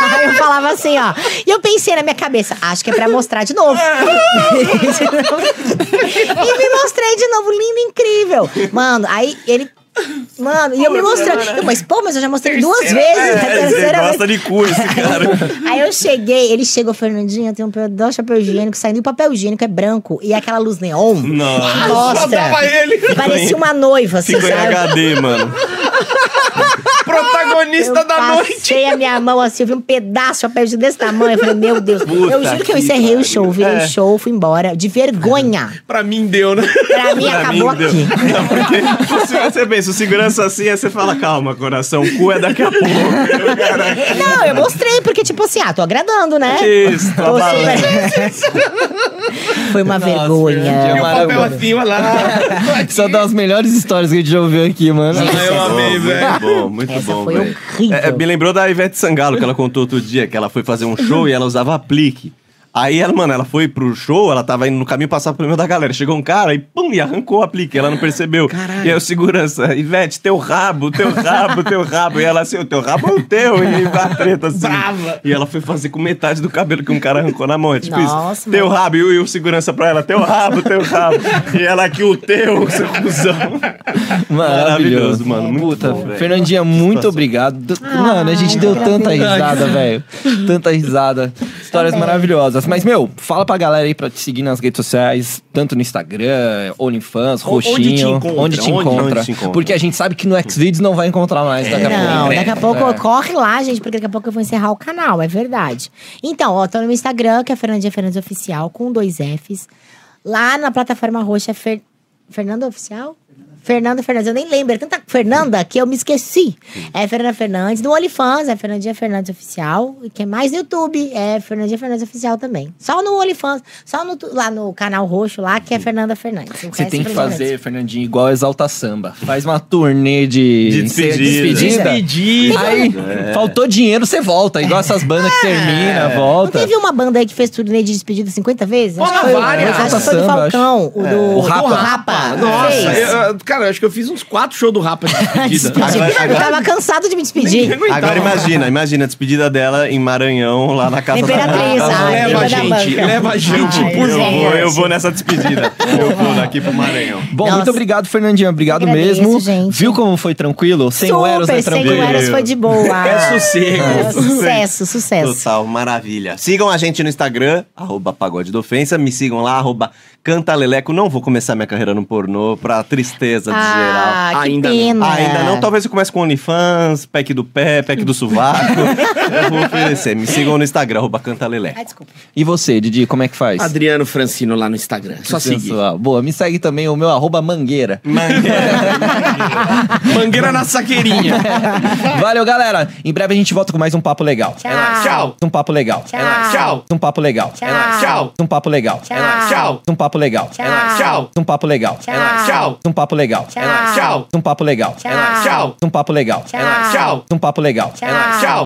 Speaker 4: Aí eu falava assim, ó. E eu pensei na minha cabeça, acho que é pra mostrar de novo. e me mostrei de novo, lindo, incrível. Mano, aí ele. Mano, e eu me mostrei. Mas, pô, mas eu já mostrei duas vezes. a terceira vez.
Speaker 2: É, de cu esse cara.
Speaker 4: Aí eu cheguei, ele chegou, Fernandinha, tem um pedaço de papel higiênico saindo. E o papel higiênico é branco. E é aquela luz neon.
Speaker 2: Nossa.
Speaker 4: Mostra.
Speaker 1: Tava ele,
Speaker 4: Parecia uma noiva, assim,
Speaker 2: Ficou em
Speaker 4: sabe?
Speaker 2: HD, mano.
Speaker 1: protagonista
Speaker 4: Eu
Speaker 1: da noite.
Speaker 4: passei a minha mão assim, eu vi um pedaço de papel higiênico desse tamanho. Eu falei, meu Deus.
Speaker 2: Puta
Speaker 4: eu juro que eu
Speaker 2: que
Speaker 4: encerrei o
Speaker 2: pariu.
Speaker 4: show, virei
Speaker 2: É.
Speaker 4: o show, fui embora. De vergonha.
Speaker 1: Pra mim deu, né?
Speaker 4: Pra mim,
Speaker 2: Pra
Speaker 4: acabou
Speaker 2: mim, deu.
Speaker 4: aqui.
Speaker 2: Não, porque se você pensa, o segurança assim, aí você fala, calma, coração, o cu é daqui a pouco. Cara,
Speaker 4: Não, eu mostrei, porque tipo assim, ah, tô agradando, né?
Speaker 2: isso,
Speaker 4: Tô
Speaker 2: tá balando.
Speaker 4: super- Foi uma
Speaker 3: gente,
Speaker 4: vergonha.
Speaker 1: E o papel
Speaker 3: maravilhoso.
Speaker 1: assim, olha lá.
Speaker 3: Isso é uma das melhores histórias que a gente já ouviu aqui, mano.
Speaker 1: Ah, eu amei, velho.
Speaker 2: Muito bom, muito
Speaker 4: Essa
Speaker 2: bom,
Speaker 4: foi
Speaker 2: velho.
Speaker 4: horrível.
Speaker 2: É, é, me lembrou da Ivete Sangalo, que ela contou outro dia, que ela foi fazer um show e ela usava aplique. Aí ela, mano, ela foi pro show, ela tava indo no caminho, passava pelo meio da galera. Chegou um cara e pum, e arrancou o aplique. Ela não percebeu. E aí o segurança, Ivete, teu rabo, teu rabo, teu rabo. E ela assim, o teu rabo é o teu. E a treta assim.
Speaker 1: Brava.
Speaker 2: E ela foi fazer com metade do cabelo que um cara arrancou na mão. É tipo
Speaker 4: Nossa,
Speaker 2: isso. Teu
Speaker 4: mano.
Speaker 2: rabo. E o, e o segurança pra ela, teu rabo, teu rabo. e ela aqui, o teu, seu cuzão. Maravilhoso,
Speaker 3: Maravilhoso,
Speaker 2: mano. Muito
Speaker 3: Puta,
Speaker 2: bom, velho.
Speaker 3: Fernandinha, muito obrigado. Du-
Speaker 4: Ah,
Speaker 3: Mano, a gente deu tanta risada, velho. Tanta risada. Histórias
Speaker 4: Tá
Speaker 3: maravilhosas. Mas, meu, fala pra galera aí pra te seguir nas redes sociais, tanto no Instagram, OnlyFans,
Speaker 1: O- onde te
Speaker 3: Roxinho,
Speaker 1: encontra?
Speaker 3: onde te
Speaker 2: Onde-
Speaker 3: encontra.
Speaker 2: onde te encontra?
Speaker 3: Porque a gente sabe que no Xvideos não vai encontrar mais daqui a
Speaker 4: Não,
Speaker 3: pouco.
Speaker 4: daqui a pouco
Speaker 3: É.
Speaker 4: corre lá, gente, porque daqui a pouco eu vou encerrar o canal, é verdade. Então, ó, tô no meu Instagram, que é Fernandinha Fernandes Oficial, com dois Fs. Lá na plataforma roxa é Fer... Fernanda Oficial? Fernanda Fernandes, eu nem lembro, é tanta Fernanda que eu me esqueci. É Fernanda Fernandes, do OnlyFans, é Fernandinha Fernandes Oficial, e que é mais no YouTube, é Fernandinha Fernandes Oficial também. Só no OnlyFans, só no, tu- lá no canal roxo lá, que é Fernanda Fernandes. O
Speaker 3: Você
Speaker 4: resto é
Speaker 3: tem que
Speaker 4: Fernanda Fernandes.
Speaker 3: fazer, Fernandinho, igual Exalta Samba. Faz uma turnê de,
Speaker 2: De despedida. É.
Speaker 3: despedida.
Speaker 1: Pedi.
Speaker 3: Aí, faltou dinheiro, você volta. Igual essas bandas que termina,
Speaker 4: Não
Speaker 3: volta.
Speaker 4: teve uma banda aí que fez turnê de despedida 50 vezes? Acho que
Speaker 1: mas
Speaker 4: foi-
Speaker 1: várias.
Speaker 4: Acho que foi do
Speaker 3: Samba, É.
Speaker 4: Falcão, o do
Speaker 3: O Rapa.
Speaker 4: do Rapa.
Speaker 1: Nossa,
Speaker 4: fez.
Speaker 1: eu- eu- cara, eu acho que eu fiz uns quatro shows do Rapa de despedida.
Speaker 4: Despedida.
Speaker 2: Agora-
Speaker 4: Eu tava cansado de me despedir.
Speaker 2: Agora imagina, imagina a despedida dela em Maranhão, lá na casa
Speaker 4: Imperatriz,
Speaker 2: da
Speaker 4: ai,
Speaker 1: leva a
Speaker 4: lembra da
Speaker 1: gente,
Speaker 4: banca.
Speaker 1: leva a gente,
Speaker 4: Ai,
Speaker 1: por
Speaker 2: eu vou,
Speaker 1: favor.
Speaker 2: eu vou nessa despedida. Eu vou daqui pro Maranhão.
Speaker 3: Bom,
Speaker 4: Nossa.
Speaker 3: muito obrigado, Fernandinha. Obrigado
Speaker 4: Eu agradeço,
Speaker 3: mesmo.
Speaker 4: gente.
Speaker 3: Viu como foi tranquilo? Sem o Eros é
Speaker 4: Super, sem o
Speaker 3: tranquilo.
Speaker 4: Eros foi de boa.
Speaker 2: É sossego.
Speaker 4: É, Sucesso, sucesso.
Speaker 2: Total, maravilha. Sigam a gente no Instagram, arroba pagode do ofensa. Me sigam lá, arroba cantaleleco. Não vou começar minha carreira no pornô, pra tristeza coisa de geral.
Speaker 4: Ah, que
Speaker 1: Ainda não.
Speaker 4: pena.
Speaker 2: Ainda não, talvez eu comece com OnlyFans, pack do pé, pack do sovaco. eu vou oferecer. Me sigam no Instagram, arroba cantalelé.
Speaker 4: Ah, desculpa.
Speaker 3: E você, Didi, como é que faz?
Speaker 1: Adriano Francino lá no Instagram. Só seguir.
Speaker 3: Sensual. Boa, me segue também o meu arroba mangueira.
Speaker 1: Mangueira na saqueirinha.
Speaker 3: Valeu, galera. Em breve a gente volta com mais um papo legal.
Speaker 4: Tchau. É Tchau. É
Speaker 3: Um papo legal.
Speaker 4: Tchau. É
Speaker 3: Tchau. Um papo legal.
Speaker 4: Tchau. É
Speaker 3: Um papo legal.
Speaker 4: Tchau. É
Speaker 3: Um papo legal.
Speaker 4: Tchau. É
Speaker 3: Um papo legal.
Speaker 4: Tchau.
Speaker 3: Um papo legal.
Speaker 4: É Tchau. É
Speaker 3: Um papo legal.
Speaker 4: Tchau.
Speaker 3: Um papo legal.
Speaker 4: Tchau.
Speaker 3: Um papo legal.
Speaker 4: Tchau. É
Speaker 3: Um papo legal.
Speaker 4: Tchau.